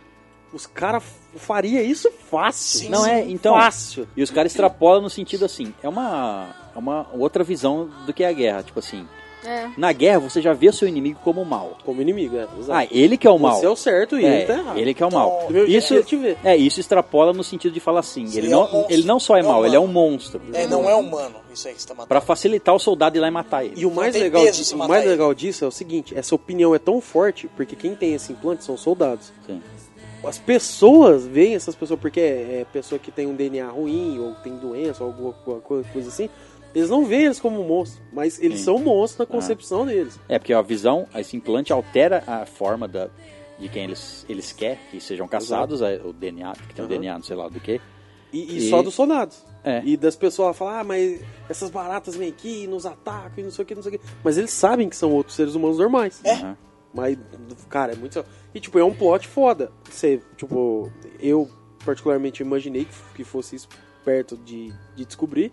S4: os caras faria isso fácil.
S5: Sim,
S1: não é, então.
S4: Fácil.
S1: E os caras extrapolam no sentido assim, é uma, é uma outra visão do que é a guerra. Tipo assim,
S3: É.
S1: na guerra você já vê o seu inimigo como mal.
S4: Como inimigo, é. exato.
S1: Ah, ele que é o mal.
S4: Você é o certo e
S1: É,
S4: ele tá errado.
S1: ele que é o mal.
S5: Então,
S4: Do meu jeito
S1: Isso-
S4: que ele te vê.
S1: É, isso extrapola no sentido de falar assim,
S5: Sim,
S1: ele,
S5: é
S1: não,
S5: um monstro.
S1: ele não só é
S5: É um
S1: mal, ele é um
S5: humano.
S1: monstro.
S5: É, não é humano isso aí que você tá matando.
S1: Pra facilitar o soldado ir lá e matar ele.
S4: E o mais,
S5: tem
S4: legal,
S5: peso
S4: di-
S5: se
S4: o
S5: matar
S4: mais
S5: ele.
S4: legal disso é o seguinte: essa opinião é tão forte, porque quem tem esse implante são soldados.
S1: Sim.
S4: As pessoas veem essas pessoas, porque é, é pessoa que tem um DNA ruim, ou tem doença, ou alguma co- co- coisa assim. Eles não veem eles como monstros, mas eles
S1: Sim. Ah.
S4: são monstros na concepção deles.
S1: É, porque a visão, esse implante altera a forma da, de quem eles, eles querem que sejam caçados, é, o DNA, que tem o
S4: Aham.
S1: DNA, não sei lá do que.
S4: E, e
S1: E-
S4: só dos soldados.
S1: É.
S4: E das pessoas falam, ah, mas essas baratas vêm aqui e nos atacam e não sei o que, não sei o que. Mas eles sabem que são outros seres humanos normais.
S1: Aham.
S4: Mas, cara, é muito. E, tipo, é um plot foda. Você, tipo, eu particularmente imaginei que, que fosse isso perto de, de descobrir.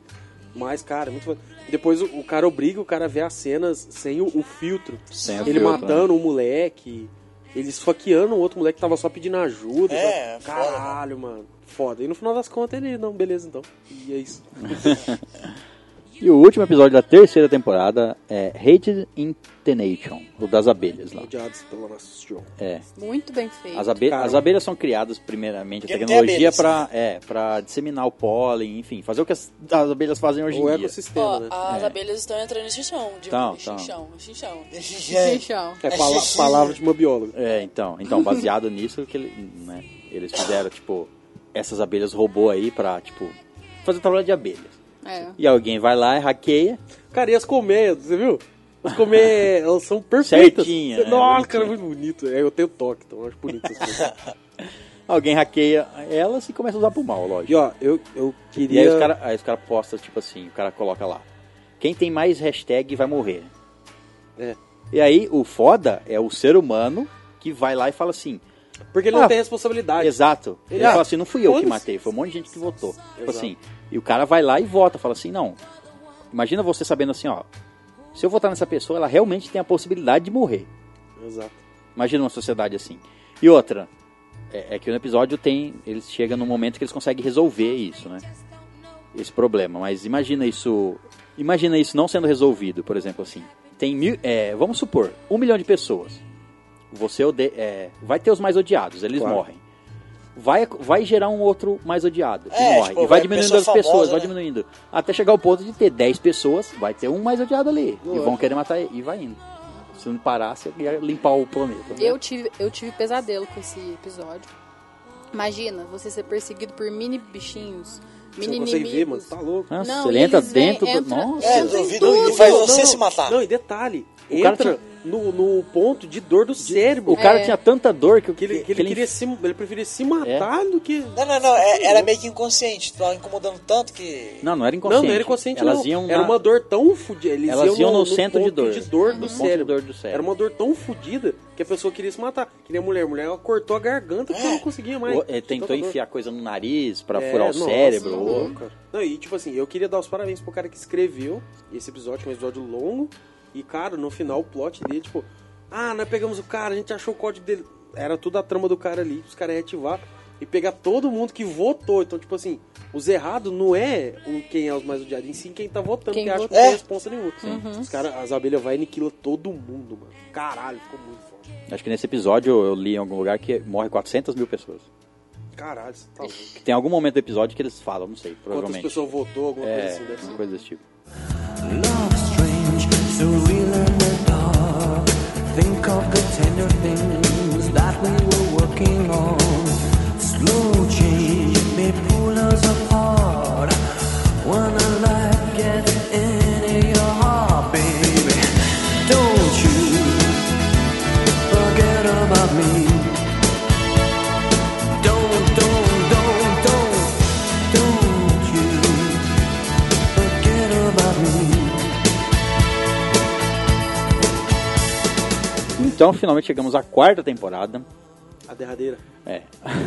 S4: Mas, cara, é muito foda. Depois o, o cara obriga o cara a ver as cenas sem o, o filtro.
S1: Sem o
S4: ele
S1: filtro, né?
S4: matando um moleque, ele esfaqueando o outro moleque que tava só pedindo ajuda.
S5: É,
S4: sabe?
S1: né?
S5: foda,
S4: Caralho, mano. Foda. E no final das contas ele, não, beleza então. E é isso.
S1: E o último episódio da terceira temporada é Hated Intenation, o das abelhas lá.
S4: Odiados pela nossa John.
S1: É.
S3: Muito bem feito.
S1: As, abe-
S4: Cara,
S1: as abelhas são criadas primeiramente, a
S5: Porque não
S1: tecnologia
S5: tem
S1: para é, pra disseminar o pólen, enfim, fazer o que as, as abelhas fazem hoje
S4: O
S1: em dia.
S4: ecossistema,
S6: Ó,
S4: né?
S6: as abelhas estão entrando em xixão. De
S1: Tão, tão.
S6: xixão, xixão.
S5: Gente,
S3: Tchau.
S4: É pala- palavra de uma bióloga.
S1: É, então, então baseado <laughs> nisso que ele- né, eles fizeram, tipo, essas abelhas robô aí pra, tipo, fazer trabalho de abelhas.
S3: É.
S1: E alguém vai lá e hackeia.
S4: Cara, e as colmeias, você viu? As
S1: <laughs>
S4: colmeias, elas são perfeitas.
S1: Certinha,
S4: Você-
S1: né?
S4: Nossa,
S1: Bonitinha.
S4: cara, é muito bonito. É, eu tenho toque, então eu acho bonito
S1: <laughs>
S4: essas coisas.
S1: Alguém hackeia elas e começa a usar pro mal, lógico.
S4: E ó, eu, eu
S1: E aí
S4: queria...
S1: os cara, aí os cara posta, tipo assim, o cara coloca lá. Quem tem mais hashtag vai morrer.
S4: É.
S1: E aí o foda é o ser humano que vai lá e fala assim.
S4: Porque ele não
S1: Ah,
S4: tem responsabilidade.
S1: Exato. Ele,
S4: Ah,
S1: fala assim, não fui eu que
S4: foda-se.
S1: matei, foi um monte de gente que votou. Tipo
S4: Exato.
S1: assim, e o cara vai lá e vota, fala assim, não. Imagina você sabendo assim, ó. Se eu votar nessa pessoa, ela realmente tem a possibilidade de morrer.
S4: Exato.
S1: Imagina uma sociedade assim. E outra, é, é que no episódio tem. Eles chegam num momento que eles conseguem resolver isso, né? Esse problema. Mas imagina isso. Imagina isso não sendo resolvido, por exemplo, assim. Tem mil. é, vamos supor, um milhão de pessoas. Você ode- é, vai ter os mais odiados, eles
S4: Claro.
S1: morrem. Vai, vai gerar um outro mais odiado, que
S5: É,
S1: morre.
S5: tipo,
S1: e vai
S5: é
S1: diminuindo
S5: pessoa
S1: as pessoas,
S5: famosa,
S1: vai
S5: né?
S1: diminuindo. Até chegar ao ponto de ter 10 pessoas, vai ter um mais odiado ali. E vão querer matar ele. E vai indo. Se não parar, você ia limpar o planeta. né?
S3: Eu tive, eu tive pesadelo com esse episódio. Imagina você ser perseguido por mini bichinhos,
S4: Você
S3: mini
S4: não consegue ver, mano.
S3: inimigos.
S4: Tá louco.
S1: Nossa,
S3: Não,
S1: ele
S3: e
S1: entra
S3: eles vêm-
S1: dentro do.
S3: entra-
S1: Nossa!
S5: É,
S3: Entra em
S5: duvido.
S3: tudo.
S5: E faz você se matar.
S4: Não, e detalhe.
S1: O cara
S4: entra no, no ponto de dor do cérebro.
S1: O cara
S3: É.
S1: tinha tanta dor que, É.
S4: Que ele, que ele, queria se, ele preferia se matar do que...
S5: Não, não, não. é- era meio que inconsciente. Tava incomodando tanto que.
S1: Não, não era inconsciente.
S4: Não, não era inconsciente,
S1: Elas
S4: não.
S1: Iam
S4: Era
S1: na-
S4: uma dor tão fodida. Eles
S1: Elas iam no centro de
S4: ponto
S1: dor.
S4: do
S1: No ponto de
S4: cérebro.
S1: dor do cérebro.
S4: Era uma dor tão fodida que a pessoa queria se matar. Que nem a mulher. A mulher ela cortou a garganta porque ela não conseguia mais.
S1: o- ele
S4: De
S1: é, tentou
S4: tanta dor.
S1: enfiar coisa no nariz pra
S4: É,
S1: furar o
S4: nossa,
S1: cérebro.
S4: louco,
S3: Uhum.
S1: ou-
S4: cara. Não, e tipo assim, eu queria dar os parabéns pro cara que escreveu esse episódio, que é um episódio longo. E, cara, no final o plot dele, tipo, ah, nós pegamos o cara, a gente achou o código dele. Era tudo a trama do cara ali, os caras iam ativar e pegar todo mundo que votou. Então, tipo assim, os errados não é o quem é os mais odiados, em si quem tá votando,
S3: Quem
S4: que acha que
S5: votou.
S4: não
S5: É.
S4: tem responsa nenhuma. Os cara, as abelhas vai e aniquila todo mundo, mano. Caralho, ficou muito forte.
S1: Acho que nesse episódio eu li em algum lugar que morre 400 mil pessoas.
S4: Caralho, você tá louco.
S1: Que Tem algum momento do episódio que eles falam, não sei,
S4: Quantas
S1: provavelmente.
S4: pessoas votou, alguma
S1: é,
S4: coisa assim, deve ser.
S1: uma coisa desse tipo.
S7: Love strange, so real and apart. Think of the tender things that we were working on. Slow change may pull us apart. When a light gets into your heart, baby, don't you forget about me. Don't, don't, don't, don't, don't you forget about me.
S1: Então, finalmente chegamos à quarta temporada.
S4: A derradeira.
S1: É. <laughs>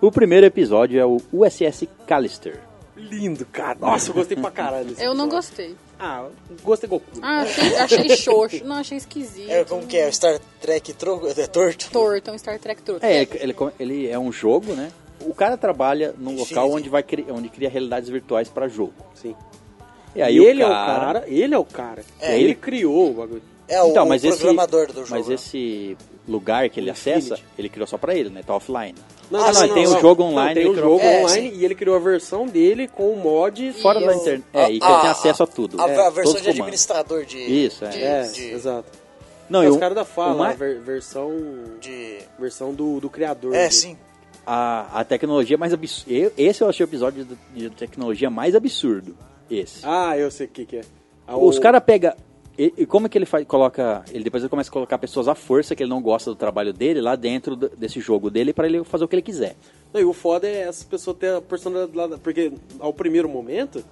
S1: o primeiro episódio é o USS Callister.
S4: Lindo, cara. Nossa, eu gostei pra caralho. desse
S3: Eu não
S4: episódio.
S3: gostei.
S4: Ah, gostei Goku.
S3: Ah, achei,
S4: <laughs>
S3: achei xoxo. Não, achei esquisito.
S5: É, como que é? Star Trek tro... é torto?
S3: Torto, é um Star Trek torto.
S1: É, ele, ele é um jogo, né? O cara trabalha num local onde, vai cri- onde cria realidades virtuais pra jogo.
S4: Sim.
S1: E aí
S4: E
S1: o
S4: ele é o
S1: cara-
S4: cara, ele é o cara.
S1: É,
S4: ele
S1: ele-
S4: criou o bagulho.
S5: É o,
S1: então,
S5: o
S1: mas esse-
S5: programador do jogo.
S1: Mas
S5: né?
S1: esse lugar que ele
S4: Infinity.
S1: acessa, ele criou só pra ele, né? Tá offline.
S4: Não,
S5: Ah, sim, tem o
S1: jogo online, né,
S4: tem
S1: ele
S4: o
S1: criou-
S4: jogo
S5: É,
S4: online e ele criou a versão dele com o mod.
S1: Fora
S3: E
S1: da
S3: eu-
S1: internet. É, e que ele
S5: Ah,
S1: tem
S5: ah,
S1: acesso a tudo.
S5: A,
S1: É,
S5: a versão
S1: todos
S5: de
S1: os comandos.
S5: administrador de.
S1: Isso, é.
S5: de-
S4: É,
S5: de-
S4: exato.
S1: Não,
S4: Mas
S1: e
S4: os
S1: o-
S4: caras da fala,
S1: o ma-
S4: a ver- versão
S5: de-
S4: versão do, do criador.
S5: É,
S4: dele.
S5: sim.
S1: a, a tecnologia é mais absurda. Esse eu achei o episódio de, de tecnologia mais absurdo. Esse.
S4: Ah, eu sei o que que é. Ah,
S1: Os
S4: o-
S1: caras pegam. E, e como é que ele faz, coloca. Ele depois ele começa a colocar pessoas à força que ele não gosta do trabalho dele lá dentro do- desse jogo dele pra ele fazer o que ele quiser.
S4: Não, e o foda é essa pessoa ter a personalidade. Porque ao primeiro momento,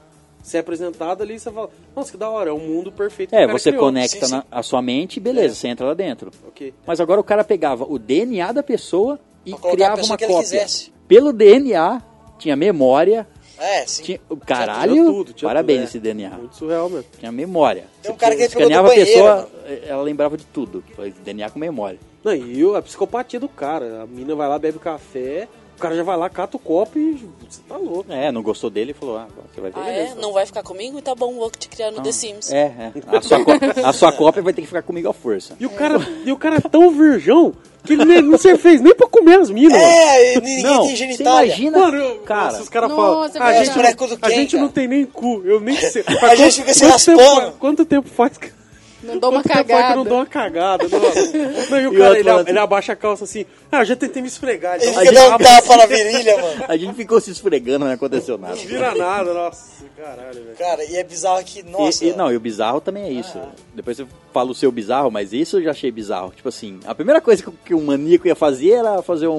S4: você é apresentado ali e você fala, nossa, que da hora, é um mundo perfeito. que o
S1: É,
S4: cara
S1: você
S4: criou."
S1: conecta
S5: Sim, sim.
S1: na- a sua mente, beleza, você entra lá dentro.
S4: Ok.
S1: Mas agora o cara pegava o DNA da pessoa e
S5: Pra colocar a
S1: criava
S5: pessoa
S1: uma
S5: que ele
S1: cópia.
S5: quisesse.
S1: Pelo DNA, tinha memória,
S5: É, sim.
S1: tinha. o
S4: Tinha
S1: Caralho!
S4: tudo, tinha
S1: parabéns
S4: tudo, é.
S1: esse DNA.
S4: Muito surreal mesmo.
S1: Tinha memória.
S5: Tem um cara que ele pegou do
S1: escaneava a
S5: banheiro,
S1: pessoa, é,
S5: mano.
S1: ela lembrava de tudo. Foi DNA com memória.
S4: Não, e o- a psicopatia do cara. A mina vai lá, bebe café, o cara já vai lá, cata o copo e você tá louco.
S1: É, não gostou dele e falou, ah, você vai ver.
S6: Ah, é? Não vai ficar comigo? Tá bom, vou te criar no The Sims.
S1: É, é. A sua, có- a sua cópia vai ter que ficar comigo à força.
S4: E o cara, e o cara é tão virgão que ele nem, não se fez nem pra comer as minas. mano.
S5: É, e ninguém
S1: Não,
S5: tem
S1: você
S5: genitália.
S1: imagina,
S4: Mano, eu-
S1: cara.
S4: nossa, os caras
S3: Nossa,
S4: falam. "Ah,
S3: é
S4: A
S3: verdade.
S4: gente,
S5: É, boneco do
S4: a
S5: Ken,
S4: gente não
S5: cara."
S4: tem nem cu, eu
S5: <laughs>
S4: nem sei.
S5: A gente fica se
S4: Quanto tempo
S5: raspando.
S4: faz- Quanto tempo faz que
S3: Não dou uma
S4: Quanto tempo faz que eu não
S3: cagada.
S4: dou uma cagada? Não, Não, e o
S1: E
S4: cara,
S1: outro
S4: ele,
S1: fala assim-
S4: ele abaixa a calça assim. Ah, eu já tentei me esfregar.
S5: Ele
S4: Então,
S5: fica dando um tapa na virilha, mano.
S1: A gente ficou se esfregando, não aconteceu nada.
S4: não vira nada, nossa, caralho, velho.
S5: Cara, e é bizarro que, nossa.
S1: E, e- não, e o bizarro também é isso. Depois você fala o seu bizarro, mas isso eu já achei bizarro. Tipo assim, a primeira coisa que, que um maníaco ia fazer era fazer um.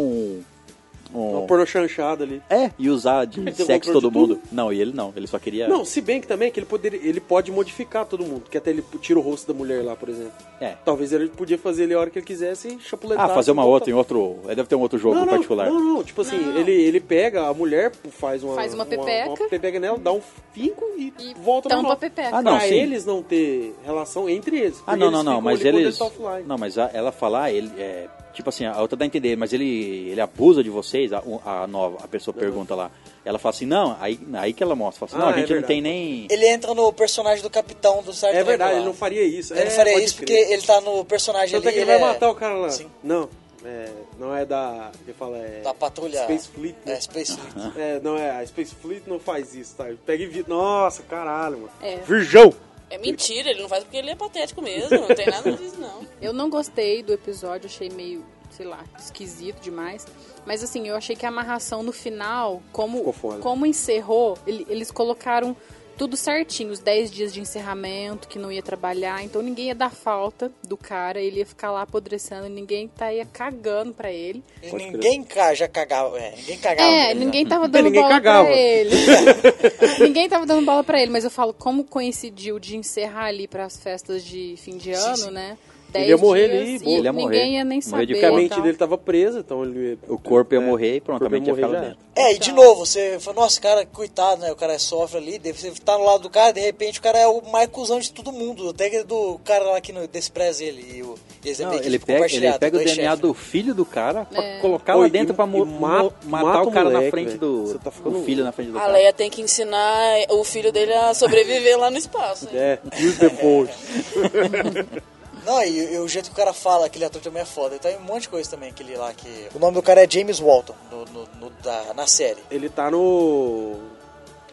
S1: um-
S4: Uma porno chanchada ali.
S1: é, e usar de
S4: tem
S1: sexo todo
S4: controle de tudo?
S1: mundo. Não, e ele não, ele só queria.
S4: Não, se bem que também é que ele, poderia, ele pode modificar todo mundo. Que até ele tira o rosto da mulher lá, por exemplo.
S1: É.
S4: Talvez ele podia fazer ele a hora que ele quisesse e chapuletar.
S1: Ah, fazer uma
S4: assim,
S1: outra em
S4: total.
S1: outro. é, Deve ter um outro jogo
S4: não, não,
S1: particular.
S4: Não, não, tipo assim, Ele, ele pega a mulher, faz uma,
S3: Faz uma
S4: Uma,
S3: pepeca.
S4: pepeca nela, dá um finco e,
S3: E
S4: volta
S3: tampa
S4: normal.
S3: a pepeca.
S1: Ah, não,
S4: pra
S1: sim.
S4: eles não ter relação entre eles.
S1: Ah,
S4: porque
S1: não,
S4: eles
S1: não, não,
S4: ficam
S1: mas
S4: ali quando
S1: eles.
S4: tá offline.
S1: Não, mas a- ela falar, ele. É, tipo assim, a outra dá a entender, mas ele, ele abusa de vocês, a, a nova, a pessoa pergunta lá. Ela fala assim, não, aí, aí que ela mostra. Fala assim,
S4: Ah,
S1: não, a
S4: é
S1: gente não
S4: verdade.
S1: tem nem.
S5: Ele entra no personagem do capitão do Star
S4: É
S5: Trek
S4: verdade,
S5: lá.
S4: ele não faria isso.
S5: Ele
S4: é,
S5: não faria
S4: pode
S5: isso porque
S4: crer.
S5: ele tá no personagem
S4: Tanto é
S5: ali.
S4: que ele vai
S5: é-
S4: matar o cara lá.
S5: Sim.
S4: Não, é, não é da. Eu falo, é.
S5: Da patrulha.
S4: Space Fleet. né?
S5: É, Space Fleet.
S4: É, não é, a Space Fleet não faz isso, tá? Pega e vira. Nossa, caralho, mano.
S3: É.
S4: Virgão!
S6: É mentira, ele não faz porque ele é patético mesmo. Não tem nada disso,
S1: <laughs>
S6: não.
S3: Eu não gostei do episódio, achei meio, sei lá, esquisito demais. Mas assim, eu achei que a amarração no final, como,
S4: Ficou foda.
S3: como encerrou, ele- eles colocaram tudo certinho, os 10 dias de encerramento, que não ia trabalhar, então ninguém ia dar falta do cara, ele ia ficar lá apodrecendo, ninguém estaria cagando pra ele.
S5: E ninguém ca- já cagava. É, ninguém cagava.
S3: É,
S5: ele, né?
S3: ninguém tava dando
S4: Ninguém
S3: bola
S4: cagava.
S3: pra ele.
S4: <laughs>
S3: ninguém tava dando bola pra ele, mas eu falo, como coincidiu de encerrar ali pras festas de fim de ano, né?
S4: Ele
S3: Dez
S4: ia morrer
S3: dias,
S4: ali,
S3: e
S4: boa.
S1: Ele ia morrer.
S3: Ninguém ia nem
S1: Morrer de
S3: saber. né?
S4: Porque a
S1: Total.
S3: e
S4: mente
S3: tal.
S4: dele tava presa, então ele.
S1: O corpo ia
S4: é,
S1: morrer e
S4: o
S1: pronto,
S4: corpo
S1: a mente ia
S4: morrer
S1: ficar lá
S4: já
S1: dentro.
S4: era.
S5: É, e
S3: Então.
S5: de novo, você fala, nossa, cara, coitado, né? O cara sofre ali, deve- você tá no lado do cara, de repente o cara é o mais cuzão de todo mundo, até que do cara lá que não- despreza ele e o e eles
S1: Não,
S5: têm que
S1: ele, pega,
S5: compartilhar,
S1: ele pega o
S5: dois
S1: DNA
S5: chefes.
S1: do filho do cara pra colocar
S4: Pô,
S1: lá
S4: e-
S1: dentro pra
S4: e
S1: mo-
S4: ma-
S1: mo- matar
S4: mata
S1: o cara
S4: o moleque,
S1: na frente
S4: velho.
S1: do,
S4: Você tá
S1: do
S4: ficando
S1: filho, na frente do
S6: A
S1: cara.
S6: Leia tem que ensinar o filho dele a sobreviver lá no espaço. hein?
S4: É, use the force.
S5: Não, e, e o jeito que o cara fala, aquele ator também é foda. Então tem um monte de coisa também, aquele lá que. O nome do cara é James Walton, no, no- no- da, na série.
S4: Ele tá no.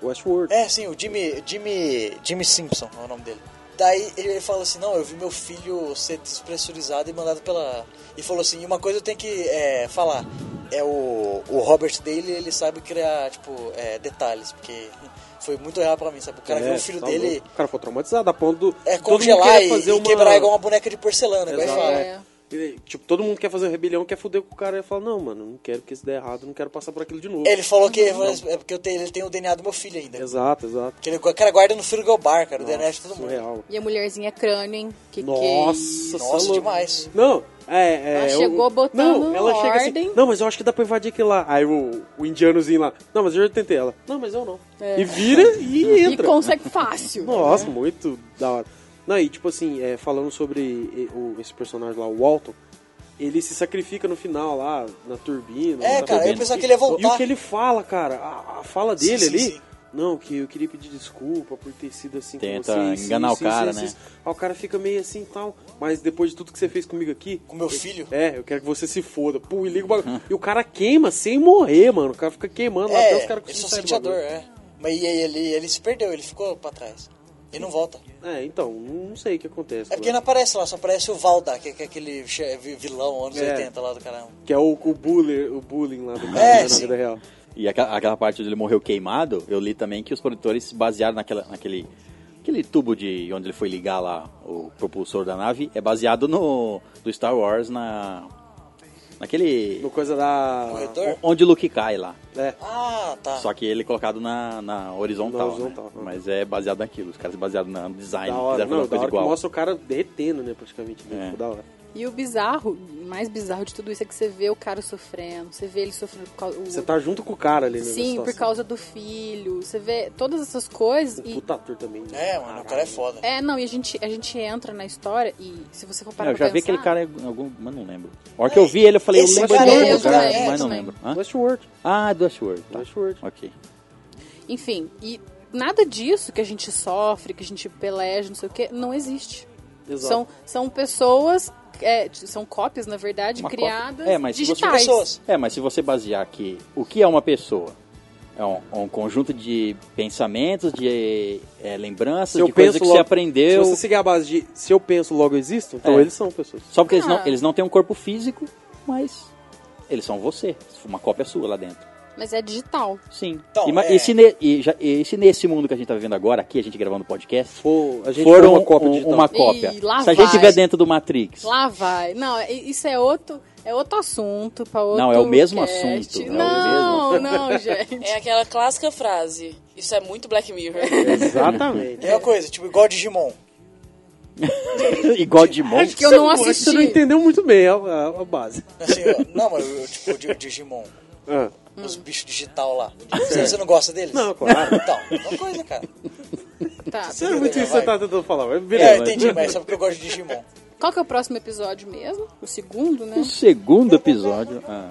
S4: Westworld.
S5: É, sim, o Jimmy, Jimmy, Jimmy Simpson é o nome dele. Daí ele fala assim, não, eu vi meu filho ser despressurizado e mandado pela... E falou assim, e uma coisa eu tenho que é, falar, é o, o Robert Daly, ele sabe criar, tipo, é, detalhes, porque foi muito real pra mim, sabe? O cara viu o filho
S4: tá
S5: dele
S4: louco. O cara foi traumatizado a ponto do.
S5: é,
S4: todo mundo
S5: congelar
S4: querer
S5: e,
S4: fazer
S5: e
S4: uma-
S5: quebrar igual uma né? boneca de porcelana, igual ele
S4: Exato.
S5: fala.
S3: É.
S4: E, Tipo, todo mundo quer fazer rebelião, quer foder com o cara e fala, não, mano, não quero que isso dê errado, não quero passar por aquilo de novo.
S5: Ele falou que é porque eu tenho, ele tem o DNA do meu filho ainda.
S4: Exato, exato.
S5: Que ele, o cara guarda no frigobar, cara, o DNA de todo mundo.
S4: Surreal.
S3: E a mulherzinha é crânio, hein? Que
S4: Nossa,
S5: Nossa,
S4: cê é louco.
S5: demais.
S4: Não, é, é.
S3: Ela
S4: eu-
S3: chegou botando
S4: não, ela Chega
S3: ordem.
S4: assim, não, mas eu acho que dá pra invadir aquele lá. Aí o, o indianozinho lá. Não, mas eu já tentei ela. Não, mas eu não. E vira e
S3: Que... É. <laughs> E
S4: entra.
S3: consegue fácil.
S5: Né?
S4: Nossa, muito da hora. Não, e tipo assim, é, falando sobre eh, o- esse personagem lá, o Walton, ele se sacrifica no final lá, na turbina.
S5: É,
S4: na
S5: cara, eu
S4: turbina.
S5: pensava que ele ia voltar.
S4: E o que ele fala, cara, a, a fala dele
S5: sim,
S4: ali.
S5: sim.
S4: Não, que eu queria pedir desculpa por ter sido assim
S1: Tenta
S4: com você.
S1: enganar o cara, né?
S4: Aí Ah, o cara fica meio assim e tal. Mas depois de tudo que você fez comigo aqui.
S5: Com meu
S4: eu-
S5: filho?
S4: É, eu quero que você se foda. Pô, e liga o bagulho. e o cara queima sem morrer, mano. É, O cara fica queimando lá até os caras
S5: É, ele só
S4: conseguirem sair do
S5: sente a dor,
S4: bagulho.
S5: é. Mas e aí, ele, ele se perdeu, ele ficou pra trás. Ele não volta.
S4: É, então, não sei o que acontece.
S5: É porque
S4: mano.
S5: não aparece lá, só aparece o Valda, que que é aquele che- vi- vilão anos
S4: É.
S5: 80 lá do um caramba.
S4: Que é o, o, bullying, o bullying lá do cara
S5: É,
S4: né, na
S5: sim.
S4: vida real.
S1: E aquela, aquela parte onde ele morreu queimado, eu li também que os produtores se basearam naquela, naquele aquele tubo de onde ele foi ligar lá o propulsor da nave, é baseado no do Star Wars na naquele
S4: No coisa da.
S5: Corretor?
S1: onde o Luke cai lá.
S4: É.
S5: Ah, tá.
S1: Só que ele é colocado na, na horizontal,
S4: Na horizontal,
S1: né?
S4: né?
S1: Mas é baseado naquilo, os caras basearam na- no design,
S4: Da hora,
S5: é
S1: fizeram fazer
S4: não,
S1: uma
S4: da
S1: coisa
S4: hora que
S1: igual.
S4: mostra o cara derretendo, né, praticamente.
S1: É.
S4: né, Ficou da hora.
S3: E o bizarro, mais bizarro de tudo isso é que você vê o cara sofrendo, você vê ele sofrendo por causa. o-
S4: Você tá junto com o cara ali, né? na
S3: Sim, por
S4: situação.
S3: causa do filho. Você vê todas essas coisas
S4: O
S3: e.
S4: puta ator também. né?
S5: É, mano, o cara é foda.
S3: É, não, e a gente, a gente entra na história e se você for parar
S1: eu
S3: pra
S1: já vi
S3: pensar...
S1: aquele cara em algum, mas não lembro. A hora que eu vi ele, eu falei, eu
S5: Esse
S1: lembro
S5: cara
S1: de
S5: é
S1: algum
S5: eu
S1: lugar,
S5: também,
S1: mas não
S3: também.
S1: lembro. Hã?
S4: Westworld.
S1: Ah, do Ashworld. Tá.
S4: Westworld.
S1: Ok.
S3: Enfim, e nada disso que a gente sofre, que a gente peleja, não sei o quê, não existe.
S4: Exato.
S3: São, são pessoas, é, t- são cópias, na verdade,
S1: Uma cópia.
S3: criadas
S1: É, mas se você-
S3: digitais.
S5: Pessoas.
S1: É, mas se você basear que o que é uma pessoa é um, um conjunto de pensamentos, de é, lembranças, de coisas que você aprendeu.
S4: Se você seguir a base de se eu penso, logo eu existo, então
S1: É.
S4: eles são pessoas.
S1: Só porque eles,
S3: Ah.
S1: não, eles não têm um corpo físico, mas eles são você, uma cópia sua lá dentro.
S3: Mas é digital.
S1: Sim.
S5: Então,
S1: e, ma-
S5: é-
S1: e se ne- e já- e se nesse mundo que a gente tá vivendo agora, aqui a gente gravando podcast,
S4: For, a gente
S1: for
S4: for
S1: um-
S4: uma cópia
S1: um-
S4: digital.
S1: uma cópia.
S3: Ih, lá
S1: se a gente
S3: vai.
S1: estiver dentro do Matrix,
S3: Lá vai. Não, e- isso é outro, é outro assunto para outro
S1: Não, é o mesmo
S3: cast.
S1: assunto, é o
S3: Não, não, <laughs> gente.
S1: <laughs>
S6: É aquela clássica frase. Isso é muito Black Mirror.
S4: Exatamente.
S5: <laughs> É uma coisa, tipo, igual Digimon.
S1: igual de monte.
S3: Acho que eu não assisti.
S4: Você não entendeu muito bem a, a- a base.
S5: Assim,
S4: <laughs>
S5: ó, não, mas eu, tipo, eu digo Digimon.
S4: Ah,
S5: Os bichos digital lá. Você, você não gosta deles?
S4: Não, claro.
S5: Então, é uma coisa, cara.
S3: Tá.
S4: Você não é muito isso que
S5: Vai.
S4: você tá tentando falar, mas
S5: É,
S4: beleza.
S5: eu entendi, mas é só porque eu gosto de Digimon.
S3: Qual que é o próximo episódio mesmo? O segundo, né?
S1: O um segundo episódio. Ah,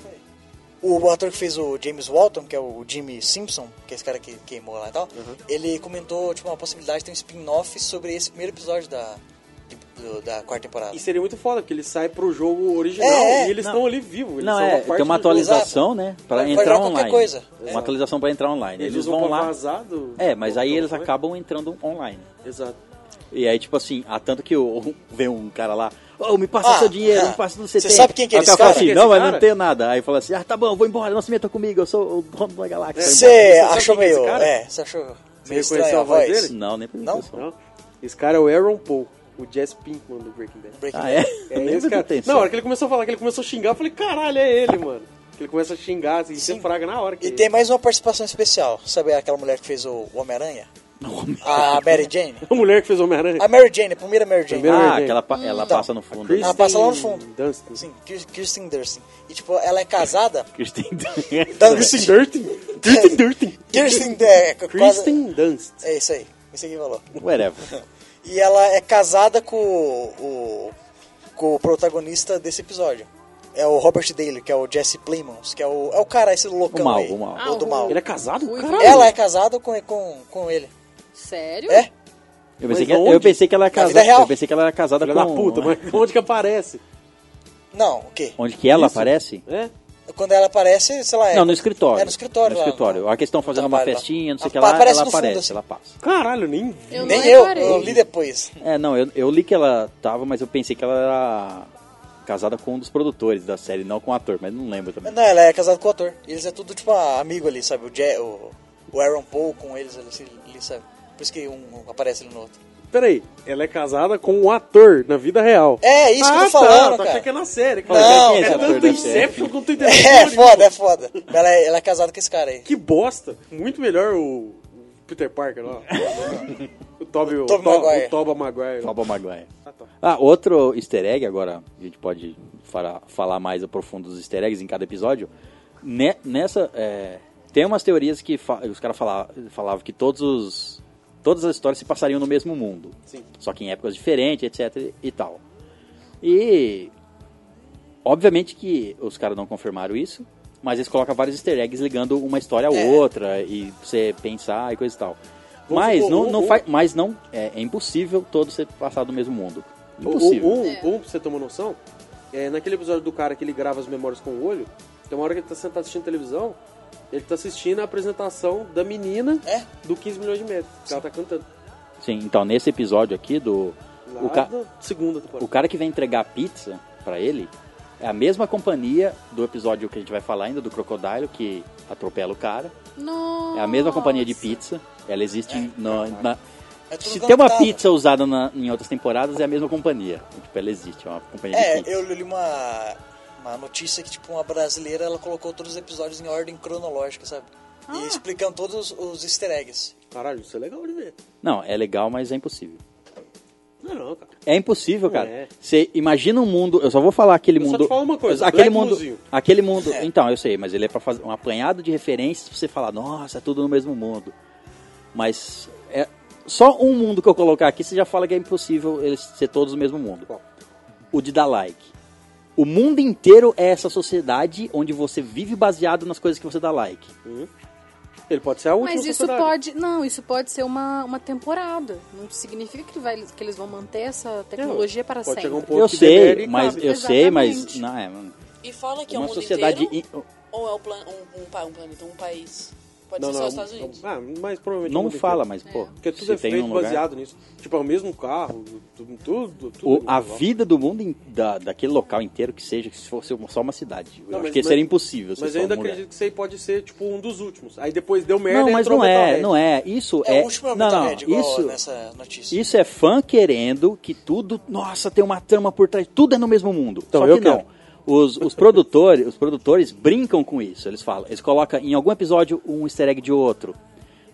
S5: O ator que fez o James Walton, que é o Jimmy Simpson, que é esse cara que queimou lá e tal,
S4: Uhum.
S5: ele comentou, tipo, uma possibilidade de ter um spin-off sobre esse primeiro episódio da, de- do- da quarta temporada.
S4: E seria muito foda, porque ele sai pro jogo original
S5: É, é.
S4: e eles
S1: Não.
S4: estão ali vivos. Eles
S1: não,
S4: são
S1: é,
S4: uma parte
S1: tem uma
S4: do jogo.
S1: atualização, né? Pra
S5: Vai
S1: entrar
S5: jogar qualquer
S1: online.
S5: coisa.
S1: Uma atualização pra entrar online.
S4: Eles,
S1: Eles,
S4: vão
S1: vão lá.
S4: vazado. é?
S1: É, mas aí eles acabam entrando online.
S4: Exato.
S1: E aí, tipo assim, há tanto que o- vem um cara lá, ô, me passa
S5: Ah,
S1: seu dinheiro,
S5: ah.
S1: me passa tudo que você
S5: Você
S1: tem.
S5: sabe quem que é
S1: Aí o
S5: esse
S1: cara fala
S5: cara?
S1: assim,
S4: Quem que é
S1: não,
S4: esse
S1: mas não
S4: cara?
S1: tenho nada. Aí fala assim, ah, tá bom, vou embora, não se meta comigo, eu sou o dono da galáxia. vou embora."
S5: Você
S4: sabe
S5: achou
S4: quem é esse
S5: meio.
S4: cara?
S5: É, você achou
S4: Você
S5: meio
S4: reconheceu
S5: estranha a
S4: a voz
S5: voz?
S4: dele?
S1: Não, nem por
S5: Não?
S1: isso.
S4: Não? Esse cara é o Aaron Paul, o Jess Pinkman do Breaking Bad.
S5: Breaking
S1: Ah, é? <laughs>
S4: É
S1: nem
S4: esse
S1: prestei
S4: cara.
S1: atenção.
S4: Na hora que ele começou a falar, que ele começou a xingar, eu falei, caralho, é ele, mano. Que ele começa a xingar, assim,
S5: Sim.
S4: você fraga na hora. Que...
S5: E tem mais uma participação especial. Sabe aquela mulher que fez o Homem-Aranha?
S1: <laughs> Ah,
S5: A Mary Jane?
S4: <laughs> A mulher que fez o Homem-Aranha.
S5: A Mary Jane, a primeira Mary Jane.
S4: Primeira
S1: Ah,
S4: Mary
S1: aquela pa- ela
S5: Então,
S1: passa no fundo. <laughs>
S4: Kristen
S5: Ah, passa lá no fundo.
S4: Dunst.
S5: Sim, Kir- Kirsten Durstin. E tipo, ela é casada.
S1: Kristen
S5: Dunst.
S4: Kristen Dirty. Kristen Dirty.
S5: Kirsten é, quase...
S4: Kristen Dunst.
S5: É isso aí. Isso aqui falou.
S1: Whatever.
S5: E ela é casada com o, o- com o protagonista desse episódio. É o Robert Daly, que é o Jesse Plemons, que é o, é o cara, esse loucão
S1: O mal,
S5: aí.
S1: o mal.
S3: Ah,
S5: do
S3: o-
S5: mal.
S4: Ele é casado,
S3: Ui,
S4: caralho.
S5: Ela é casada com, com, com ele.
S3: Sério?
S5: É?
S1: Eu pensei,
S4: Mas
S1: que, eu
S4: onde?
S1: pensei que ela era
S5: vida
S1: casada.
S5: real.
S1: Eu pensei que ela era casada
S4: Filha
S1: com.
S4: da puta, mas onde que aparece?
S5: Não, o quê?
S1: Onde que ela
S4: Isso.
S1: aparece?
S4: É?
S5: Quando ela aparece, sei lá. é-
S1: Não, no escritório.
S5: É no escritório.
S1: No
S5: lá,
S1: escritório. A questão fazendo uma
S5: trabalho lá.
S1: festinha, não sei o que
S5: Ela
S1: lá,
S5: aparece
S1: ela
S5: no fundo,
S1: aparece,
S5: assim.
S1: ela passa.
S4: Caralho, nem vi.
S3: Eu
S5: Nem
S3: não é
S5: eu,
S3: reparei.
S5: eu li depois.
S1: É, não, eu, eu li que ela tava, mas eu pensei que ela era casada com um dos produtores da série, não com o ator, mas não lembro também.
S5: Não, ela é casada com o ator. Eles é tudo, tipo, ah, amigo ali, sabe? O, Je- o, o Aaron Paul com eles ali, assim, ali, sabe? Por isso que um aparece ali no outro. <laughs>
S4: Peraí, ela é casada com um ator na vida real.
S5: É, isso que eu tô
S4: tá,
S5: falando, cara.
S4: Tá que é na série, cara.
S5: Não,
S4: é
S1: cara.
S4: tanto Inception que eu não tô <laughs> entendendo. porra
S5: É
S4: nenhuma.
S5: foda, é foda. Ela é, ela é casada com esse cara aí.
S4: Que bosta. Muito melhor o Peter Parker, ó. o Toby, o,
S5: Tobey
S4: To-
S5: Maguire.
S4: o Toba Maguire.
S1: Toba Maguire.
S4: Ah, tá.
S1: Ah, outro easter egg, agora a gente pode fara- falar mais a profundo dos easter eggs em cada episódio. Ne- nessa. é, tem umas teorias que fa- os caras fala- falavam que todos os. Todas as histórias se passariam no mesmo mundo.
S4: Sim.
S1: Só que em épocas diferentes, etc. e tal. E. Obviamente que os caras não confirmaram isso, mas eles colocam vários easter eggs ligando uma história à
S5: É.
S1: outra e você pensar e coisa e tal.
S4: Vamos
S1: mas,
S4: supor,
S1: não,
S4: um-
S1: não
S4: um-
S1: faz, mas não. É, é impossível todo ser passado no mesmo mundo. É Impossível.
S4: Um, um, um, pra você ter uma noção, é, naquele episódio do cara que ele grava as memórias com o olho, tem uma hora que ele tá sentado assistindo televisão, ele tá assistindo a apresentação da menina
S5: É?
S4: do 15 milhões de metros, que ela tá cantando.
S1: Sim, então nesse episódio aqui do.
S4: Lá
S1: O, ca-
S4: da segunda
S1: o
S4: temporada.
S1: cara que vem entregar pizza pra ele é a mesma companhia do episódio que a gente vai falar ainda, do Crocodilo, que atropela o cara.
S3: Nossa.
S1: É a mesma companhia de pizza. Ela existe na- na.
S5: É tudo
S1: Se tem uma
S5: conectado.
S1: pizza usada na- em outras temporadas, é a mesma companhia. Tipo, ela existe, é uma companhia de
S5: É,
S1: pizza.
S5: eu li uma, uma notícia que, tipo, uma brasileira, ela colocou todos os episódios em ordem cronológica, sabe?
S1: Ah.
S5: E explicando todos os easter eggs.
S4: Caralho, isso é legal de ver.
S1: Não, é legal, mas é impossível.
S4: Não, não, cara.
S1: É impossível,
S4: Não
S1: cara.
S4: é.
S1: Você imagina um mundo. Eu só vou falar aquele
S4: Eu só
S1: mundo.
S4: te falo uma coisa,
S1: Aquele
S4: Black
S1: mundo.
S4: Museum.
S1: Aquele mundo.
S5: É.
S1: Então, eu sei, mas ele é pra fazer um apanhado de referências pra você falar, nossa, é tudo no mesmo mundo. Mas é só um mundo que eu colocar aqui, você já fala que é impossível eles ser todos no mesmo mundo.
S4: Qual?
S1: O de dar like. O mundo inteiro é essa sociedade onde você vive baseado nas coisas que você dá like.
S4: Ele pode ser a última
S3: Mas isso
S4: sociedade.
S3: pode. Não, isso pode ser uma, uma temporada. Não significa que, vai- que eles vão manter essa tecnologia para
S4: pode
S3: sempre.
S4: chegar um ponto
S1: Eu
S4: que deveria
S1: sei,
S4: e
S1: mas
S4: cabe.
S1: eu sei, mas
S3: Exatamente.
S1: não é mano,
S6: E fala que é
S1: uma
S6: o mundo
S1: sociedade
S6: inteiro,
S1: in-
S6: ou é o plan- um, um, pa- um planeta, um país. Pode
S4: Não,
S6: ser
S4: não,
S6: só
S1: é
S6: os
S1: um-
S6: Estados Unidos.
S4: Ah, mas provavelmente
S1: não
S4: muda
S1: fala,
S4: inteiro.
S1: mas pô,
S4: Porque tudo
S1: se
S4: é
S1: tem
S4: feito
S1: um lugar-
S4: baseado nisso. Tipo, é o mesmo carro, tudo, tudo, tudo é
S1: O- a
S4: igual.
S1: vida do mundo, in- da, daquele local inteiro, que seja, que se fosse uma- só uma cidade. Eu
S4: Não,
S1: acho
S4: mas-
S1: que
S4: mas-
S1: seria impossível. ser
S4: Mas
S1: só
S4: eu ainda
S1: uma mulher.
S4: acredito que isso aí pode ser, tipo, um dos últimos. Aí depois deu merda
S1: Não,
S4: e
S1: mas
S4: entrou um
S1: não é,
S4: Metalhead.
S1: não é. Isso
S5: É,
S1: é.
S5: o último é o
S1: não, não,
S5: Metalhead, igual
S1: isso,
S5: nessa notícia.
S1: isso é fã querendo que tudo. Nossa, tem uma trama por trás, tudo é no mesmo mundo.
S4: Então,
S1: só
S4: eu
S1: que não.
S4: quero.
S1: Os, os produtores, os produtores brincam com isso, eles falam. Eles colocam em algum episódio um easter egg de outro.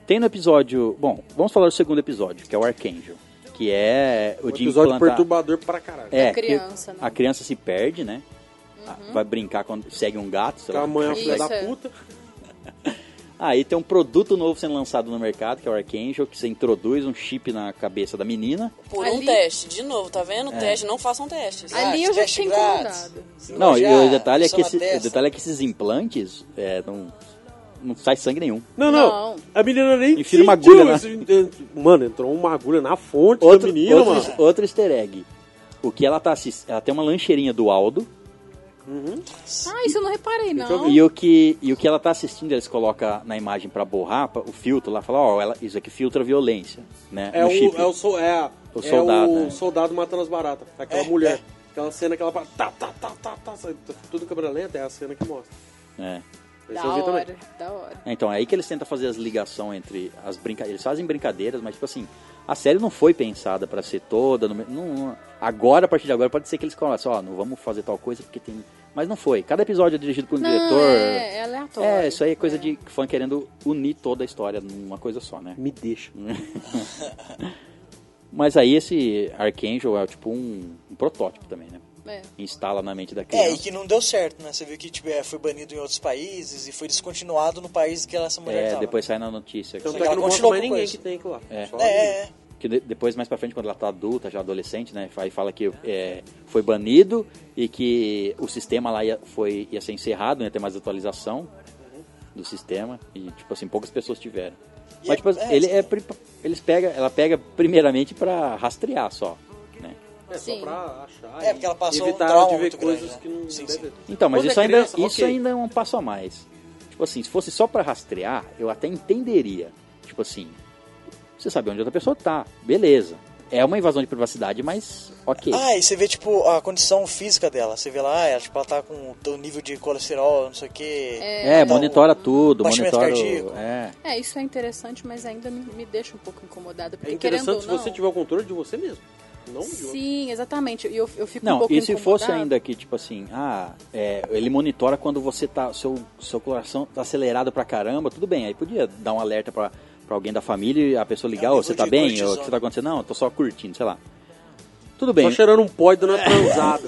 S1: Tem no episódio. Bom, vamos falar do segundo episódio, que é o Archangel. Que é o
S4: Um
S1: de
S4: episódio
S1: implantar.
S4: perturbador pra caralho.
S1: É,
S3: Da criança,
S1: que
S3: né? Uhum.
S1: A criança se perde, né? A- Vai brincar quando segue um gato, sei lá.
S4: Aquela mãe é uma filha
S3: Isso,
S4: da
S3: é.
S4: puta.
S1: Aí tem um produto novo sendo lançado no mercado, que é o Archangel, que você introduz um chip na cabeça da menina.
S6: Por um
S3: Ali-
S6: teste, de novo, tá vendo?
S1: É.
S6: Teste, não façam testes.
S5: Ah,
S3: Ali
S5: de
S3: eu já
S5: teste
S3: tinha
S5: grátis.
S3: incomodado.
S5: Sim,
S1: Não,
S5: já,
S1: e o detalhe, é
S5: só
S1: que
S5: na
S1: esse- o
S5: testa.
S1: detalhe é que esses implantes é, não, não sai sangue nenhum.
S4: Não, não,
S3: Não.
S4: A menina nem
S1: Enfia uma
S4: sentiu
S1: agulha, né?
S4: esse- Mano, entrou uma agulha na fonte da menina,
S1: outro,
S4: mano.
S1: outro easter egg. O que ela tá assistindo. Ela tem uma lancheirinha do Aldo.
S3: Ah, isso eu não reparei, não.
S1: E o, que, e o que ela tá assistindo, eles colocam na imagem pra borrar pra- o filtro lá, fala, ó, ela- isso aqui filtra violência, né?
S4: É
S1: no
S4: o,
S1: chip.
S4: é o, so- é a-
S1: O
S4: é
S1: soldado,
S4: o
S1: né?
S4: soldado matando as baratas. Aquela
S5: É,
S4: mulher. Aquela cena que ela fala, tá, tá, tá, tá, tá, sai tudo câmera lenta, é a cena que mostra.
S1: É.
S4: Esse
S3: Da
S4: eu vi também.
S3: hora, da hora.
S1: Então, é aí que eles tentam fazer as ligações entre as brincadeiras. Eles fazem brincadeiras, mas, tipo assim, a série não foi pensada pra ser toda. no me- não- não- agora, a partir de agora, pode ser que eles falem assim, ó, não vamos fazer tal coisa porque tem. Mas não foi. Cada episódio é dirigido por um
S3: Não,
S1: diretor.
S3: é- é aleatório.
S1: É, isso aí é coisa
S3: É.
S1: de fã querendo unir toda a história numa coisa só, né?
S4: Me deixa.
S1: <laughs> Mas aí esse Archangel é tipo um, um protótipo também, né?
S3: É.
S1: Instala na mente da
S5: É, e
S1: criança.
S5: que não deu certo, né? Você viu que tipo, é, foi banido em outros países e foi descontinuado no país que ela- essa mulher
S1: É,
S5: tava.
S1: depois sai na notícia.
S4: Tanto
S1: que-
S4: é que
S5: ela
S4: não mostra
S5: continuou
S4: mais
S5: com
S4: ninguém
S5: isso.
S4: que tem aquilo lá.
S1: É.
S4: Só-
S5: É, é,
S1: que de- depois mais pra frente quando ela tá adulta já adolescente né aí fala que é, foi banido e que o sistema lá ia, foi ia ser encerrado não ia ter mais atualização do sistema e tipo assim poucas pessoas tiveram
S5: E
S1: mas
S5: é-
S1: tipo assim,
S5: é,
S1: ele
S5: sim.
S1: é pri- eles pega ela pega primeiramente pra rastrear só né
S4: É, só
S3: Sim.
S4: pra achar.
S5: É,
S4: e
S5: porque ela passou um
S4: evitar
S5: trauma
S4: de ver
S5: muito grande,
S4: coisas
S5: né?
S4: que não
S5: Sim,
S4: deve-
S5: sim.
S1: Então, mas
S4: Quando é
S1: isso, ainda,
S4: criança,
S1: isso
S4: ok.
S1: ainda é um passo a mais. Tipo assim, se fosse só pra rastrear, eu até entenderia. Tipo assim, você sabe onde outra pessoa tá, beleza. É uma invasão de privacidade, mas ok.
S5: Ah, e você vê, tipo, a condição física dela. Você vê lá, ah, ela, tipo, ela tá com o nível de colesterol, não sei o quê.
S1: é,
S5: Então,
S1: monitora tudo,
S5: batimento
S1: monitora. o-
S5: cardíaco.
S1: É.
S3: É, isso é interessante, mas ainda me, me deixa um pouco incomodada.
S4: É
S3: Porque querendo
S4: interessante
S3: ou
S4: se
S3: não...
S4: você tiver um o controle de você mesmo. Não de outro.
S3: Sim, exatamente. E eu, eu fico um
S1: Não,
S3: pouco
S1: e se fosse
S3: incomodada.
S1: ainda que, tipo assim, ah, é, ele monitora quando você tá. Seu, seu coração tá acelerado pra caramba, tudo bem. Aí podia dar um alerta pra, pra alguém da família e a pessoa ligar,
S5: um
S1: ô,
S5: nível
S1: você tá
S5: de
S1: bem?
S5: cortisol.
S1: Ou, o que você tá acontecendo? Não, eu tô só curtindo, sei lá. Tudo
S4: Só
S1: bem.
S4: cheirando um pó e dando uma transada.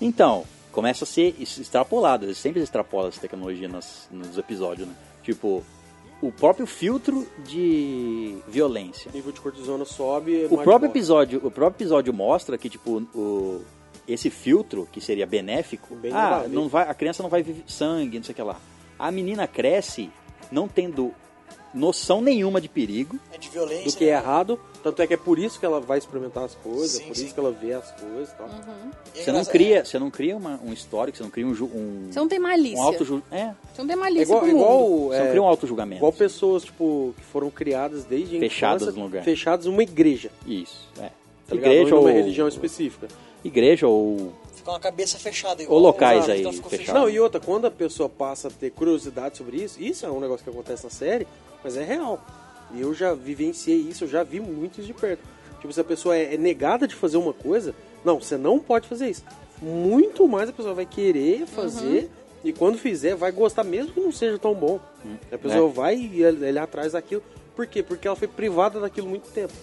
S1: Então, começa a ser es- extrapolado. Eles sempre extrapolam essa tecnologia nas- nos episódios, né? Tipo, o próprio filtro de violência.
S4: o <laughs> nível de cortisona sobe. é
S1: O
S4: mais
S1: próprio
S4: morre.
S1: episódio, o próprio episódio mostra que tipo o esse filtro que seria benéfico,
S4: Bem nada a
S1: ah,
S4: ver.
S1: não vai, a criança não vai viver sangue, não sei o que lá. A menina cresce não tendo noção nenhuma de perigo.
S5: É de violência.
S4: do que é
S5: né?
S4: errado. Tanto é que é por isso que ela vai experimentar as coisas,
S5: Sim,
S4: é por
S5: sim.
S4: isso que ela vê as coisas e tal.
S5: E é
S1: Você não
S5: engraçado-
S1: cria, você não cria uma- um histórico, você não cria um ju- um,
S3: Você não tem
S1: um
S3: malícia.
S1: auto ju- é,
S3: Você não tem
S4: É
S3: malícia
S4: igual,
S3: pro mundo.
S4: igual,
S1: você não
S4: é,
S1: cria um auto julgamento.
S4: igual pessoas, tipo, que foram criadas desde a
S1: Fechadas
S4: infância,
S1: num lugar.
S4: Fechadas numa igreja.
S1: Isso, é.
S4: Tá ligado?
S1: igreja
S4: Ou
S1: ou
S4: numa religião específica.
S1: igreja ou
S5: Fica uma cabeça fechada.
S1: Ou locais
S5: Exato,
S1: aí,
S5: então ficou
S1: fechado.
S5: fechado.
S4: Não, e outra, quando a pessoa passa a ter curiosidade sobre isso, isso é um negócio que acontece na série, mas é real. E eu já vivenciei isso, eu já vi muito isso de perto. Tipo, se a pessoa é, é negada de fazer uma coisa, não, você não pode fazer isso. Muito mais a pessoa vai querer
S1: Uhum.
S4: fazer e quando fizer vai gostar, mesmo que não seja tão bom.
S1: Uhum.
S4: a
S1: É.
S4: pessoa vai e ele ele atrás daquilo. Por quê? Porque ela foi privada daquilo muito tempo.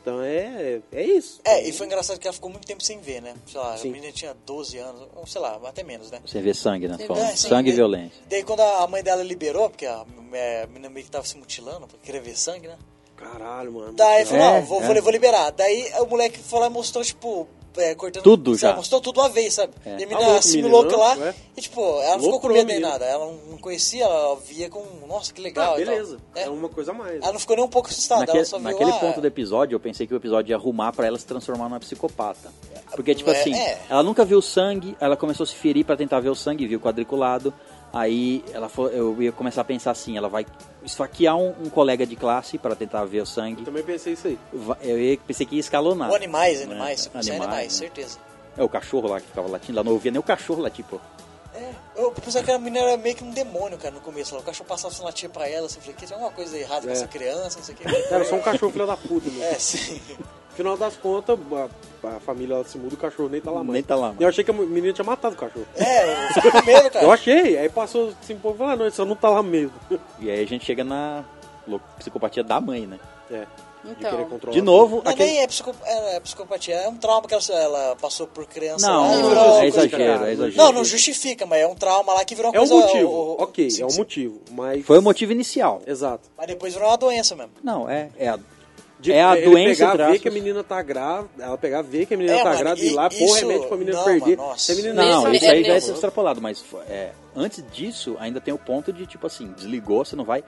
S4: Então é, é isso.
S5: É, e foi engraçado que ela ficou muito tempo sem ver, né? Sei lá,
S4: Sim.
S5: a menina tinha 12 anos, ou sei lá, até menos, né?
S1: você vê sangue, né?
S3: Você
S1: Só
S3: vê
S5: É, sim.
S1: sangue e
S5: Daí-
S1: violência.
S5: Daí quando a mãe dela liberou, porque a é, a menina meio que tava se mutilando, porque queria ver sangue, né?
S4: Caralho, mano.
S5: Daí ele falou,
S1: É,
S5: não, vou,
S1: é.
S5: vou- vou liberar. Daí o moleque foi lá e mostrou, tipo, é, cortando...
S1: Tudo
S5: sabe,
S1: já.
S5: Mostrou tudo uma vez, sabe? E a
S4: Ah,
S5: menina
S4: louco,
S5: assimilou
S4: menino,
S5: aquilo lá.
S4: ué.
S5: E, tipo, ela não ficou com
S4: Loucura,
S5: medo nem
S4: menino.
S5: nada. Ela não conhecia, ela via com... Nossa, que legal.
S4: Ah,
S5: e tal.
S4: beleza.
S5: É.
S4: É. uma coisa a mais.
S5: Ela não ficou nem um pouco assustada.
S1: Naquele,
S5: ela só viu,
S1: naquele
S5: ah,
S1: ponto do episódio, eu pensei que o episódio ia arrumar pra ela se transformar numa psicopata. Porque, tipo
S5: É,
S1: assim,
S5: é.
S1: ela nunca viu sangue, ela começou a se ferir pra tentar ver o sangue, viu quadriculado. Aí ela foi, eu ia começar a pensar assim, ela vai esfaquear um, um colega de classe pra tentar ver o
S4: Eu
S1: sangue.
S4: também pensei isso aí.
S1: Va- Eu ia- pensei que ia escalonar.
S5: Ou animais,
S1: né?
S5: animais. Você consegue animais,
S1: né?
S5: certeza.
S1: É o cachorro lá que ficava latindo, ela não ouvia nem o cachorro latir, pô.
S5: É, eu pensava que a menina era meio que um demônio, cara, no começo. Lá. O cachorro passava sem latir pra ela, assim, eu falei, que tem alguma coisa errada com
S4: É.
S5: essa criança, não sei o quê.
S4: Cara, só um cachorro filho da puta, mano.
S5: É, sim. <laughs>
S4: Final das contas, a, a família ela se muda, o cachorro nem tá lá mais.
S1: Nem tá lá, mano.
S4: Eu achei que a menina tinha matado o cachorro.
S5: É, foi o primeiro, cara.
S4: Eu achei, aí passou assim um pouco e falou, ah, não, ele só não tá lá mesmo. <laughs>
S1: E aí a gente chega na lou- psicopatia da mãe, né?
S4: É, de querer
S3: Então,
S4: controlar.
S1: De novo,
S5: Não,
S1: aquele...
S5: nem é, psico- é, é psicopatia, é um trauma que ela, ela passou por criança.
S1: Não,
S5: lá, e
S4: não,
S5: virou-
S4: não,
S1: é
S4: coisa,
S1: exagero,
S4: cara.
S1: é exagero.
S5: Não, não justifica, mas é um trauma lá que virou uma
S4: É um
S5: coisa...
S4: motivo,
S5: o- o-
S4: ok,
S5: sim,
S4: é um
S5: sim.
S4: motivo, mas...
S1: Foi o motivo inicial.
S4: Exato.
S5: Mas depois virou uma doença mesmo.
S1: Não, é, é a
S4: De-
S1: É a
S4: ele
S1: doença, entre
S4: pegar, ver
S1: aspas.
S4: que a menina tá grávida, ela pegar, ver que a menina
S5: É,
S4: tá
S5: mano,
S4: grávida e ir
S5: e
S4: lá, pôr
S5: isso-
S4: remédio pra menina
S5: não,
S4: perder.
S5: mano,
S4: Se a menina
S1: Não,
S3: Mesmo
S1: isso aí já é
S3: mesmo.
S1: extrapolado, mas é, antes disso, ainda tem o ponto de, tipo assim, desligou, você não vai.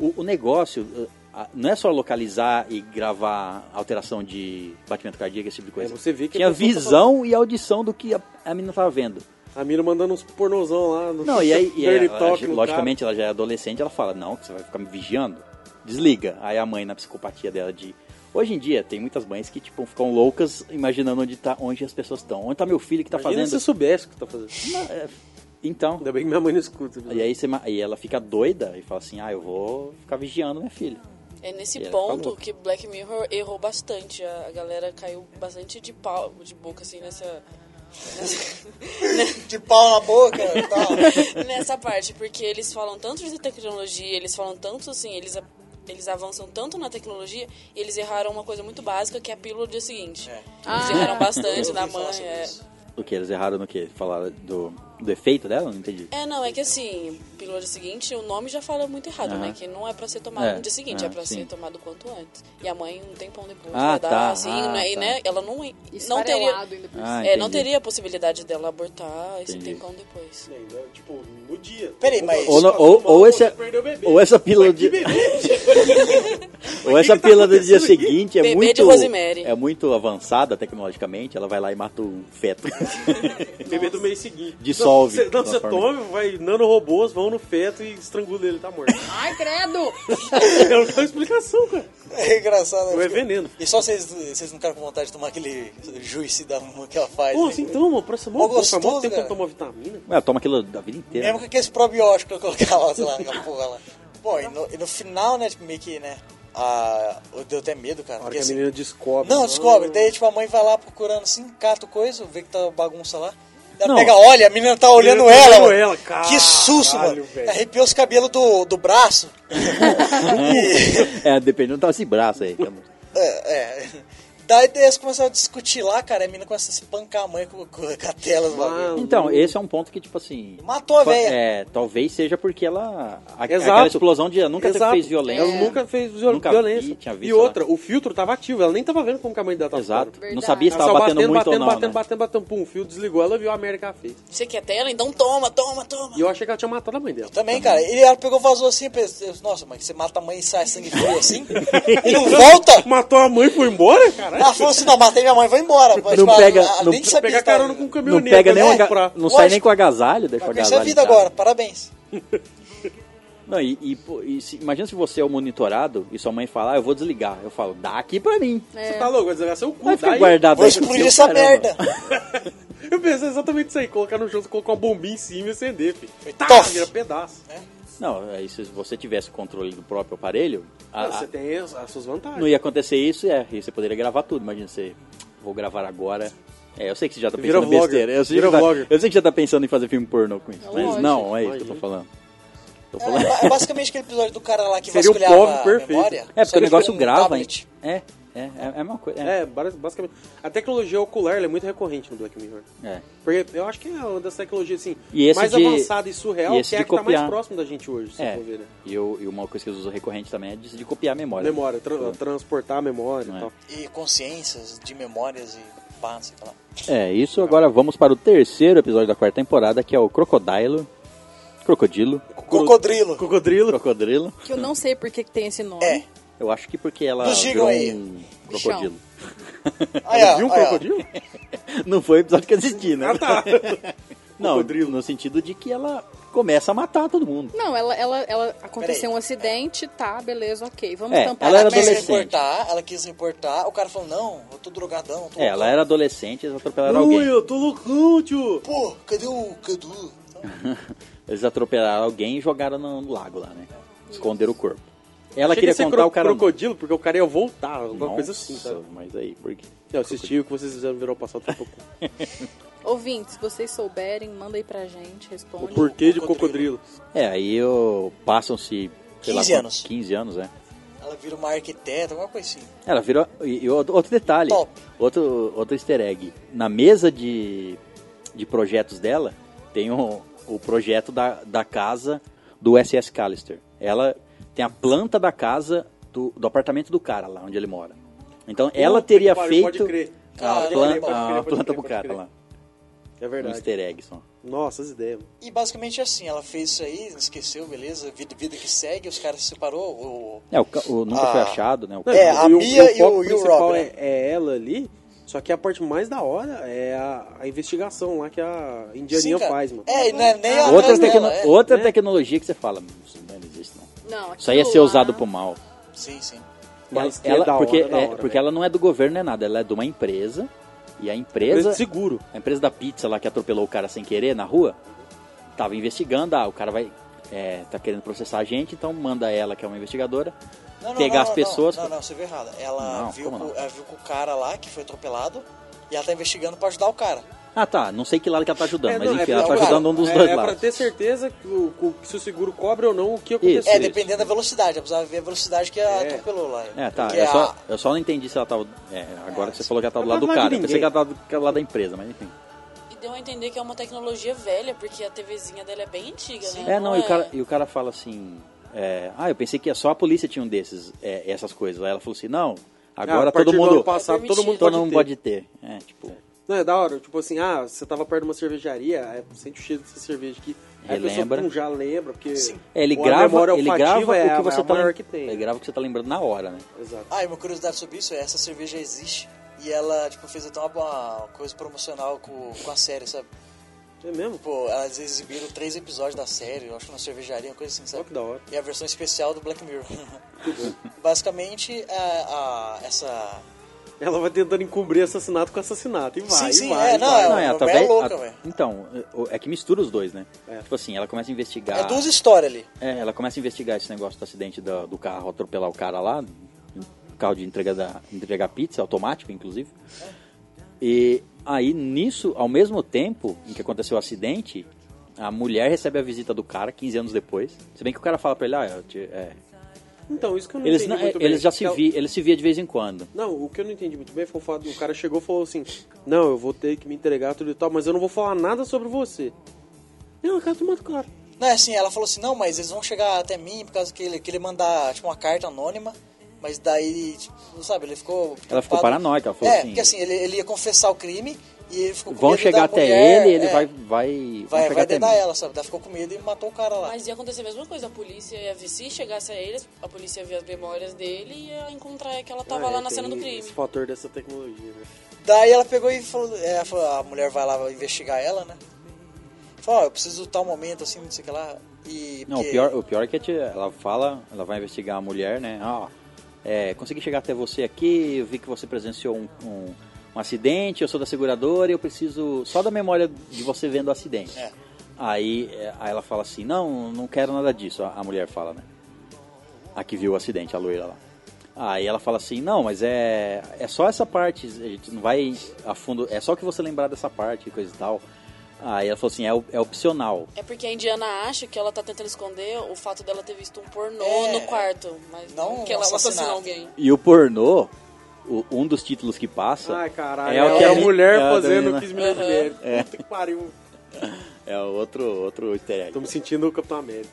S1: O, o negócio eh, a- não é só localizar e gravar alteração de batimento cardíaco, esse tipo de coisa.
S4: É, você vê que
S1: Tinha
S4: a pessoa tá
S1: visão e audição do que a, a menina tava vendo.
S4: A menina mandando uns pornozão lá no
S1: Não, e aí, e aí
S4: dirty
S1: ela-
S4: talk no
S1: logicamente, ela já é adolescente, ela fala, não, que você vai ficar me vigiando. Desliga. Aí a mãe, na psicopatia dela de. Hoje em dia, tem muitas mães que, tipo, ficam loucas imaginando onde, tá, onde as pessoas estão. Onde tá meu filho que tá
S4: cara. Imagina se
S1: fazendo.
S4: você soubesse o que tá fazendo.
S1: Então.
S4: Ainda bem que minha mãe não escuta.
S1: E aí você, ma- e ela fica doida e fala assim, ah, eu vou ficar vigiando minha filha.
S6: É nesse
S1: E ela
S6: ponto
S1: falou.
S6: que Black Mirror errou bastante. A a galera caiu bastante de pau, de boca, assim, nessa.
S5: De pau na boca e
S4: <laughs>
S5: tal.
S6: <laughs> nessa parte, porque eles falam tanto de tecnologia, eles falam tanto assim, eles, a- eles avançam tanto na tecnologia, e eles erraram uma coisa muito básica, que é a pílula do dia seguinte.
S5: É.
S6: Eles
S1: Ah.
S6: erraram bastante
S5: Eu
S6: na
S5: ouvi falar
S6: mãe.
S5: sobre
S6: É.
S5: isso.
S1: O que? Eles erraram no que? Falaram do, do efeito dela? Não entendi.
S6: É, não, é que assim, pílula do dia seguinte, o nome já fala muito errado,
S1: Aham.
S6: né? Que não é pra ser tomado
S1: É,
S6: no dia seguinte,
S1: é,
S6: é pra
S1: sim.
S6: ser tomado quanto antes. E a mãe, um tempão depois,
S1: Ah,
S6: vai
S1: tá,
S6: dar, assim,
S1: ah,
S6: né? E,
S1: tá. é
S6: né, ela não, não teria...
S3: esfarelado ainda por
S1: Ah,
S6: É, não
S1: entendi.
S6: teria a possibilidade dela abortar esse
S1: Entendi.
S6: tempão depois.
S4: Tipo, no dia.
S5: é Peraí, mas-
S1: é, Ou, não- ou, ou, esse, ou essa pílula de... Ou essa pílula do dia seguinte é
S6: Bebê
S1: muito.
S6: de Rosemary.
S1: É muito avançada tecnologicamente, ela vai lá e mata um feto.
S4: Beber do mês seguinte.
S1: Dissolve,
S4: Não, você, não,
S1: de uma
S4: você
S1: forma.
S4: toma, vai nanorobôs, vão no feto e estrangula ele, tá <laughs> morto.
S3: Ai, credo!
S4: é uma explicação, cara.
S5: <laughs> É engraçado.
S4: Ou é
S5: né?
S4: veneno.
S5: E só vocês, vocês não ficaram com vontade de tomar aquele juice da mão que ela faz.
S4: Pô,
S5: né?
S4: assim, então, mano, parece mó
S5: Mó
S4: bom, faz mó
S5: gostoso, né?
S4: tempo que eu
S5: cara.
S4: tomo vitamina.
S1: Ela toma aquilo da vida inteira.
S5: Mesmo com aqueles probióticos que eu colocava, sei lá, aquela porra lá. Bom, e no, e no final, né, tipo, meio que, né, a, eu deu até medo, cara.
S4: A hora
S5: porque
S4: que a
S5: assim-
S4: menina descobre.
S5: Não,
S4: mano.
S5: descobre. Daí, tipo, a mãe vai lá procurando assim, cata o coisa, vê que tá bagunça lá. Ela
S1: Não.
S5: pega, olha, a menina tá olhando
S4: menina tá
S5: ela.
S4: olhando
S5: mano.
S4: ela, caralho,
S5: que susto, mano.
S4: velho.
S5: Arrepiou os cabelos do, do braço.
S1: <laughs>
S5: E-
S1: É, dependendo tá esse braço aí.
S5: é, é. Daí eles começaram a discutir lá, cara. A menina começa a se pancar a mãe com, com, com a tela do bagulho.
S4: Mano.
S1: Então, esse é um ponto que, tipo assim.
S5: Matou a
S1: fa-
S5: véia.
S1: É, talvez seja porque ela. A, Aquela
S4: Exato.
S1: explosão de. Ela nunca
S4: Exato.
S1: fez violência. né?
S4: Ela nunca fez viol-
S1: Nunca vi,
S4: violência.
S1: tinha visto,
S4: e outra, o filtro tava ativo, ela nem tava vendo como que a mãe dela tava
S1: Exato.
S4: ficando.
S1: Não
S3: Verdade.
S1: sabia se
S4: Ela
S1: tava
S4: Tá só
S1: batendo,
S4: batendo,
S1: muito
S4: batendo,
S1: ou não.
S4: batendo,
S1: né?
S4: batendo, batendo, pum, o fio desligou, ela viu a merda que ela fez.
S6: Você quer tela? Então toma, toma, toma.
S4: E eu achei que ela tinha matado a mãe dela.
S5: Também, cara. E ela pegou, vazou assim. pensei, Nossa, mãe, você mata a mãe e sai sangue
S4: <laughs>
S5: frio assim? e não volta?
S4: Matou a mãe e foi embora? Caralho.
S5: Ela falou assim: não, matei minha mãe, vou embora. Mas, tipo,
S1: pega-
S5: ela- ela
S1: não
S5: nem
S1: pe-
S5: sabia
S4: Pegar
S5: que tava-
S4: carona com um
S1: Não
S4: caminhoneiro.
S1: pega nem
S4: pra
S1: o
S4: ir
S1: aga-
S4: comprar.
S1: Não sai nem
S5: Lógico.
S1: com agasalho, deixa o
S5: Vai conhecer a
S1: agasalho. em
S5: vida
S1: casa.
S5: agora, parabéns.
S1: Não, e, e, pô, e se- imagina se você é o monitorado e sua mãe falar, "Ah, eu vou desligar. Eu falo, dá aqui pra mim.
S4: Você tá louco, vai desligar seu cu.
S1: Vai ficar
S4: daí.
S1: guardado
S5: Vou
S1: aí pro
S5: explodir
S1: seu
S5: essa
S1: Ah, caramba. <laughs>
S5: merda.
S4: Eu pensei exatamente isso aí, colocar no jogo, colocar uma bombinha em cima e acender, filho. Tá,
S5: Tof.
S4: vira pedaço.
S1: Não, aí se você tivesse controle do próprio aparelho, a-
S4: Não, você
S1: a-
S4: tem as, as suas vantagens.
S1: não ia acontecer isso e, é, e você poderia gravar tudo. Imagina você, vou gravar agora. É, eu sei que você já tá
S4: Vira
S1: pensando em
S4: vlogger,
S1: besteira. Eu sei,
S4: vira
S1: que tá-
S4: vlogger.
S1: eu sei que já tá pensando em fazer filme pornô com isso.
S3: É
S1: mas
S3: lógico,
S1: não, é isso que eu tô falando. Tô
S5: É,
S1: falando.
S5: ba- é basicamente aquele episódio do cara lá que
S4: Seria o
S5: vasculhava
S4: povo
S5: a
S4: perfeito.
S5: memória.
S1: É, porque
S5: só
S1: o
S5: que
S1: negócio
S5: num
S1: grava, hein?
S5: um tablet.
S1: É, é, é, é uma coisa. É,
S4: É, bas- basicamente. A tecnologia ocular ela é muito recorrente no Black Mirror.
S1: é.
S4: Porque eu acho que é uma das tecnologias assim,
S1: E esse
S4: mais
S1: de-
S4: avançada e surreal,
S1: e esse
S4: que é a
S1: de
S4: que tá mais
S1: copiar.
S4: próximo da gente hoje, se
S1: É,
S4: for ver, né?
S1: E, eu- e uma coisa que eu uso recorrente também é de, de copiar a memória.
S4: Memória, tra- transportar a memória
S1: Não é.
S4: e tal.
S5: E consciências de memórias e pá, não sei o que lá.
S1: É, isso agora vamos para o terceiro episódio da quarta temporada, que é o Crocodilo. Crocodilo.
S5: Cocodrilo.
S4: Cocodrilo.
S1: Crocodrilo.
S3: Que eu não sei por que, que tem esse nome.
S5: É.
S1: Eu acho que porque ela
S5: Nos digam
S1: virou
S5: aí,
S1: um
S3: bichão.
S1: crocodilo. <laughs>
S5: Aí, ó,
S4: Viu um
S5: aí, ó.
S4: crocodilo?
S1: Não foi o episódio que eu assisti, né?
S4: Ah, tá.
S1: <laughs> Não, no sentido de que ela começa a matar todo mundo.
S3: Não, ela, ela, ela aconteceu
S5: Peraí.
S3: um acidente, tá, beleza, ok. Vamos
S1: É,
S3: tampar
S1: ela
S5: Ela,
S1: era
S5: quis
S1: adolescente.
S5: reportar, ela quis reportar, o cara falou, não, eu tô drogadão, tô
S1: É, ela era adolescente, eles atropelaram
S4: Não,
S1: alguém.
S4: eu tô loucão, tio.
S5: Pô, cadê o Cadu?
S1: Eles atropelaram alguém e jogaram no, no lago lá, né? Esconderam o corpo. Ela
S4: Achei que ia
S1: queria
S4: ser
S1: contar
S4: cro-
S1: o cara. não.
S4: crocodilo, porque o cara ia voltar, alguma coisa
S1: Nossa,
S4: assim, sabe?
S1: Mas aí, por quê?
S4: Eu assisti o que vocês fizeram virar o passado um
S5: <laughs>
S4: pouco.
S3: Ouvintes, se vocês souberem, manda aí pra gente, responde.
S4: O porquê de cocodrilo.
S1: É, aí eu... passam-se. sei lá,
S5: 15 anos.
S1: 15 anos, é.
S5: Ela vira uma arquiteta, alguma coisa assim.
S1: Ela virou. E, e outro outro detalhe.
S5: Top.
S1: Outro, outro easter egg. Na mesa de, de projetos dela, tem o, o projeto da, da casa do SS Callister. Ela tem a planta da casa do, do apartamento do cara lá, onde ele mora. Então ela
S4: Puta que
S1: teria
S4: pariu, pode
S1: feito
S4: crer.
S1: a,
S5: Caramba.
S1: plan-
S5: Pode crer,
S1: a
S4: pode
S1: Ah, planta
S4: crer,
S1: pro
S4: pode
S1: cara
S4: crer.
S1: lá.
S4: É
S1: Um
S4: verdade.
S1: easter egg só.
S4: Nossa, as ideias. mano.
S5: E basicamente assim, ela fez isso aí, esqueceu, beleza, vida, vida que segue, os caras se separou, o...
S1: É, o, ca- o- nunca foi
S5: Ah.
S1: achado, né? O
S5: É,
S1: cara-
S5: a Mia e
S4: foco
S5: o- e o
S4: principal
S5: Rob,
S4: é,
S5: né?
S4: é ela ali, só que a parte mais da hora é a, a investigação lá que a
S1: Um
S4: indianinha
S5: Sim, cara.
S4: faz, mano.
S5: É, e não é nem a
S1: outra
S5: casa
S1: tecno-
S5: dela, é.
S1: outra
S4: Né?
S1: tecnologia que você fala, "Mano, isso não existe não.
S3: Não,
S1: Isso aí ia
S3: aquilo
S1: ser
S3: lá-
S1: usado pro mal.
S5: Sim, sim.
S4: é. Mas que
S1: ela,
S4: é da hora,
S1: porque
S4: da
S1: é-
S4: hora,
S1: porque
S4: velho.
S1: ela não é do governo, não é nada. Ela é de uma empresa. E a empresa,
S4: Preço seguro.
S1: a empresa da pizza lá que atropelou o cara sem querer na rua, tava investigando. Ah, o cara vai. É, tá querendo processar a gente, então manda ela, que é uma investigadora,
S5: Não, não,
S1: pegar
S5: não,
S1: as
S5: não,
S1: pessoas.
S5: Não, não, não, você viu errado. Ela,
S1: Não,
S5: viu
S1: como
S5: com,
S1: não?
S5: ela viu com o cara lá que foi atropelado e ela tá investigando pra ajudar o cara.
S1: Ah, tá. Não sei que lado que ela tá ajudando,
S4: É,
S1: mas
S4: não,
S1: enfim,
S4: é
S1: ela tá
S4: pra-
S1: ajudando um dos
S4: é,
S1: dois
S4: É pra
S1: lados.
S4: ter certeza que o- o- se o seguro cobre ou não o que aconteceu.
S1: Isso.
S5: É, dependendo da velocidade, eu precisava ver a velocidade que ela
S4: É.
S5: atropelou lá.
S1: É, tá.
S5: Porque
S1: Eu
S5: a-
S1: só, eu só não entendi se ela tava. É, agora que você falou que ela tava do
S4: Ela
S1: lado do
S4: tá do lado
S1: cara.
S4: de
S1: Eu pensei que
S4: ninguém.
S1: ela tava do que ela lá da empresa, mas enfim.
S6: E deu a entender que é uma tecnologia velha, porque a TVzinha dela é bem antiga, né?
S1: É, não, e, o cara, e o cara fala assim. é, ah, eu pensei que só a polícia tinha um desses, é, essas coisas. Aí ela falou assim, não,
S4: Ah,
S1: agora
S4: a partir
S1: todo
S4: do ano
S1: mundo.
S4: passado, todo
S1: Todo
S4: mundo pode
S1: mundo
S4: ter.
S1: pode ter. É, tipo.
S4: Não, é da hora. Tipo assim, ah, você tava perto de uma cervejaria, aí sente o cheiro dessa cerveja aqui. Aí a pessoa,
S1: Relembra.
S4: pum, já lembra, porque
S5: Sim.
S1: É, ele
S4: a
S1: grava,
S4: memória
S1: ele
S4: olfativa
S1: grava
S4: é
S1: o
S4: a-
S1: que você
S4: é a
S1: tá
S4: maior
S1: lem-
S4: que tem.
S1: Ele grava o que você tá lembrando na hora, né?
S4: Exato.
S5: Ah, e uma curiosidade sobre isso é essa cerveja existe e ela, tipo, fez até uma, uma coisa promocional com, com a série, sabe?
S4: É mesmo?
S5: Tipo, elas exibiram três episódios da série, eu acho que na cervejaria, uma coisa assim,
S4: Olha
S5: sabe?
S4: que da hora.
S5: E a versão especial do Black Mirror. <laughs> Basicamente, é, a, a- essa...
S4: Ela vai tentando encobrir assassinato com assassinato. E vai,
S5: Sim, sim,
S4: e vai.
S5: é,
S4: e
S5: não,
S4: vai.
S5: é uma novela
S1: bem-
S5: louca,
S1: a-
S5: velho.
S1: Então, é- é que mistura os dois, né?
S4: É.
S1: Tipo assim, ela começa a investigar.
S5: É duas histórias ali.
S1: É, ela começa a investigar esse negócio do acidente do, do carro atropelar o cara lá, o carro de entrega da, entregar pizza, automático, inclusive. E aí, nisso, ao mesmo tempo em que aconteceu o acidente, a mulher recebe a visita do cara 15 anos depois. Se bem que o cara fala pra ele, ah, eu te- é.
S4: Então, isso que eu não
S1: eles,
S4: entendi
S1: não- é,
S4: muito bem. é
S1: eles já se
S4: Ela-
S1: vi, eles se via de vez em quando.
S4: Não, o que eu não entendi muito bem foi o fato do cara chegou e falou assim: Não, eu vou ter que me entregar tudo e tal, mas eu não vou falar nada sobre você. Não, cara, tu mata o cara.
S5: Não, é assim, ela falou assim, não, mas eles vão chegar até mim por causa que ele, que ele mandar, tipo, uma carta anônima, mas daí, tipo, sabe, ele ficou...
S1: Ela ficou
S5: preocupado.
S1: paranoica, ela falou
S5: é,
S1: assim-
S5: porque assim, ele, ele ia confessar o crime e ele ficou com
S1: Vão
S5: medo
S1: chegar
S5: da
S1: até
S5: mulher,
S1: ele, ele
S5: é,
S1: vai, vai, vão
S5: vai,
S1: chegar
S5: vai
S1: até
S5: dedar
S1: mim.
S5: ela, sabe? Daí ficou com medo e matou o cara lá.
S6: Mas ia acontecer a mesma coisa, a polícia ia ver, se chegasse a eles, a polícia ia ver as memórias dele e ia encontrar que ela tava
S4: Ah,
S6: lá
S4: é,
S6: na cena do
S4: tem
S6: crime.
S4: Esse fator dessa tecnologia, né?
S5: Daí ela pegou e falou, é, falou, a mulher vai lá vai investigar ela, né? Falou, ó, eu preciso tal momento, assim, não sei o que lá. E
S1: Não,
S5: porque-
S1: o pior, o pior é que a tia- ela fala, ela vai investigar a mulher, né? Ah, é, consegui chegar até você aqui, eu vi que você presenciou um, um, um acidente, eu sou da seguradora e eu preciso só da memória de você vendo o acidente.
S5: É.
S1: Aí, é, aí ela fala assim, não, não quero nada disso, a, a mulher fala, né? A que viu o acidente, a loira lá. Aí ela fala assim, não, mas é, é só essa parte, a gente não vai a fundo, é só que você lembrar dessa parte e coisa e tal. Aí ela falou assim, é, op- é opcional.
S6: É porque a Indiana acha que ela tá tentando esconder o fato dela ter visto um pornô
S5: É.
S6: no quarto, mas
S5: Não
S6: não que ela assassinou
S5: assassinato.
S6: alguém.
S1: E o pornô, o- um dos títulos que passa.
S5: Ah,
S4: Ai, caralho.
S1: É o que
S4: a
S1: a mi-
S4: mulher
S1: é a
S4: fazendo
S1: menina.
S4: 15 milhões de mulheres. Puta que pariu.
S1: É o outro, outro easter egg.
S4: Tô me sentindo o Capitão América.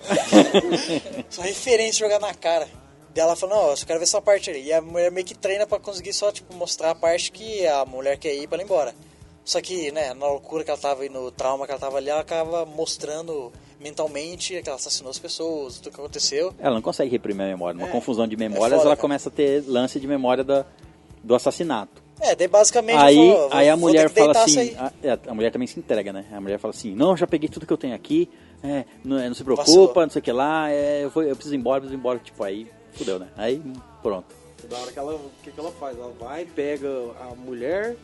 S5: Só referência jogar na cara. Daí ela falou, não, eu só quero ver essa parte ali. E a mulher meio que treina pra conseguir só, tipo, mostrar a parte que a mulher quer ir pra ela ir embora. Só que, né, na loucura que ela tava e no trauma que ela tava ali, ela acaba mostrando mentalmente que ela assassinou as pessoas, tudo que aconteceu.
S1: Ela não consegue reprimir a memória. Uma confusão de memórias,
S5: É, foda,
S1: ela
S5: cara.
S1: começa a ter lance de memória da, do assassinato.
S5: É, daí basicamente ela
S1: Aí,
S5: falou, "Vou-
S1: aí a
S5: vou ter
S1: mulher
S5: que
S1: fala
S5: deitar essa
S1: assim: a,
S5: aí."
S1: é, a mulher também se entrega, né? A mulher fala assim: não, já peguei tudo que eu tenho aqui, é, não, é, não se preocupa,
S5: Vacilou.
S1: não sei o que lá, é, eu, vou- eu preciso ir embora, preciso ir embora. Tipo, aí fudeu, né? Aí pronto.
S4: Da hora que ela. O que, que ela faz? Ela vai, pega a mulher,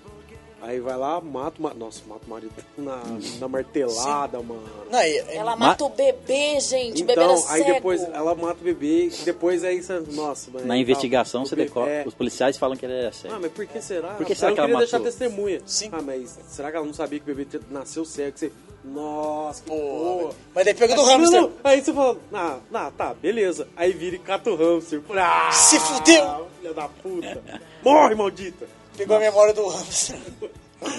S4: aí vai lá, mata o marido. Nossa, mata o marido <laughs> na, na martelada, mano.
S5: Não, e-
S6: Ela
S1: Ma-
S6: mata o bebê, gente, o bebê era
S4: É Então, aí
S6: cego.
S4: depois ela mata o bebê, e depois aí você. Nossa, mano.
S1: Na
S4: aí
S1: investigação,
S4: tá, o
S1: você
S4: bebê-
S1: decora.
S4: é.
S1: Os policiais falam que ele é sério.
S4: Ah, mas por que será?
S1: Por que
S4: Ah,
S1: será
S4: eu
S1: que ela
S4: queria deixar
S1: matou?
S4: testemunha.
S5: Sim.
S4: Ah, mas será que ela não sabia que o bebê te- nasceu cego? Que você... Nossa, que
S5: Pô,
S4: porra.
S5: mas daí pega do
S4: Não,
S5: hamster.
S4: não, Aí você fala, ah, ah, tá, beleza. Aí vira e cata o hamster. Ah,
S5: Se fudeu.
S4: Filha da puta. Morre, maldita.
S5: Pegou a memória do hamster. Ah,
S1: <laughs>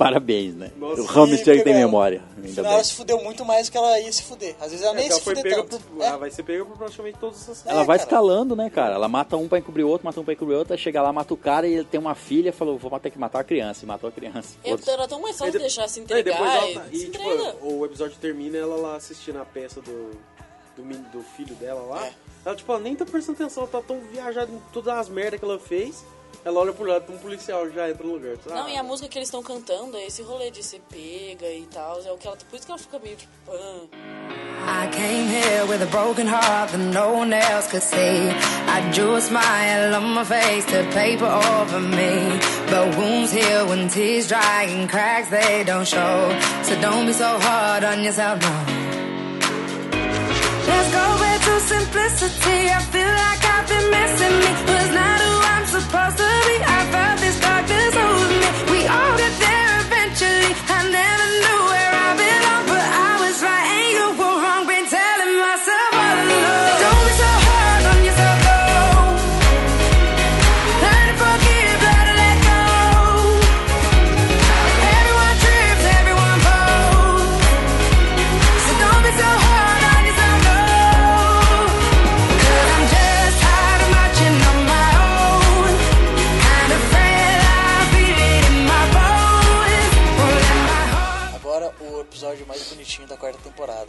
S1: Parabéns, né?
S4: Nossa,
S1: o hamster
S5: E
S1: que tem
S5: pegou-
S1: memória.
S5: No
S1: Ainda
S5: final ela
S1: bem.
S5: se fudeu muito mais do que ela ia se fuder. Às vezes ela nem
S4: É, Ela
S5: se
S4: foi
S5: fudeu
S4: pega
S5: tanto.
S4: por,
S5: É.
S4: ela vai ser pega por praticamente todos os assassinatos.
S1: Ela vai
S5: cara.
S1: escalando, né, cara? Ela mata um pra encobrir o outro, mata um pra encobrir o outro, aí chega lá, mata o cara e ele tem uma filha, falou, vou ter que matar a criança, e matou a criança.
S6: É, era tão mais fácil
S4: de-
S6: deixar se
S4: Aí
S6: entregar.
S4: depois ela tá,
S6: e se
S4: e, tipo,
S6: entrega.
S4: o episódio termina ela lá assistindo a peça do, do, men- do filho dela lá.
S5: É.
S4: Ela, tipo, ela nem tá prestando atenção, ela tá tão viajada em todas as merdas que ela fez. Ela olha pro lado, tem um policial já entra no lugar.
S6: Não,
S4: Ah,
S6: e a música que eles estão cantando é esse rolê de ser pega e tal. É o que ela. Por isso que ela fica meio tipo. "Ah".
S2: I came here with a broken heart that no one else could see. I drew a smile on my face to paper over me. But wounds heal when tears dry and cracks they don't show. So don't be so hard on yourself, no. Let's go back to simplicity. I feel like I've been missing me. Was not who I'm supposed to be. I felt this darkness over me. We all get there eventually. I never knew where I belong, but I was right and you were wrong. Been telling myself all along. Don't be so hard on yourself, though. Learn to forgive, learn to let go. Everyone trips, everyone falls. So don't be so hard on yourself, no. i I'm just
S5: quarta temporada.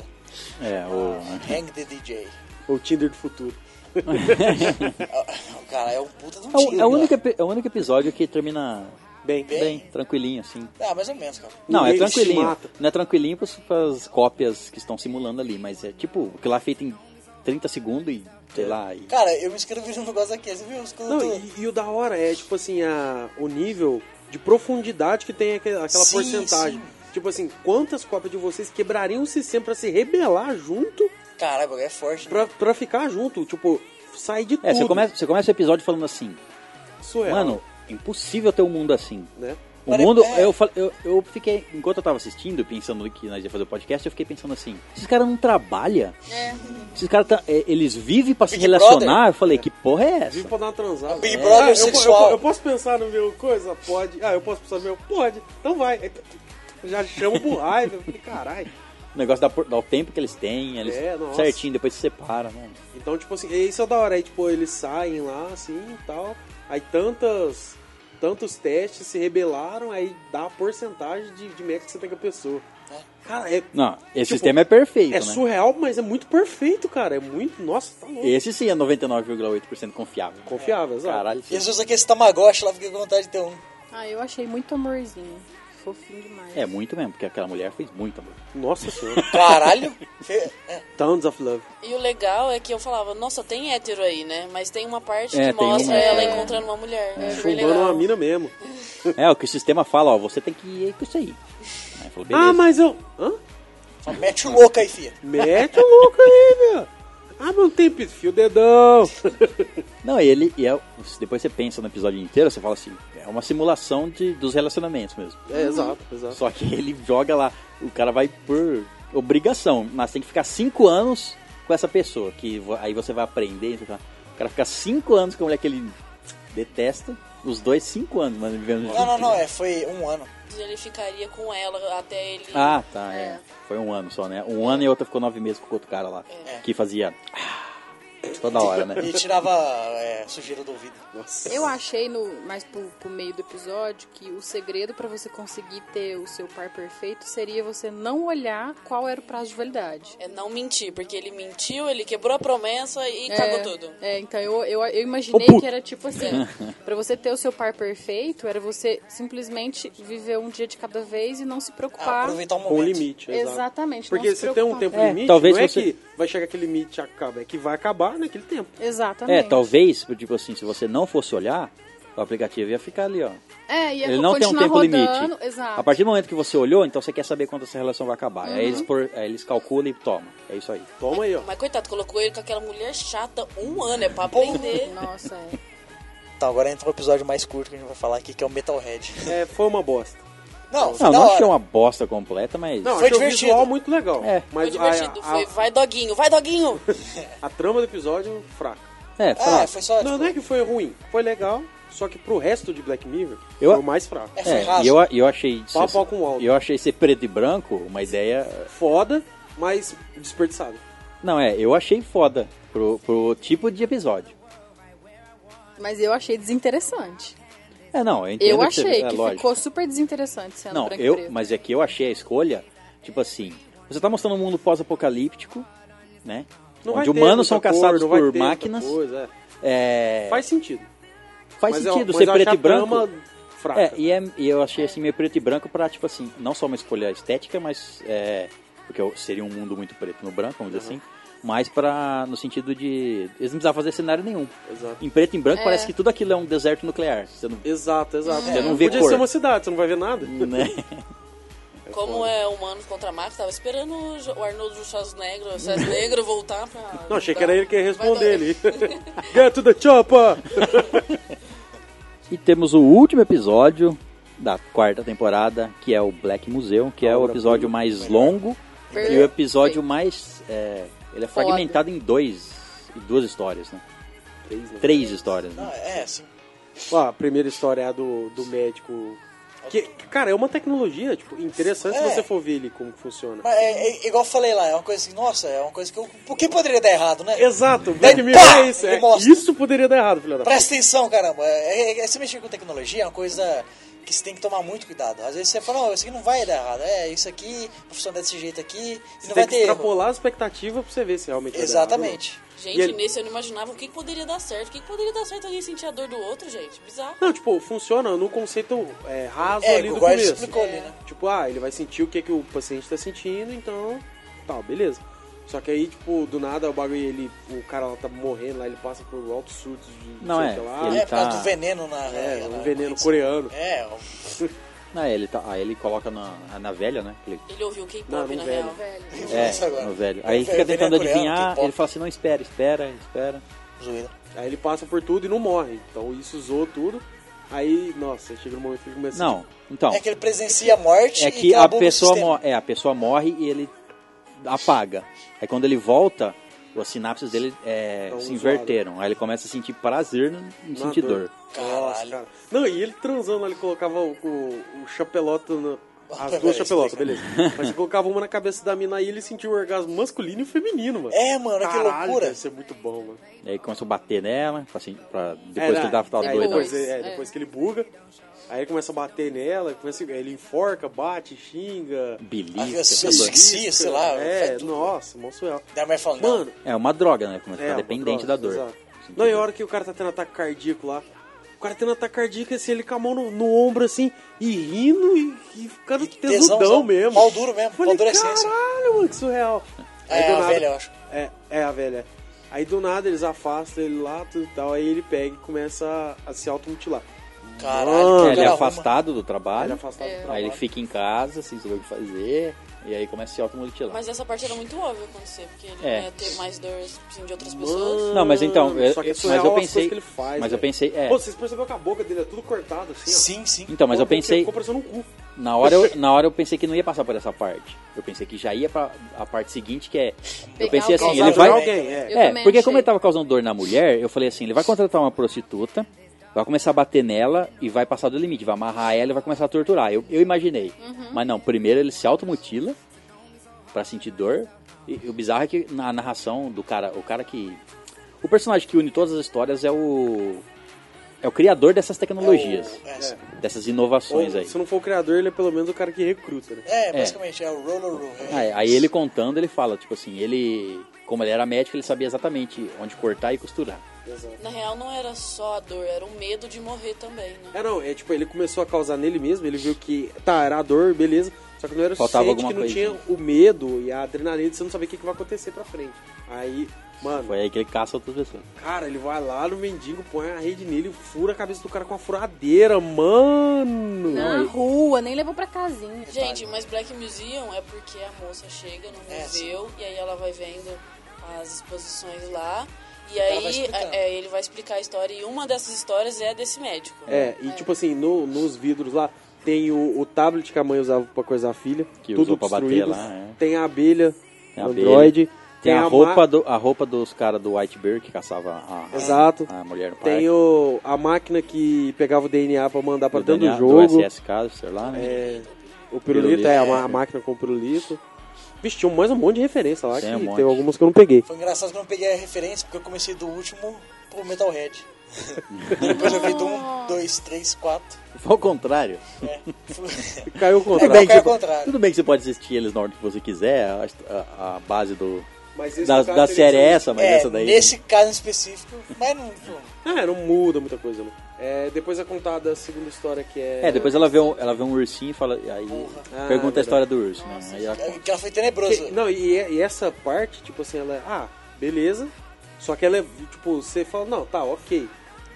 S1: É, o.
S5: Hang the DJ.
S4: Ou Tinder do futuro.
S5: Ah, O cara é um puta de um
S1: É o,
S5: tiro.
S1: é o
S5: né?
S1: único, epi- é o único episódio que termina
S4: Bem,
S1: bem, tranquilinho, assim.
S5: Ah, mais ou menos, cara.
S1: Não, é
S4: Ninguém se
S1: tranquilinho.
S4: mata.
S1: Não é tranquilinho pras, pras cópias que estão simulando ali, mas é tipo, o que lá é feito em 30 segundos e
S4: É.
S1: sei lá. E...
S5: Cara, eu me inscrevi num negócio aqui, você viu? Os
S4: Não, e, e o da hora é, tipo assim, a, o nível de profundidade que tem aquela, aquela
S5: Sim,
S4: porcentagem. Tipo assim, quantas cópias de vocês quebrariam o sistema pra se rebelar junto,
S5: Caralho, o bagulho é forte. né?
S4: pra, pra ficar junto? Tipo, sair de
S1: É,
S4: tudo.
S1: você começa, você começa o episódio falando assim,
S4: Isso é,
S1: mano, impossível ter um mundo assim.
S4: Né?
S1: O
S5: Pare-
S1: mundo,
S5: é.
S1: eu, fal- eu, eu fiquei, enquanto eu tava assistindo, pensando que nós ia fazer o podcast, eu fiquei pensando assim, esses caras não trabalham? Esses caras, tá- é, eles vivem pra se
S5: Big
S1: relacionar?
S5: Brother.
S1: Eu falei, que porra é
S4: Vive
S1: essa?
S4: pra dar uma transada. Ah,
S5: Big
S4: eu
S5: Brother
S4: po- eu po- Eu,
S5: sexual.
S4: posso pensar no meu coisa? Pode. Ah, eu posso pensar no meu? Pode. Então vai. Aí, Já chamo pro raiva. Eu falei, caralho.
S1: O negócio dá, por- dá o tempo que eles têm, eles
S4: É, nossa.
S1: certinho, depois se separam, né?
S4: Então, tipo assim, isso é da hora. Aí, tipo, eles saem lá, assim, e tal. Aí tantas... Tantos testes se rebelaram, aí dá a porcentagem de, de meta que você tem com a pessoa. Cara, é,
S1: Não, esse
S4: Tipo,
S1: sistema é perfeito,
S4: é
S1: né?
S4: surreal, mas é muito perfeito, cara. É muito... Nossa, tá louco.
S1: Esse sim é 99,8% confiável. É,
S4: Confiável, exato.
S1: Caralho, sim.
S5: Eles usam aqui esse tamagotchi lá, fiquei com vontade de ter um.
S3: Ah, eu achei muito amorzinho. Fofinho demais.
S1: É muito mesmo, porque aquela mulher fez muito amor.
S4: Nossa senhora. <laughs>
S5: Caralho! <laughs> Fe- é.
S4: Tons of love.
S6: E o legal é que eu falava, nossa, tem hétero aí, né? Mas tem uma parte
S1: É,
S6: que
S1: tem
S6: mostra
S1: uma-
S6: ela
S1: é.
S6: encontrando uma mulher. É, bem
S4: Chumbando
S6: legal.
S4: uma mina mesmo.
S1: É, o que o sistema fala, ó, você tem que ir com isso
S4: <laughs>
S1: aí. Aí falou, beleza.
S4: Ah, mas eu... Hã?
S5: Fala, Mete o louco aí, filha.
S4: Mete o louco aí, meu. Ah, não tem perfil, dedão. <laughs>
S1: Não, e ele, e é- depois você pensa no episódio inteiro, você fala assim, é uma simulação de, dos relacionamentos mesmo.
S4: É, exato, exato.
S1: Só que <laughs> ele joga lá, o cara vai por obrigação, mas tem que ficar cinco anos com essa pessoa, que vo- aí você vai aprender, você fala, o cara fica cinco anos com a mulher que ele detesta, os dois cinco anos, mas vivendo
S5: Não, não, não, é, foi um ano.
S6: Ele ficaria com ela até ele...
S1: Ah, tá, é. Foi um ano só, né? Um ano e a outra ficou nove meses com o outro cara lá.
S5: É.
S1: Que fazia. Toda hora, né?
S5: <laughs> E tirava é, sujeira do ouvido.
S3: Eu achei, no, mais pro, pro meio do episódio, que o segredo pra você conseguir ter o seu par perfeito seria você não olhar qual era o prazo de validade.
S6: É não mentir, porque ele mentiu, ele quebrou a promessa e cagou tudo.
S3: É, então eu, eu, eu imaginei que era
S1: <laughs>
S3: tipo assim, pra você ter o seu par perfeito, era você simplesmente viver um dia de cada vez e não se
S5: Ah,
S3: preocupar.
S5: aproveitar o momento.
S4: Com limite, exato.
S3: Exatamente, não
S4: Porque
S3: se
S4: se tem um
S3: preocupar.
S4: tempo
S1: É,
S4: limite,
S1: talvez
S4: não é
S1: você-
S4: que vai chegar aquele limite e acaba, é que vai acabar naquele tempo.
S3: Exatamente.
S1: É, talvez, tipo assim, se você não fosse olhar, o aplicativo ia ficar ali, ó.
S3: É, ia
S1: Ele não tem um
S3: continuar
S1: tempo
S3: rodando,
S1: limite.
S3: Exato. Uhum.
S1: A partir do momento que você olhou, então você quer saber quando essa relação vai acabar. Aí, eles por, aí eles calculam e tomam. É isso aí.
S4: Toma aí, ó.
S6: Mas coitado, colocou ele com aquela mulher chata um ano, é pra aprender.
S3: Nossa, é.
S5: Tá, agora entra um episódio mais curto que a gente vai falar aqui, que é o Metalhead.
S4: É, foi uma bosta.
S5: Não, foi
S1: Não,
S5: da
S1: não acho que
S5: hora.
S1: é uma bosta completa, mas.
S4: Não,
S5: Foi
S4: achei
S5: divertido.
S4: o visual muito legal.
S1: É.
S6: Foi
S4: Mas a,
S6: divertido,
S4: a-
S6: foi. Vai doguinho, vai doguinho!
S4: a trama do episódio, fraca.
S1: É,
S5: Ah,
S1: fala.
S5: foi só,
S4: Não,
S5: tipo,
S4: não é que foi ruim, foi legal, só que pro resto de Black Mirror,
S1: Eu-
S4: foi o mais fraco.
S5: É. foi
S1: É,
S5: raso.
S1: e eu, e eu achei.
S4: Pau a
S1: ser-
S4: pau com o Aldo.
S1: eu achei ser preto e branco uma ideia.
S4: É Foda, mas desperdiçado.
S1: Não, é, eu achei foda pro, pro tipo de episódio.
S3: Mas eu achei desinteressante.
S1: É, não, eu entendo
S3: Eu
S1: que, você-
S3: achei
S1: é,
S3: que
S1: lógico.
S3: ficou super desinteressante sendo
S1: Não,
S3: branco e
S1: eu,
S3: preto.
S1: mas é que eu achei a escolha, tipo assim, você tá mostrando um mundo pós-apocalíptico, né?
S4: Não vai
S1: onde
S4: ter
S1: humanos são
S4: muita cor,
S1: caçados
S4: não vai
S1: por
S4: ter muita
S1: máquinas.
S4: coisa, é.
S1: É, faz
S4: Faz sentido. Mas eu-
S1: sentido
S4: mas
S1: ser
S4: eu achei
S1: preto e
S4: a trama
S1: branco.
S4: Fraca.
S1: É, e, é- e eu achei assim meio preto e branco pra, tipo assim, não só uma escolha estética, mas. É, porque eu- seria um mundo muito preto no branco, vamos
S4: Uhum.
S1: dizer assim. Mas pra, no sentido de. Eles não precisavam fazer cenário nenhum.
S4: Exato.
S1: Em preto e branco parece que tudo aquilo é um deserto nuclear. Você não.
S4: Exato, exato. É.
S1: Você não vê
S4: Podia
S1: cor.
S4: ser uma cidade, você não vai ver nada.
S1: Né?
S6: Como é humano contra Max, tava esperando o Jo- o Arnoldo Schwarzenegger, o Schwarzenegger voltar pra...
S4: <laughs> Não, achei que era ele que ia
S6: Vai dar-
S4: responder ali. <laughs> Get to the chopper!
S1: E temos o último episódio da quarta temporada, que é o Black Museu, que é o
S4: Obra
S1: episódio
S4: prima,
S1: mais
S4: melhor.
S1: longo e o
S3: Perfeito.
S1: episódio mais. é, ele é
S3: Foda.
S1: fragmentado em dois. em duas histórias, né?
S4: Três, né?
S1: Três histórias, né?
S5: Não, é, assim.
S4: Ó, a primeira história é a do, do médico. Que, que, cara, é uma tecnologia, tipo, interessante
S5: É.
S4: se você for ver ele como que funciona.
S5: Mas é, é- igual eu falei lá, é uma coisa assim, nossa, é uma coisa que eu. Por que poderia dar errado, né?
S4: Exato, Black
S5: Pá!
S4: Mirror é isso.
S5: Ele
S4: é,
S5: mostra.
S4: isso poderia dar errado, filha da
S5: Presta atenção, caramba. É, é, é, se mexer com tecnologia é uma coisa que você tem que tomar muito cuidado. Às vezes você fala, não, isso aqui não vai dar errado. É, isso aqui vai funcionar desse jeito aqui e
S4: Você tem
S5: não vai
S4: que
S5: ter erro.
S4: extrapolar né? a expectativa pra você ver se realmente vai dar errado ou não.
S5: Exatamente.
S6: Gente,
S4: E ele-
S6: nesse eu não imaginava o que, que poderia dar certo. O que, que poderia dar certo alguém sentir a dor do outro, gente? Bizarro.
S4: Não, tipo, funciona no conceito é, raso
S5: É,
S4: ali
S5: o
S4: do
S5: Guardi
S4: começo.
S5: explicou ali, né?
S4: Tipo, ah, ele vai sentir o que, que o paciente tá sentindo, então. Tá, beleza. Só que aí, tipo, do nada o bagulho ele. O cara lá tá morrendo lá, ele passa por altos surtos de
S1: Não, é,
S4: sei o que lá.
S1: ele-
S5: É, por causa
S1: tá-
S5: do veneno na...
S4: É,
S5: na-
S4: um veneno
S5: na-
S4: coreano.
S5: É, o-
S1: Ah, ele tá, aí ele coloca na, na velha, né? Aquele-
S6: Ele ouviu
S4: Não,
S6: K-pop,
S4: não
S6: na
S4: velho.
S6: real.
S3: Velho.
S5: Isso
S1: É,
S5: agora.
S1: no velho.
S5: É,
S1: Aí fica
S5: veneno
S1: tentando
S5: coreano,
S1: adivinhar,
S5: K-pop.
S1: ele fala assim, não, espera, espera, espera.
S5: zoeira.
S4: Aí ele passa por tudo e não morre. Então isso zoou tudo. Aí, nossa, chega no momento que ele começa
S1: Não, então,
S5: É que ele presencia a morte
S1: é
S5: e
S4: então
S1: que a
S5: acabou com o
S1: pessoa,
S5: sistema.
S1: mo- é, a pessoa morre e ele apaga. Aí quando ele volta, as sinapses dele é,
S4: Tão
S1: se inverteram. Aí ele começa a sentir prazer, não não
S4: Então, Na
S1: sentir dor.
S4: Nossa,
S5: Caralho.
S4: cara. Não, e ele transando lá, ele colocava o, o, o chapelota na. As
S5: Peraí,
S4: duas chapelotas,
S5: explica.
S4: beleza. Mas ele colocava uma na cabeça da mina aí ele sentiu o orgasmo masculino e feminino, mano.
S5: É, mano, que
S4: Caralho,
S5: loucura.
S4: Deve ser muito bom, mano.
S1: Aí começa a bater nela, pra sen- pra- depois
S4: É,
S1: que ele dá tá
S4: é,
S1: doido.
S4: Depois,
S3: Depois,
S4: é,
S3: é.
S4: depois que ele buga, aí ele começa a bater nela, começa, ele enforca, bate, xinga.
S1: Belisca.
S4: assim,
S5: As-
S1: tudo.
S5: as- Asfixia, sei lá,
S4: É,
S5: faz tudo.
S4: nossa, mó surreal.
S5: Daí a mulher fala, não,
S4: Mano,
S1: É uma droga, né? Começa a
S5: Tá
S4: é,
S1: ficar dependente da dor.
S4: exato. Não, e a hora que o cara tá tendo ataque cardíaco lá. O cara tendo ataque cardíaco, assim, ele com a mão no, no ombro, assim, e rindo e, e ficando
S5: E
S4: tesudão
S5: tesãozão,
S4: mesmo.
S5: pau duro mesmo,
S4: Falei,
S5: pau duro é essência.
S4: Caralho, mano, que surreal.
S5: É,
S4: do
S5: a velha, eu acho.
S4: É, é a velha. Aí do nada eles afastam ele lá, tudo e tal. Aí ele pega e começa a, a se automutilar.
S5: caralho,
S1: É,
S5: que
S1: ele é
S5: cara
S1: afastado do
S4: Aí ele
S1: trabalho,
S4: é afastado do
S1: aí
S4: trabalho.
S1: ele fica em casa, sem saber o que fazer, e aí começa a se automutilar.
S6: Mas essa parte era muito óbvio acontecer, porque ele
S1: É.
S6: ia ter mais dor assim, de outras
S4: Mano,
S6: pessoas.
S1: Não, mas então, eu-
S4: só que é
S1: eu- mas
S4: surreal
S1: eu
S4: as
S1: pensei-
S4: coisas que ele faz,
S1: mas eu
S4: velho.
S1: pensei, é.
S4: Pô, vocês perceberam que a boca dele é tudo cortada, assim, ó.
S5: Sim, sim.
S1: Então, mas eu
S4: Ficou-
S1: pensei,
S4: Ficou parecendo um cu.
S1: na hora eu, na hora eu pensei que não ia passar por essa parte. Eu pensei que já ia pra a parte seguinte, que é. Eu
S3: Pegar
S1: pensei assim,
S3: alguém.
S1: ele
S4: Causado por
S1: vai.
S4: alguém, é.
S3: Eu
S1: É,
S3: também
S1: porque
S3: achei.
S1: como ele tava causando dor na mulher, eu falei assim, ele vai contratar uma prostituta, vai começar a bater nela e vai passar do limite, vai amarrar ela e vai começar a torturar. Eu, eu imaginei.
S3: Uhum.
S1: Mas não, primeiro ele se automutila pra sentir dor. E, e o bizarro é que na narração do cara, o cara que. O personagem que une todas as histórias é o. É o criador dessas tecnologias,
S5: É, o-
S1: dessas
S4: Ou,
S1: inovações aí.
S4: se não for o criador, ele é pelo menos o cara que recruta, né?
S5: é, é, basicamente, é o Roller Room.
S1: Ah, é. Aí ele contando, ele fala, tipo assim, ele. Como ele era médico, ele sabia exatamente onde cortar e costurar.
S6: Na real, não era só a dor, era o medo de morrer também, né?
S4: É, não, é tipo, ele começou a causar nele mesmo, ele viu que, tá, era a dor, beleza, só que não era o
S1: Faltava
S4: suficiente, que
S1: alguma
S4: não tinha
S1: coisinha.
S4: o medo e a adrenalina de você não saber o que, que vai acontecer pra frente. Aí, mano,
S1: Foi aí que ele caça outras pessoas.
S4: cara, ele vai lá no mendigo, põe a rede nele e fura a cabeça do cara com a furadeira, mano!
S3: Na
S1: é-
S3: rua, nem levou pra casinha.
S6: Gente, mas Black Museum é porque a moça chega no
S5: É,
S6: museu e aí ela vai vendo as exposições lá. E
S5: vai
S6: aí
S5: explicando.
S6: é, ele vai explicar a história e uma dessas histórias é a desse médico.
S4: É, e tipo assim, no- nos vidros lá tem o, o tablet que a mãe usava pra coisar a filha,
S1: Que
S4: tudo
S1: usou pra bater
S4: destruído,
S1: lá, é.
S4: tem a abelha,
S1: Tem a
S4: Android,
S1: Tem, a,
S4: ma-
S1: roupa do, a roupa dos caras do White Bear que caçava a, a-
S4: Exato.
S1: a mulher no parque.
S4: Tem o, a máquina que pegava o DNA pra mandar pra
S1: do
S4: dentro
S1: DNA
S4: do jogo.
S1: Do SSK, sei lá, né?
S4: O pirulito, é, a ma-
S1: É.
S4: a máquina com o pirulito. Vixe, tinha mais um monte de referência lá,
S1: Tem
S4: que
S1: um monte.
S4: tem algumas que eu não peguei.
S5: Foi engraçado que eu não peguei a referência, porque eu comecei do último pro Metalhead.
S4: Hum.
S5: <laughs> Depois eu vi do 1, 2, 3,
S4: <laughs>
S5: 4.
S1: Foi ao contrário.
S4: Caiu o
S5: Tudo
S4: contrato.
S5: bem,
S1: que
S5: ao
S1: você-
S5: É, contrário.
S1: Tudo bem que você pode assistir eles na hora que você quiser, a, a- a base do,
S4: Mas esse
S1: da,
S4: caso
S1: da
S4: seria
S1: série é
S4: assim.
S1: essa, mas
S5: É,
S1: essa daí...
S5: nesse caso em específico, mas não... não.
S4: É, não muda muita coisa, não. É, depois é contada a segunda história que é.
S1: É, depois ela vê um, ela vê um ursinho e fala... Aí
S4: Ah,
S1: pergunta
S4: verdade.
S1: a história do urso, né? Aí ela-
S5: é Que ela foi tenebrosa.
S4: Que- não, e, é, e essa parte, tipo assim, ela é. Ah, beleza. Só que ela é. Tipo, você fala, não, tá, ok.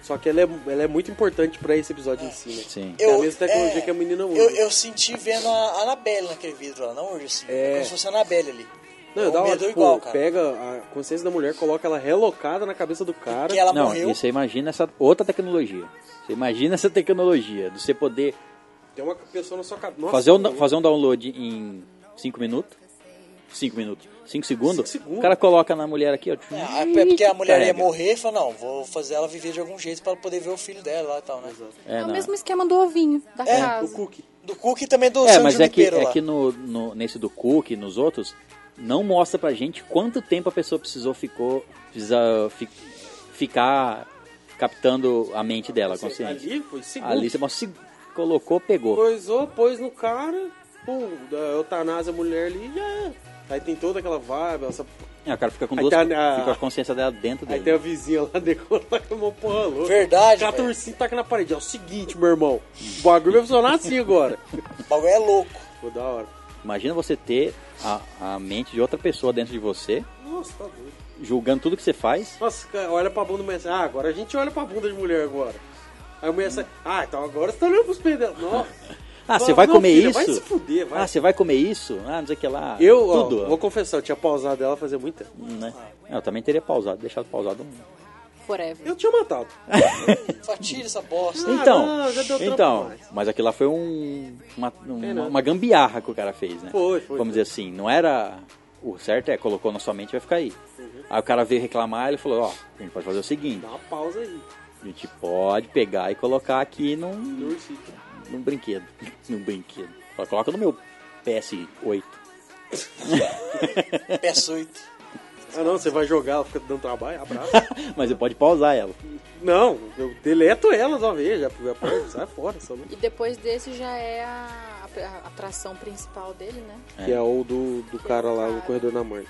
S4: Só que ela é, ela é muito importante pra esse episódio em si, né?
S1: Sim.
S4: É a mesma tecnologia que a menina usa. né?
S5: Eu, eu senti vendo a Anabelle naquele vidro lá, não hoje assim.
S4: É.
S5: É. Como se fosse a Anabelle ali.
S4: Não,
S5: é
S4: é
S5: um
S4: da hora,
S5: medo
S4: tipo,
S5: igual, cara.
S4: pega a consciência da mulher, coloca ela relocada na cabeça do cara.
S5: Que ela
S1: Não,
S5: morreu.
S1: e você imagina essa outra tecnologia. Você imagina essa tecnologia de você poder
S4: Tem uma pessoa na sua cabeça. Nossa,
S1: fazer um,
S4: mano.
S1: fazer um download em 5 minutos. 5 minutos. 5 segundos.
S4: Cinco segundos.
S1: O cara coloca na mulher aqui, ó.
S5: Ah, É porque a mulher ia
S1: Carrega.
S5: morrer e falou, não, vou fazer ela viver de algum jeito pra ela poder ver o filho dela lá e tal, né?
S1: É,
S3: É, o
S1: não.
S3: mesmo esquema do ovinho da
S4: O
S3: casa.
S4: cookie.
S5: Do Cook e também do
S1: É,
S5: São
S1: mas é que,
S5: Junipero
S1: é
S5: lá.
S1: que no, no- nesse do Cook e nos outros, não mostra pra gente quanto tempo a pessoa precisou ficou, precisa fi- ficar captando a mente dela, a consciência.
S4: tá Ali foi segundo.
S1: Ali você mostra seg- Colocou, pegou.
S4: Coisou, pôs no cara, pum, da eutanásia a mulher ali já é. Aí tem toda aquela vibe, essa...
S1: É, o cara fica com
S4: Aí
S1: duas.
S4: tem a-
S1: Fica com a consciência dela dentro
S4: aí tem
S1: dele.
S4: a vizinha lá <laughs> decorando, tá com uma porra louca.
S5: Verdade,
S4: Cata o tá
S5: velho.
S4: ursinho, taca na parede. É o seguinte, meu irmão, o bagulho vai funcionar assim agora.
S5: O bagulho é louco.
S4: Pô, da hora.
S1: Imagina você ter a, a mente de outra pessoa dentro de você,
S4: Nossa, tá doido.
S1: julgando tudo que você faz.
S4: Nossa, cara, olha pra bunda da mulher. assim, Ah, agora a gente olha pra bunda de mulher agora. Aí a mulher sai. Ah, então agora você tá olhando pros peitos dela.
S1: <laughs>
S4: Nossa.
S1: Ah, você
S4: Não,
S1: vai
S4: não,
S1: comer
S4: filha,
S1: isso?
S4: Vai se fuder, vai.
S1: Ah, você vai comer isso? Ah, não sei o que lá.
S4: eu, ó,
S1: tudo.
S4: vou confessar, eu tinha pausado ela fazia muito tempo.
S1: né? Eu também teria pausado, deixado pausado. um-
S3: Forever.
S4: Eu tinha matado. Ah,
S5: Só tira
S4: <laughs>
S5: essa bosta.
S1: Então,
S4: não, já deu trampo
S1: então,
S4: demais.
S1: mas aquilo lá foi um, uma, um-
S4: É, não.
S1: uma gambiarra que o cara fez, né?
S4: Foi,
S1: Vamos
S4: foi, foi.
S1: dizer assim, não era o certo é colocou na sua mente e vai ficar aí.
S4: Uhum.
S1: Aí o cara veio reclamar, ele falou, ó, a gente pode fazer o seguinte,
S4: Dá uma pausa aí.
S1: a gente pode pegar e colocar aqui num,
S4: Dorci.
S1: num brinquedo, <laughs> num brinquedo. Fala, Coloca no meu PS8.
S5: Peço 8.
S4: Ah, não, você vai jogar, ela fica dando trabalho,
S1: <laughs>
S4: abraço.
S1: <laughs> mas você pode pausar ela.
S4: não, eu deleto ela só vez, já já pô, sai fora. Só não.
S3: E depois desse já é a, a atração principal dele, né?
S4: Que é o do, do cara lá no
S3: cara.
S4: corredor da morte.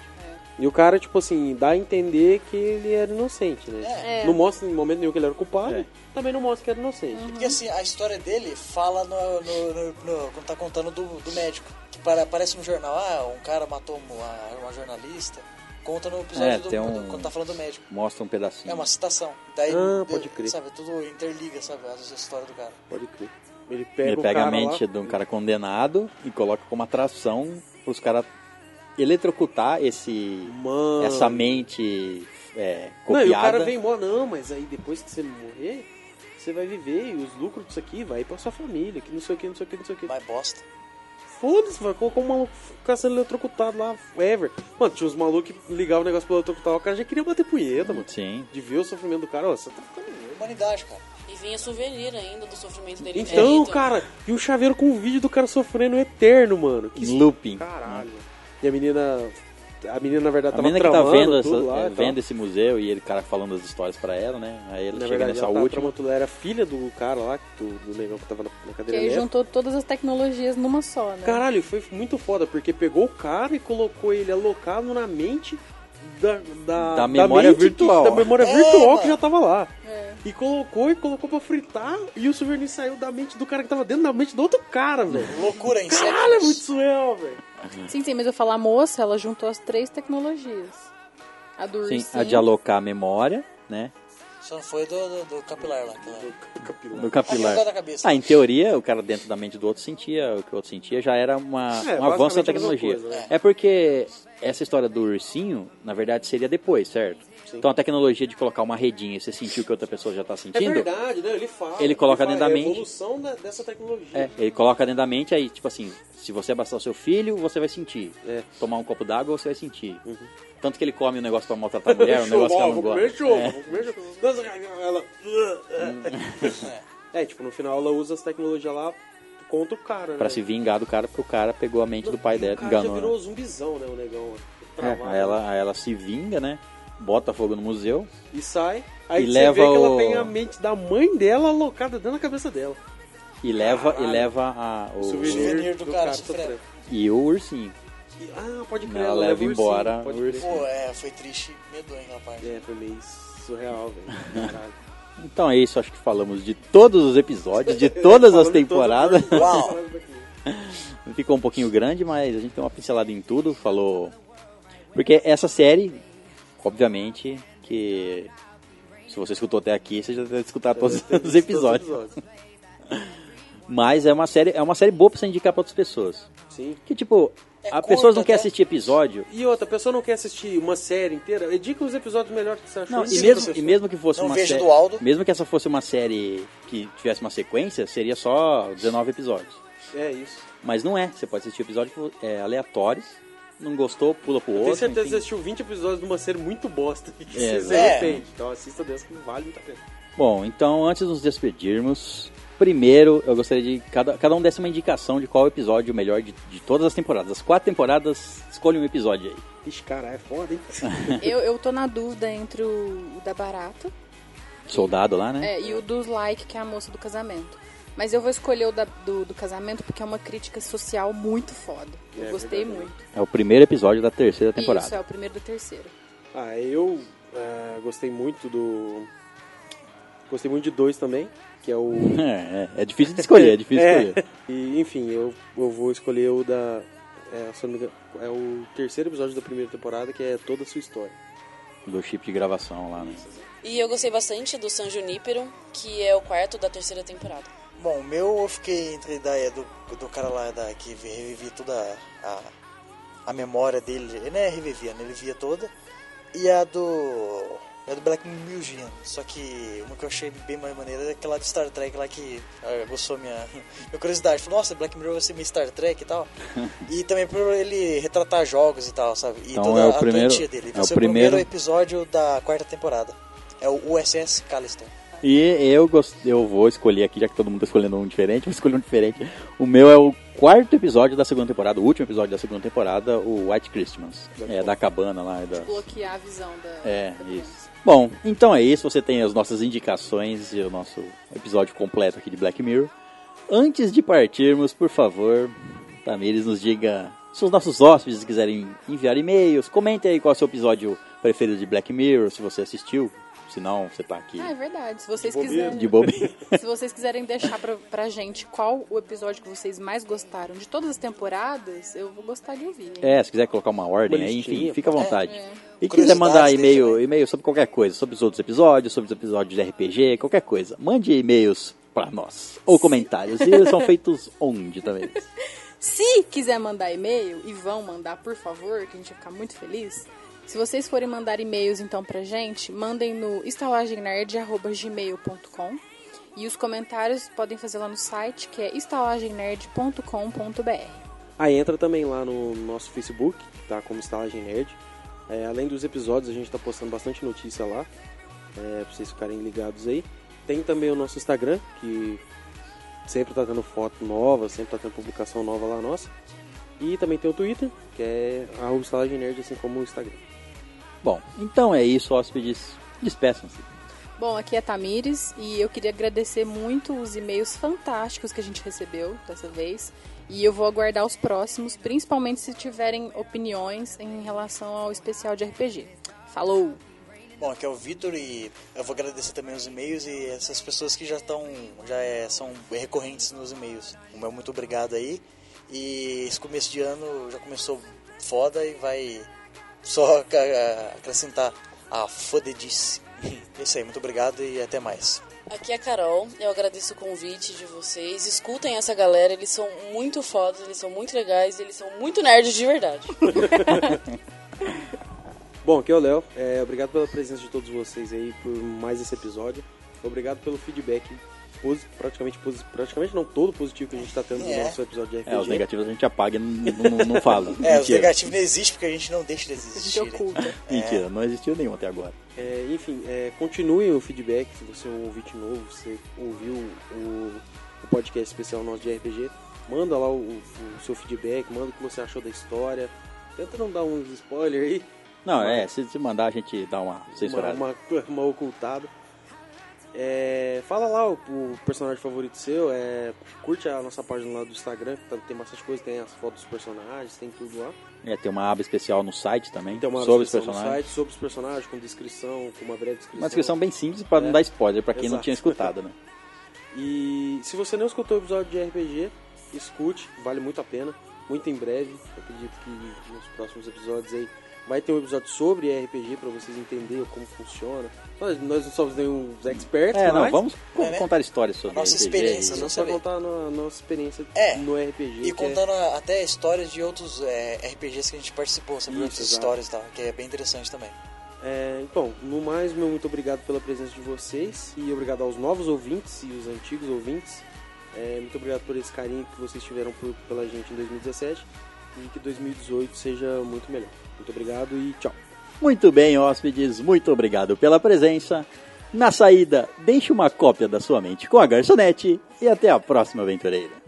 S4: E o cara, tipo assim, dá a entender que ele era inocente, né? Não mostra em momento nenhum que ele era culpado,
S1: É.
S4: também não mostra que era inocente.
S5: Porque assim, a história dele fala no. no- no- no- quando tá contando do, do médico. Que para, aparece no jornal, ah, um cara matou uma, uma jornalista. Conta no episódio
S1: É,
S5: do,
S1: tem um-
S5: do- Quando tá falando do médico.
S1: Mostra um pedacinho.
S5: É uma citação. Daí,
S4: Ah,
S5: de-
S4: pode crer.
S5: Sabe, tudo interliga, sabe, as histórias do cara.
S4: Pode crer. Ele pega,
S1: Ele
S4: o
S1: pega
S4: cara
S1: a mente
S4: lá,
S1: de um cara condenado e coloca como atração pros caras eletrocutar esse
S4: Mano.
S1: essa mente é,
S4: Ah. Não,
S1: copiada.
S4: e o cara vem embora, não, mas aí depois que você morrer, você vai viver e os lucros disso aqui vai pra sua família, que não sei o que, não sei o que, não sei o que.
S5: Mas bosta.
S4: Foda-se, vai colocar um maluco ficar sendo eletrocutado lá, ever. Mano, tinha uns malucos que ligavam o negócio pra eletrocutar, o cara já queria bater punheta, mano.
S1: Sim.
S4: De ver o sofrimento do cara, ó, você tá ficando doido.
S5: Humanidade, cara.
S6: E vinha souvenir ainda do sofrimento dele. É,
S4: Então, cara, e o chaveiro com o vídeo do cara sofrendo eterno, mano. Que isso-
S1: Looping.
S4: Caralho. E a menina. A menina, na verdade,
S1: A
S4: tava
S1: menina que tá
S4: tramando
S1: vendo, essa-
S4: tudo lá,
S1: é,
S4: e tal.
S1: vendo esse museu e ele cara falando as histórias pra ela, né? Aí ele
S4: Na
S1: chega
S4: verdade,
S1: nessa
S4: ela tava
S1: última.
S4: tramando tudo, ela era filha do cara lá, do, do negão que tava na, na
S3: Que
S4: cadeira
S3: aí
S4: elétrica.
S3: juntou todas as tecnologias numa só, né?
S4: Caralho, foi muito foda, porque pegou o cara e colocou ele alocado na mente da, da,
S1: Da memória
S4: mente que-
S1: virtual.
S4: da memória
S5: É,
S4: virtual que
S5: mano.
S4: já tava lá.
S3: É.
S4: E colocou e colocou pra fritar, e o souvenir saiu da mente do cara que tava dentro da mente do outro cara, velho.
S5: Loucura em
S4: Caralho, é muito
S5: séculos.
S4: surreal, velho.
S3: Sim, sim, mas eu falo a moça, ela juntou as três tecnologias. A do
S1: Sim,
S4: assim.
S3: ursinho,
S1: a de alocar a memória, né?
S5: Só não foi do, do, do capilar lá. aquela-
S1: No
S5: Aquele
S1: capilar.
S5: negócio da cabeça.
S1: Ah, em teoria, o cara dentro da mente do outro sentia o que o outro sentia, já era uma,
S4: É,
S1: um avanço da
S4: basicamente a mesma
S1: tecnologia.
S4: coisa, né?
S1: É porque essa história do ursinho, na verdade, seria depois, certo? Então a tecnologia de colocar uma redinha e você sentir o que outra pessoa já tá
S4: É
S1: sentindo,
S4: verdade, né? Ele fala.
S1: Ele coloca
S4: fala,
S1: dentro da
S4: é
S1: mente.
S4: a evolução da- dessa tecnologia.
S1: É, ele coloca dentro da mente aí, tipo assim, se você abraçar o seu filho, você vai sentir.
S4: É.
S1: Tomar um copo d'água, você vai sentir.
S4: Uhum.
S1: Tanto que ele come o negócio pra maltratar a mulher, um
S4: Show,
S1: negócio que
S4: ó,
S1: ela não
S4: vou comer
S1: gosta. É,
S4: show, vou comer show. Nossa, ela... É, tipo, no final ela usa as tecnologias lá contra o cara, né?
S1: Pra se vingar do cara, porque o cara pegou a mente do pai
S4: E
S1: dela,
S4: O cara já
S1: enganou.
S4: virou
S1: né?
S4: zumbizão, né? O negão. ó.
S1: É,
S4: Travado.
S1: aí, ela, aí ela se vinga, né? Bota fogo no museu.
S4: E sai. Aí
S1: E
S4: você
S1: leva
S4: vê que ela
S1: o-
S4: tem a mente da mãe dela alocada dentro da cabeça dela.
S1: E leva, e
S4: Caralho.
S1: leva a, o,
S5: Souvenir do cara sofrendo.
S1: e o ursinho.
S4: E- Ah, pode crer.
S1: Ela
S4: Ela,
S1: leva
S4: o ursinho,
S1: embora
S4: pode
S1: o
S4: crer.
S1: ursinho.
S5: Pô, é, foi triste e medonho, rapaz.
S4: É, foi meio surreal, velho. Caralho.
S1: Então é isso, acho que falamos de todos os episódios, <laughs>
S4: <laughs>
S1: de todas as
S4: Falando É, de todo-
S1: temporadas.
S5: Uau.
S1: <laughs> Ficou um pouquinho grande, mas a gente tem uma pincelada em tudo, falou. Porque essa série, obviamente, que se você escutou até aqui, você já deve escutar todos os episódios.
S4: Todos os episódios.
S1: Mas é uma série, é uma série boa pra você indicar pra outras pessoas.
S4: Sim.
S1: Que tipo,
S5: É
S1: a
S5: curta,
S1: pessoa não quer
S5: né?
S1: assistir episódio.
S4: E outra, a pessoa não quer assistir uma série inteira, indica os episódios melhores que você achou.
S1: Não, e
S4: Indica
S1: mesmo,
S4: pra
S1: e
S4: pessoa.
S1: mesmo que fosse
S5: Não
S1: uma
S5: vejo
S1: série.
S5: do Aldo.
S1: Mesmo que essa fosse uma série que tivesse uma sequência, seria só 19 episódios.
S4: É isso.
S1: Mas não é, você pode assistir episódios é, aleatórios. Não gostou, pula pro
S4: Eu
S1: outro.
S4: tenho certeza que
S1: enfim.
S4: você assistiu 20 episódios de uma série muito bosta. E que
S1: É,
S4: você se
S5: né?
S4: arrepende. Então assista dessa que vale muito a pena.
S1: Bom, então antes de nos despedirmos, primeiro eu gostaria de cada, cada um desse uma indicação de qual episódio o melhor de, de todas as temporadas. As quatro temporadas, escolha um episódio aí.
S4: Ixi, cara, é foda, hein?
S3: eu, eu tô na dúvida entre o, o da barata
S1: Soldado lá, né?
S3: é, e o dos like, que é a moça é do casamento. Mas eu vou escolher o da- do, do casamento porque é uma crítica social muito foda. Eu
S4: É
S3: gostei
S4: verdade.
S3: muito.
S1: É o primeiro episódio da terceira temporada.
S3: Isso, é o primeiro do terceiro.
S4: <laughs> Ah, eu ah, gostei muito do. Gostei muito de dois também, que é o.
S1: <laughs> É, é, é difícil de <laughs> escolher, é difícil de
S4: É.
S1: escolher.
S4: E, enfim, eu, eu vou escolher o da. É, se eu não me engano, é o terceiro episódio da primeira temporada, que é toda a sua história.
S1: Do chip de gravação lá, né?
S6: E eu gostei bastante do San Junípero, que é o quarto da terceira temporada.
S5: Bom, o meu eu fiquei entre da, é, do, do cara lá da, que revivia toda a, a, a memória dele. Ele não é revivia, né? Ele via toda. E a do. É do Black Museum. Só que uma que eu achei bem mais maneira é aquela de Star Trek lá que ah, gostou minha, <laughs> minha curiosidade. Falei, nossa, Black Mirror vai ser meio Star Trek
S1: <laughs>
S5: e tal. e também por ele retratar jogos e tal, sabe? E
S1: Então
S5: toda
S1: é o
S5: a
S1: primeiro-
S5: doentia dele.
S1: é
S5: Vai
S1: o
S5: ser o primeiro
S1: primeiro-
S5: episódio da quarta temporada. É o USS Callister.
S1: E eu, gost... eu vou escolher aqui, já que todo mundo tá escolhendo um diferente, vou escolher um diferente. O meu é o quarto episódio da segunda temporada, o último episódio da segunda temporada, o White Christmas. É, da cabana lá. é Da...
S4: Tá.
S3: Bloquear a visão da.
S1: É,
S3: da
S1: isso. Bom, então é isso. Você tem as nossas indicações e o nosso episódio completo aqui de Black Mirror. Antes de partirmos, por favor, Tamires nos diga se os nossos hóspedes quiserem enviar e-mails, comentem aí qual é o seu episódio preferido de Black Mirror, se você assistiu, se não, você tá aqui
S3: Ah, é verdade. Se vocês
S4: bobeira.
S3: quiserem.
S1: de <laughs> bobeira.
S3: Se vocês quiserem deixar pra, pra gente qual o episódio que vocês mais gostaram de todas as temporadas, eu vou gostar de ouvir. hein?
S1: É, se quiser colocar uma ordem
S4: Uma
S1: aí,
S4: listinha,
S1: enfim, fica à vontade. E quiser
S5: Curiosidades
S1: mandar
S5: deixa,
S1: e-mail,
S5: né?
S1: e-mail sobre qualquer coisa, sobre os outros episódios, sobre os episódios de RPG, qualquer coisa. Mande e-mails pra nós. Ou comentários. E eles são feitos onde também.
S3: Se quiser mandar e-mail, e vão mandar, por favor, que a gente vai ficar muito feliz. Se vocês forem mandar e-mails então pra gente, mandem no estalagemnerd.gmail.com e os comentários podem fazer lá no site que é estalagemnerd.com.br.
S4: Aí Ah, entra também lá no nosso Facebook, tá? Como Estalagem Nerd. É, além dos episódios, a gente tá postando bastante notícia lá, é, pra vocês ficarem ligados aí. Tem também o nosso Instagram, que sempre tá tendo foto nova, sempre tá tendo publicação nova lá nossa. E também tem o Twitter, que é arroba Estalagem Nerd, assim como o Instagram.
S1: Bom, então é isso, hóspedes. Despeçam-se.
S3: Bom, aqui é a Tamires e eu queria agradecer muito os e-mails fantásticos que a gente recebeu dessa vez. E eu vou aguardar os próximos, principalmente se tiverem opiniões em relação ao especial de RPG. Falou!
S5: Bom, aqui é o Vitor e eu vou agradecer também os e-mails e essas pessoas que já estão, já é- são recorrentes nos e-mails. O meu muito obrigado aí. E esse começo de ano já começou foda e vai só ca- acrescentar a fodedice. <laughs> É isso aí, muito obrigado e até mais.
S6: Aqui é a Carol, eu agradeço o convite de vocês. Escutem essa galera, eles são muito fodas, eles são muito legais, eles são muito nerds de verdade.
S4: Bom, aqui é o Léo. É, obrigado pela presença de todos vocês aí por mais esse episódio. Obrigado pelo feedback posi- praticamente positivo, praticamente não todo positivo que a gente está tendo
S5: É.
S4: no nosso episódio de RPG.
S1: É, os negativos a gente apaga e não, não, não
S4: <laughs>
S1: fala.
S5: É, os
S1: Mentira.
S5: negativos não existem porque a gente não deixa de
S3: Se
S5: existir. né? <laughs>
S3: oculta.
S1: Mentira, não existiu nenhum até agora.
S4: É, enfim, é, continue o feedback. Se você é um ouvinte novo, você ouviu o, o podcast especial nosso de RPG, manda lá o, o- o seu feedback, manda o que você achou da história. Tenta não dar uns spoiler aí,
S1: Não, é, se, se mandar a gente dá uma
S4: uma, <laughs>
S1: censurada.
S4: uma, uma ocultada. É, fala lá o, o personagem favorito seu, é, curte a nossa página lá do Instagram, que tá- tem bastante coisa, tem as fotos dos personagens, tem tudo lá.
S1: É, tem uma aba especial no site também,
S4: Tem uma
S1: sobre os
S4: descrição no
S1: personagens.
S4: site, sobre os personagens, com descrição, com uma breve descrição.
S1: Uma descrição bem simples pra não
S4: É.
S1: dar spoiler pra quem não
S4: Exato.
S1: tinha escutado, né?
S4: E se você não escutou o episódio de RPG, escute, vale muito a pena. Muito em breve, eu acredito que nos próximos episódios aí vai ter um episódio sobre RPG pra vocês entenderem como funciona. Nós, nós não somos nenhum experts,
S1: É, não,
S4: mas
S1: vamos co-
S5: É, né?
S1: contar histórias sobre
S5: A nossa
S1: RPG.
S5: experiência,
S4: a
S5: Vocês
S4: gente
S5: vão
S4: vai contar
S5: saber.
S4: no- a nossa experiência
S5: É,
S4: no RPG. que
S5: E
S4: é-
S5: contando a- até histórias de outros é, RPGs que a gente participou, sobre
S4: Isso,
S5: outras
S4: exato.
S5: histórias e tal, que é bem interessante também.
S4: É, então, no mais, meu muito obrigado pela presença de vocês e obrigado aos novos ouvintes e os antigos ouvintes. É, muito obrigado por esse carinho que vocês tiveram por- pela gente em 2017 e que 2018 seja muito melhor. Muito obrigado e tchau.
S1: Muito bem, hóspedes, muito obrigado pela presença. Na saída, deixe uma cópia da sua mente com a garçonete e até a próxima aventureira.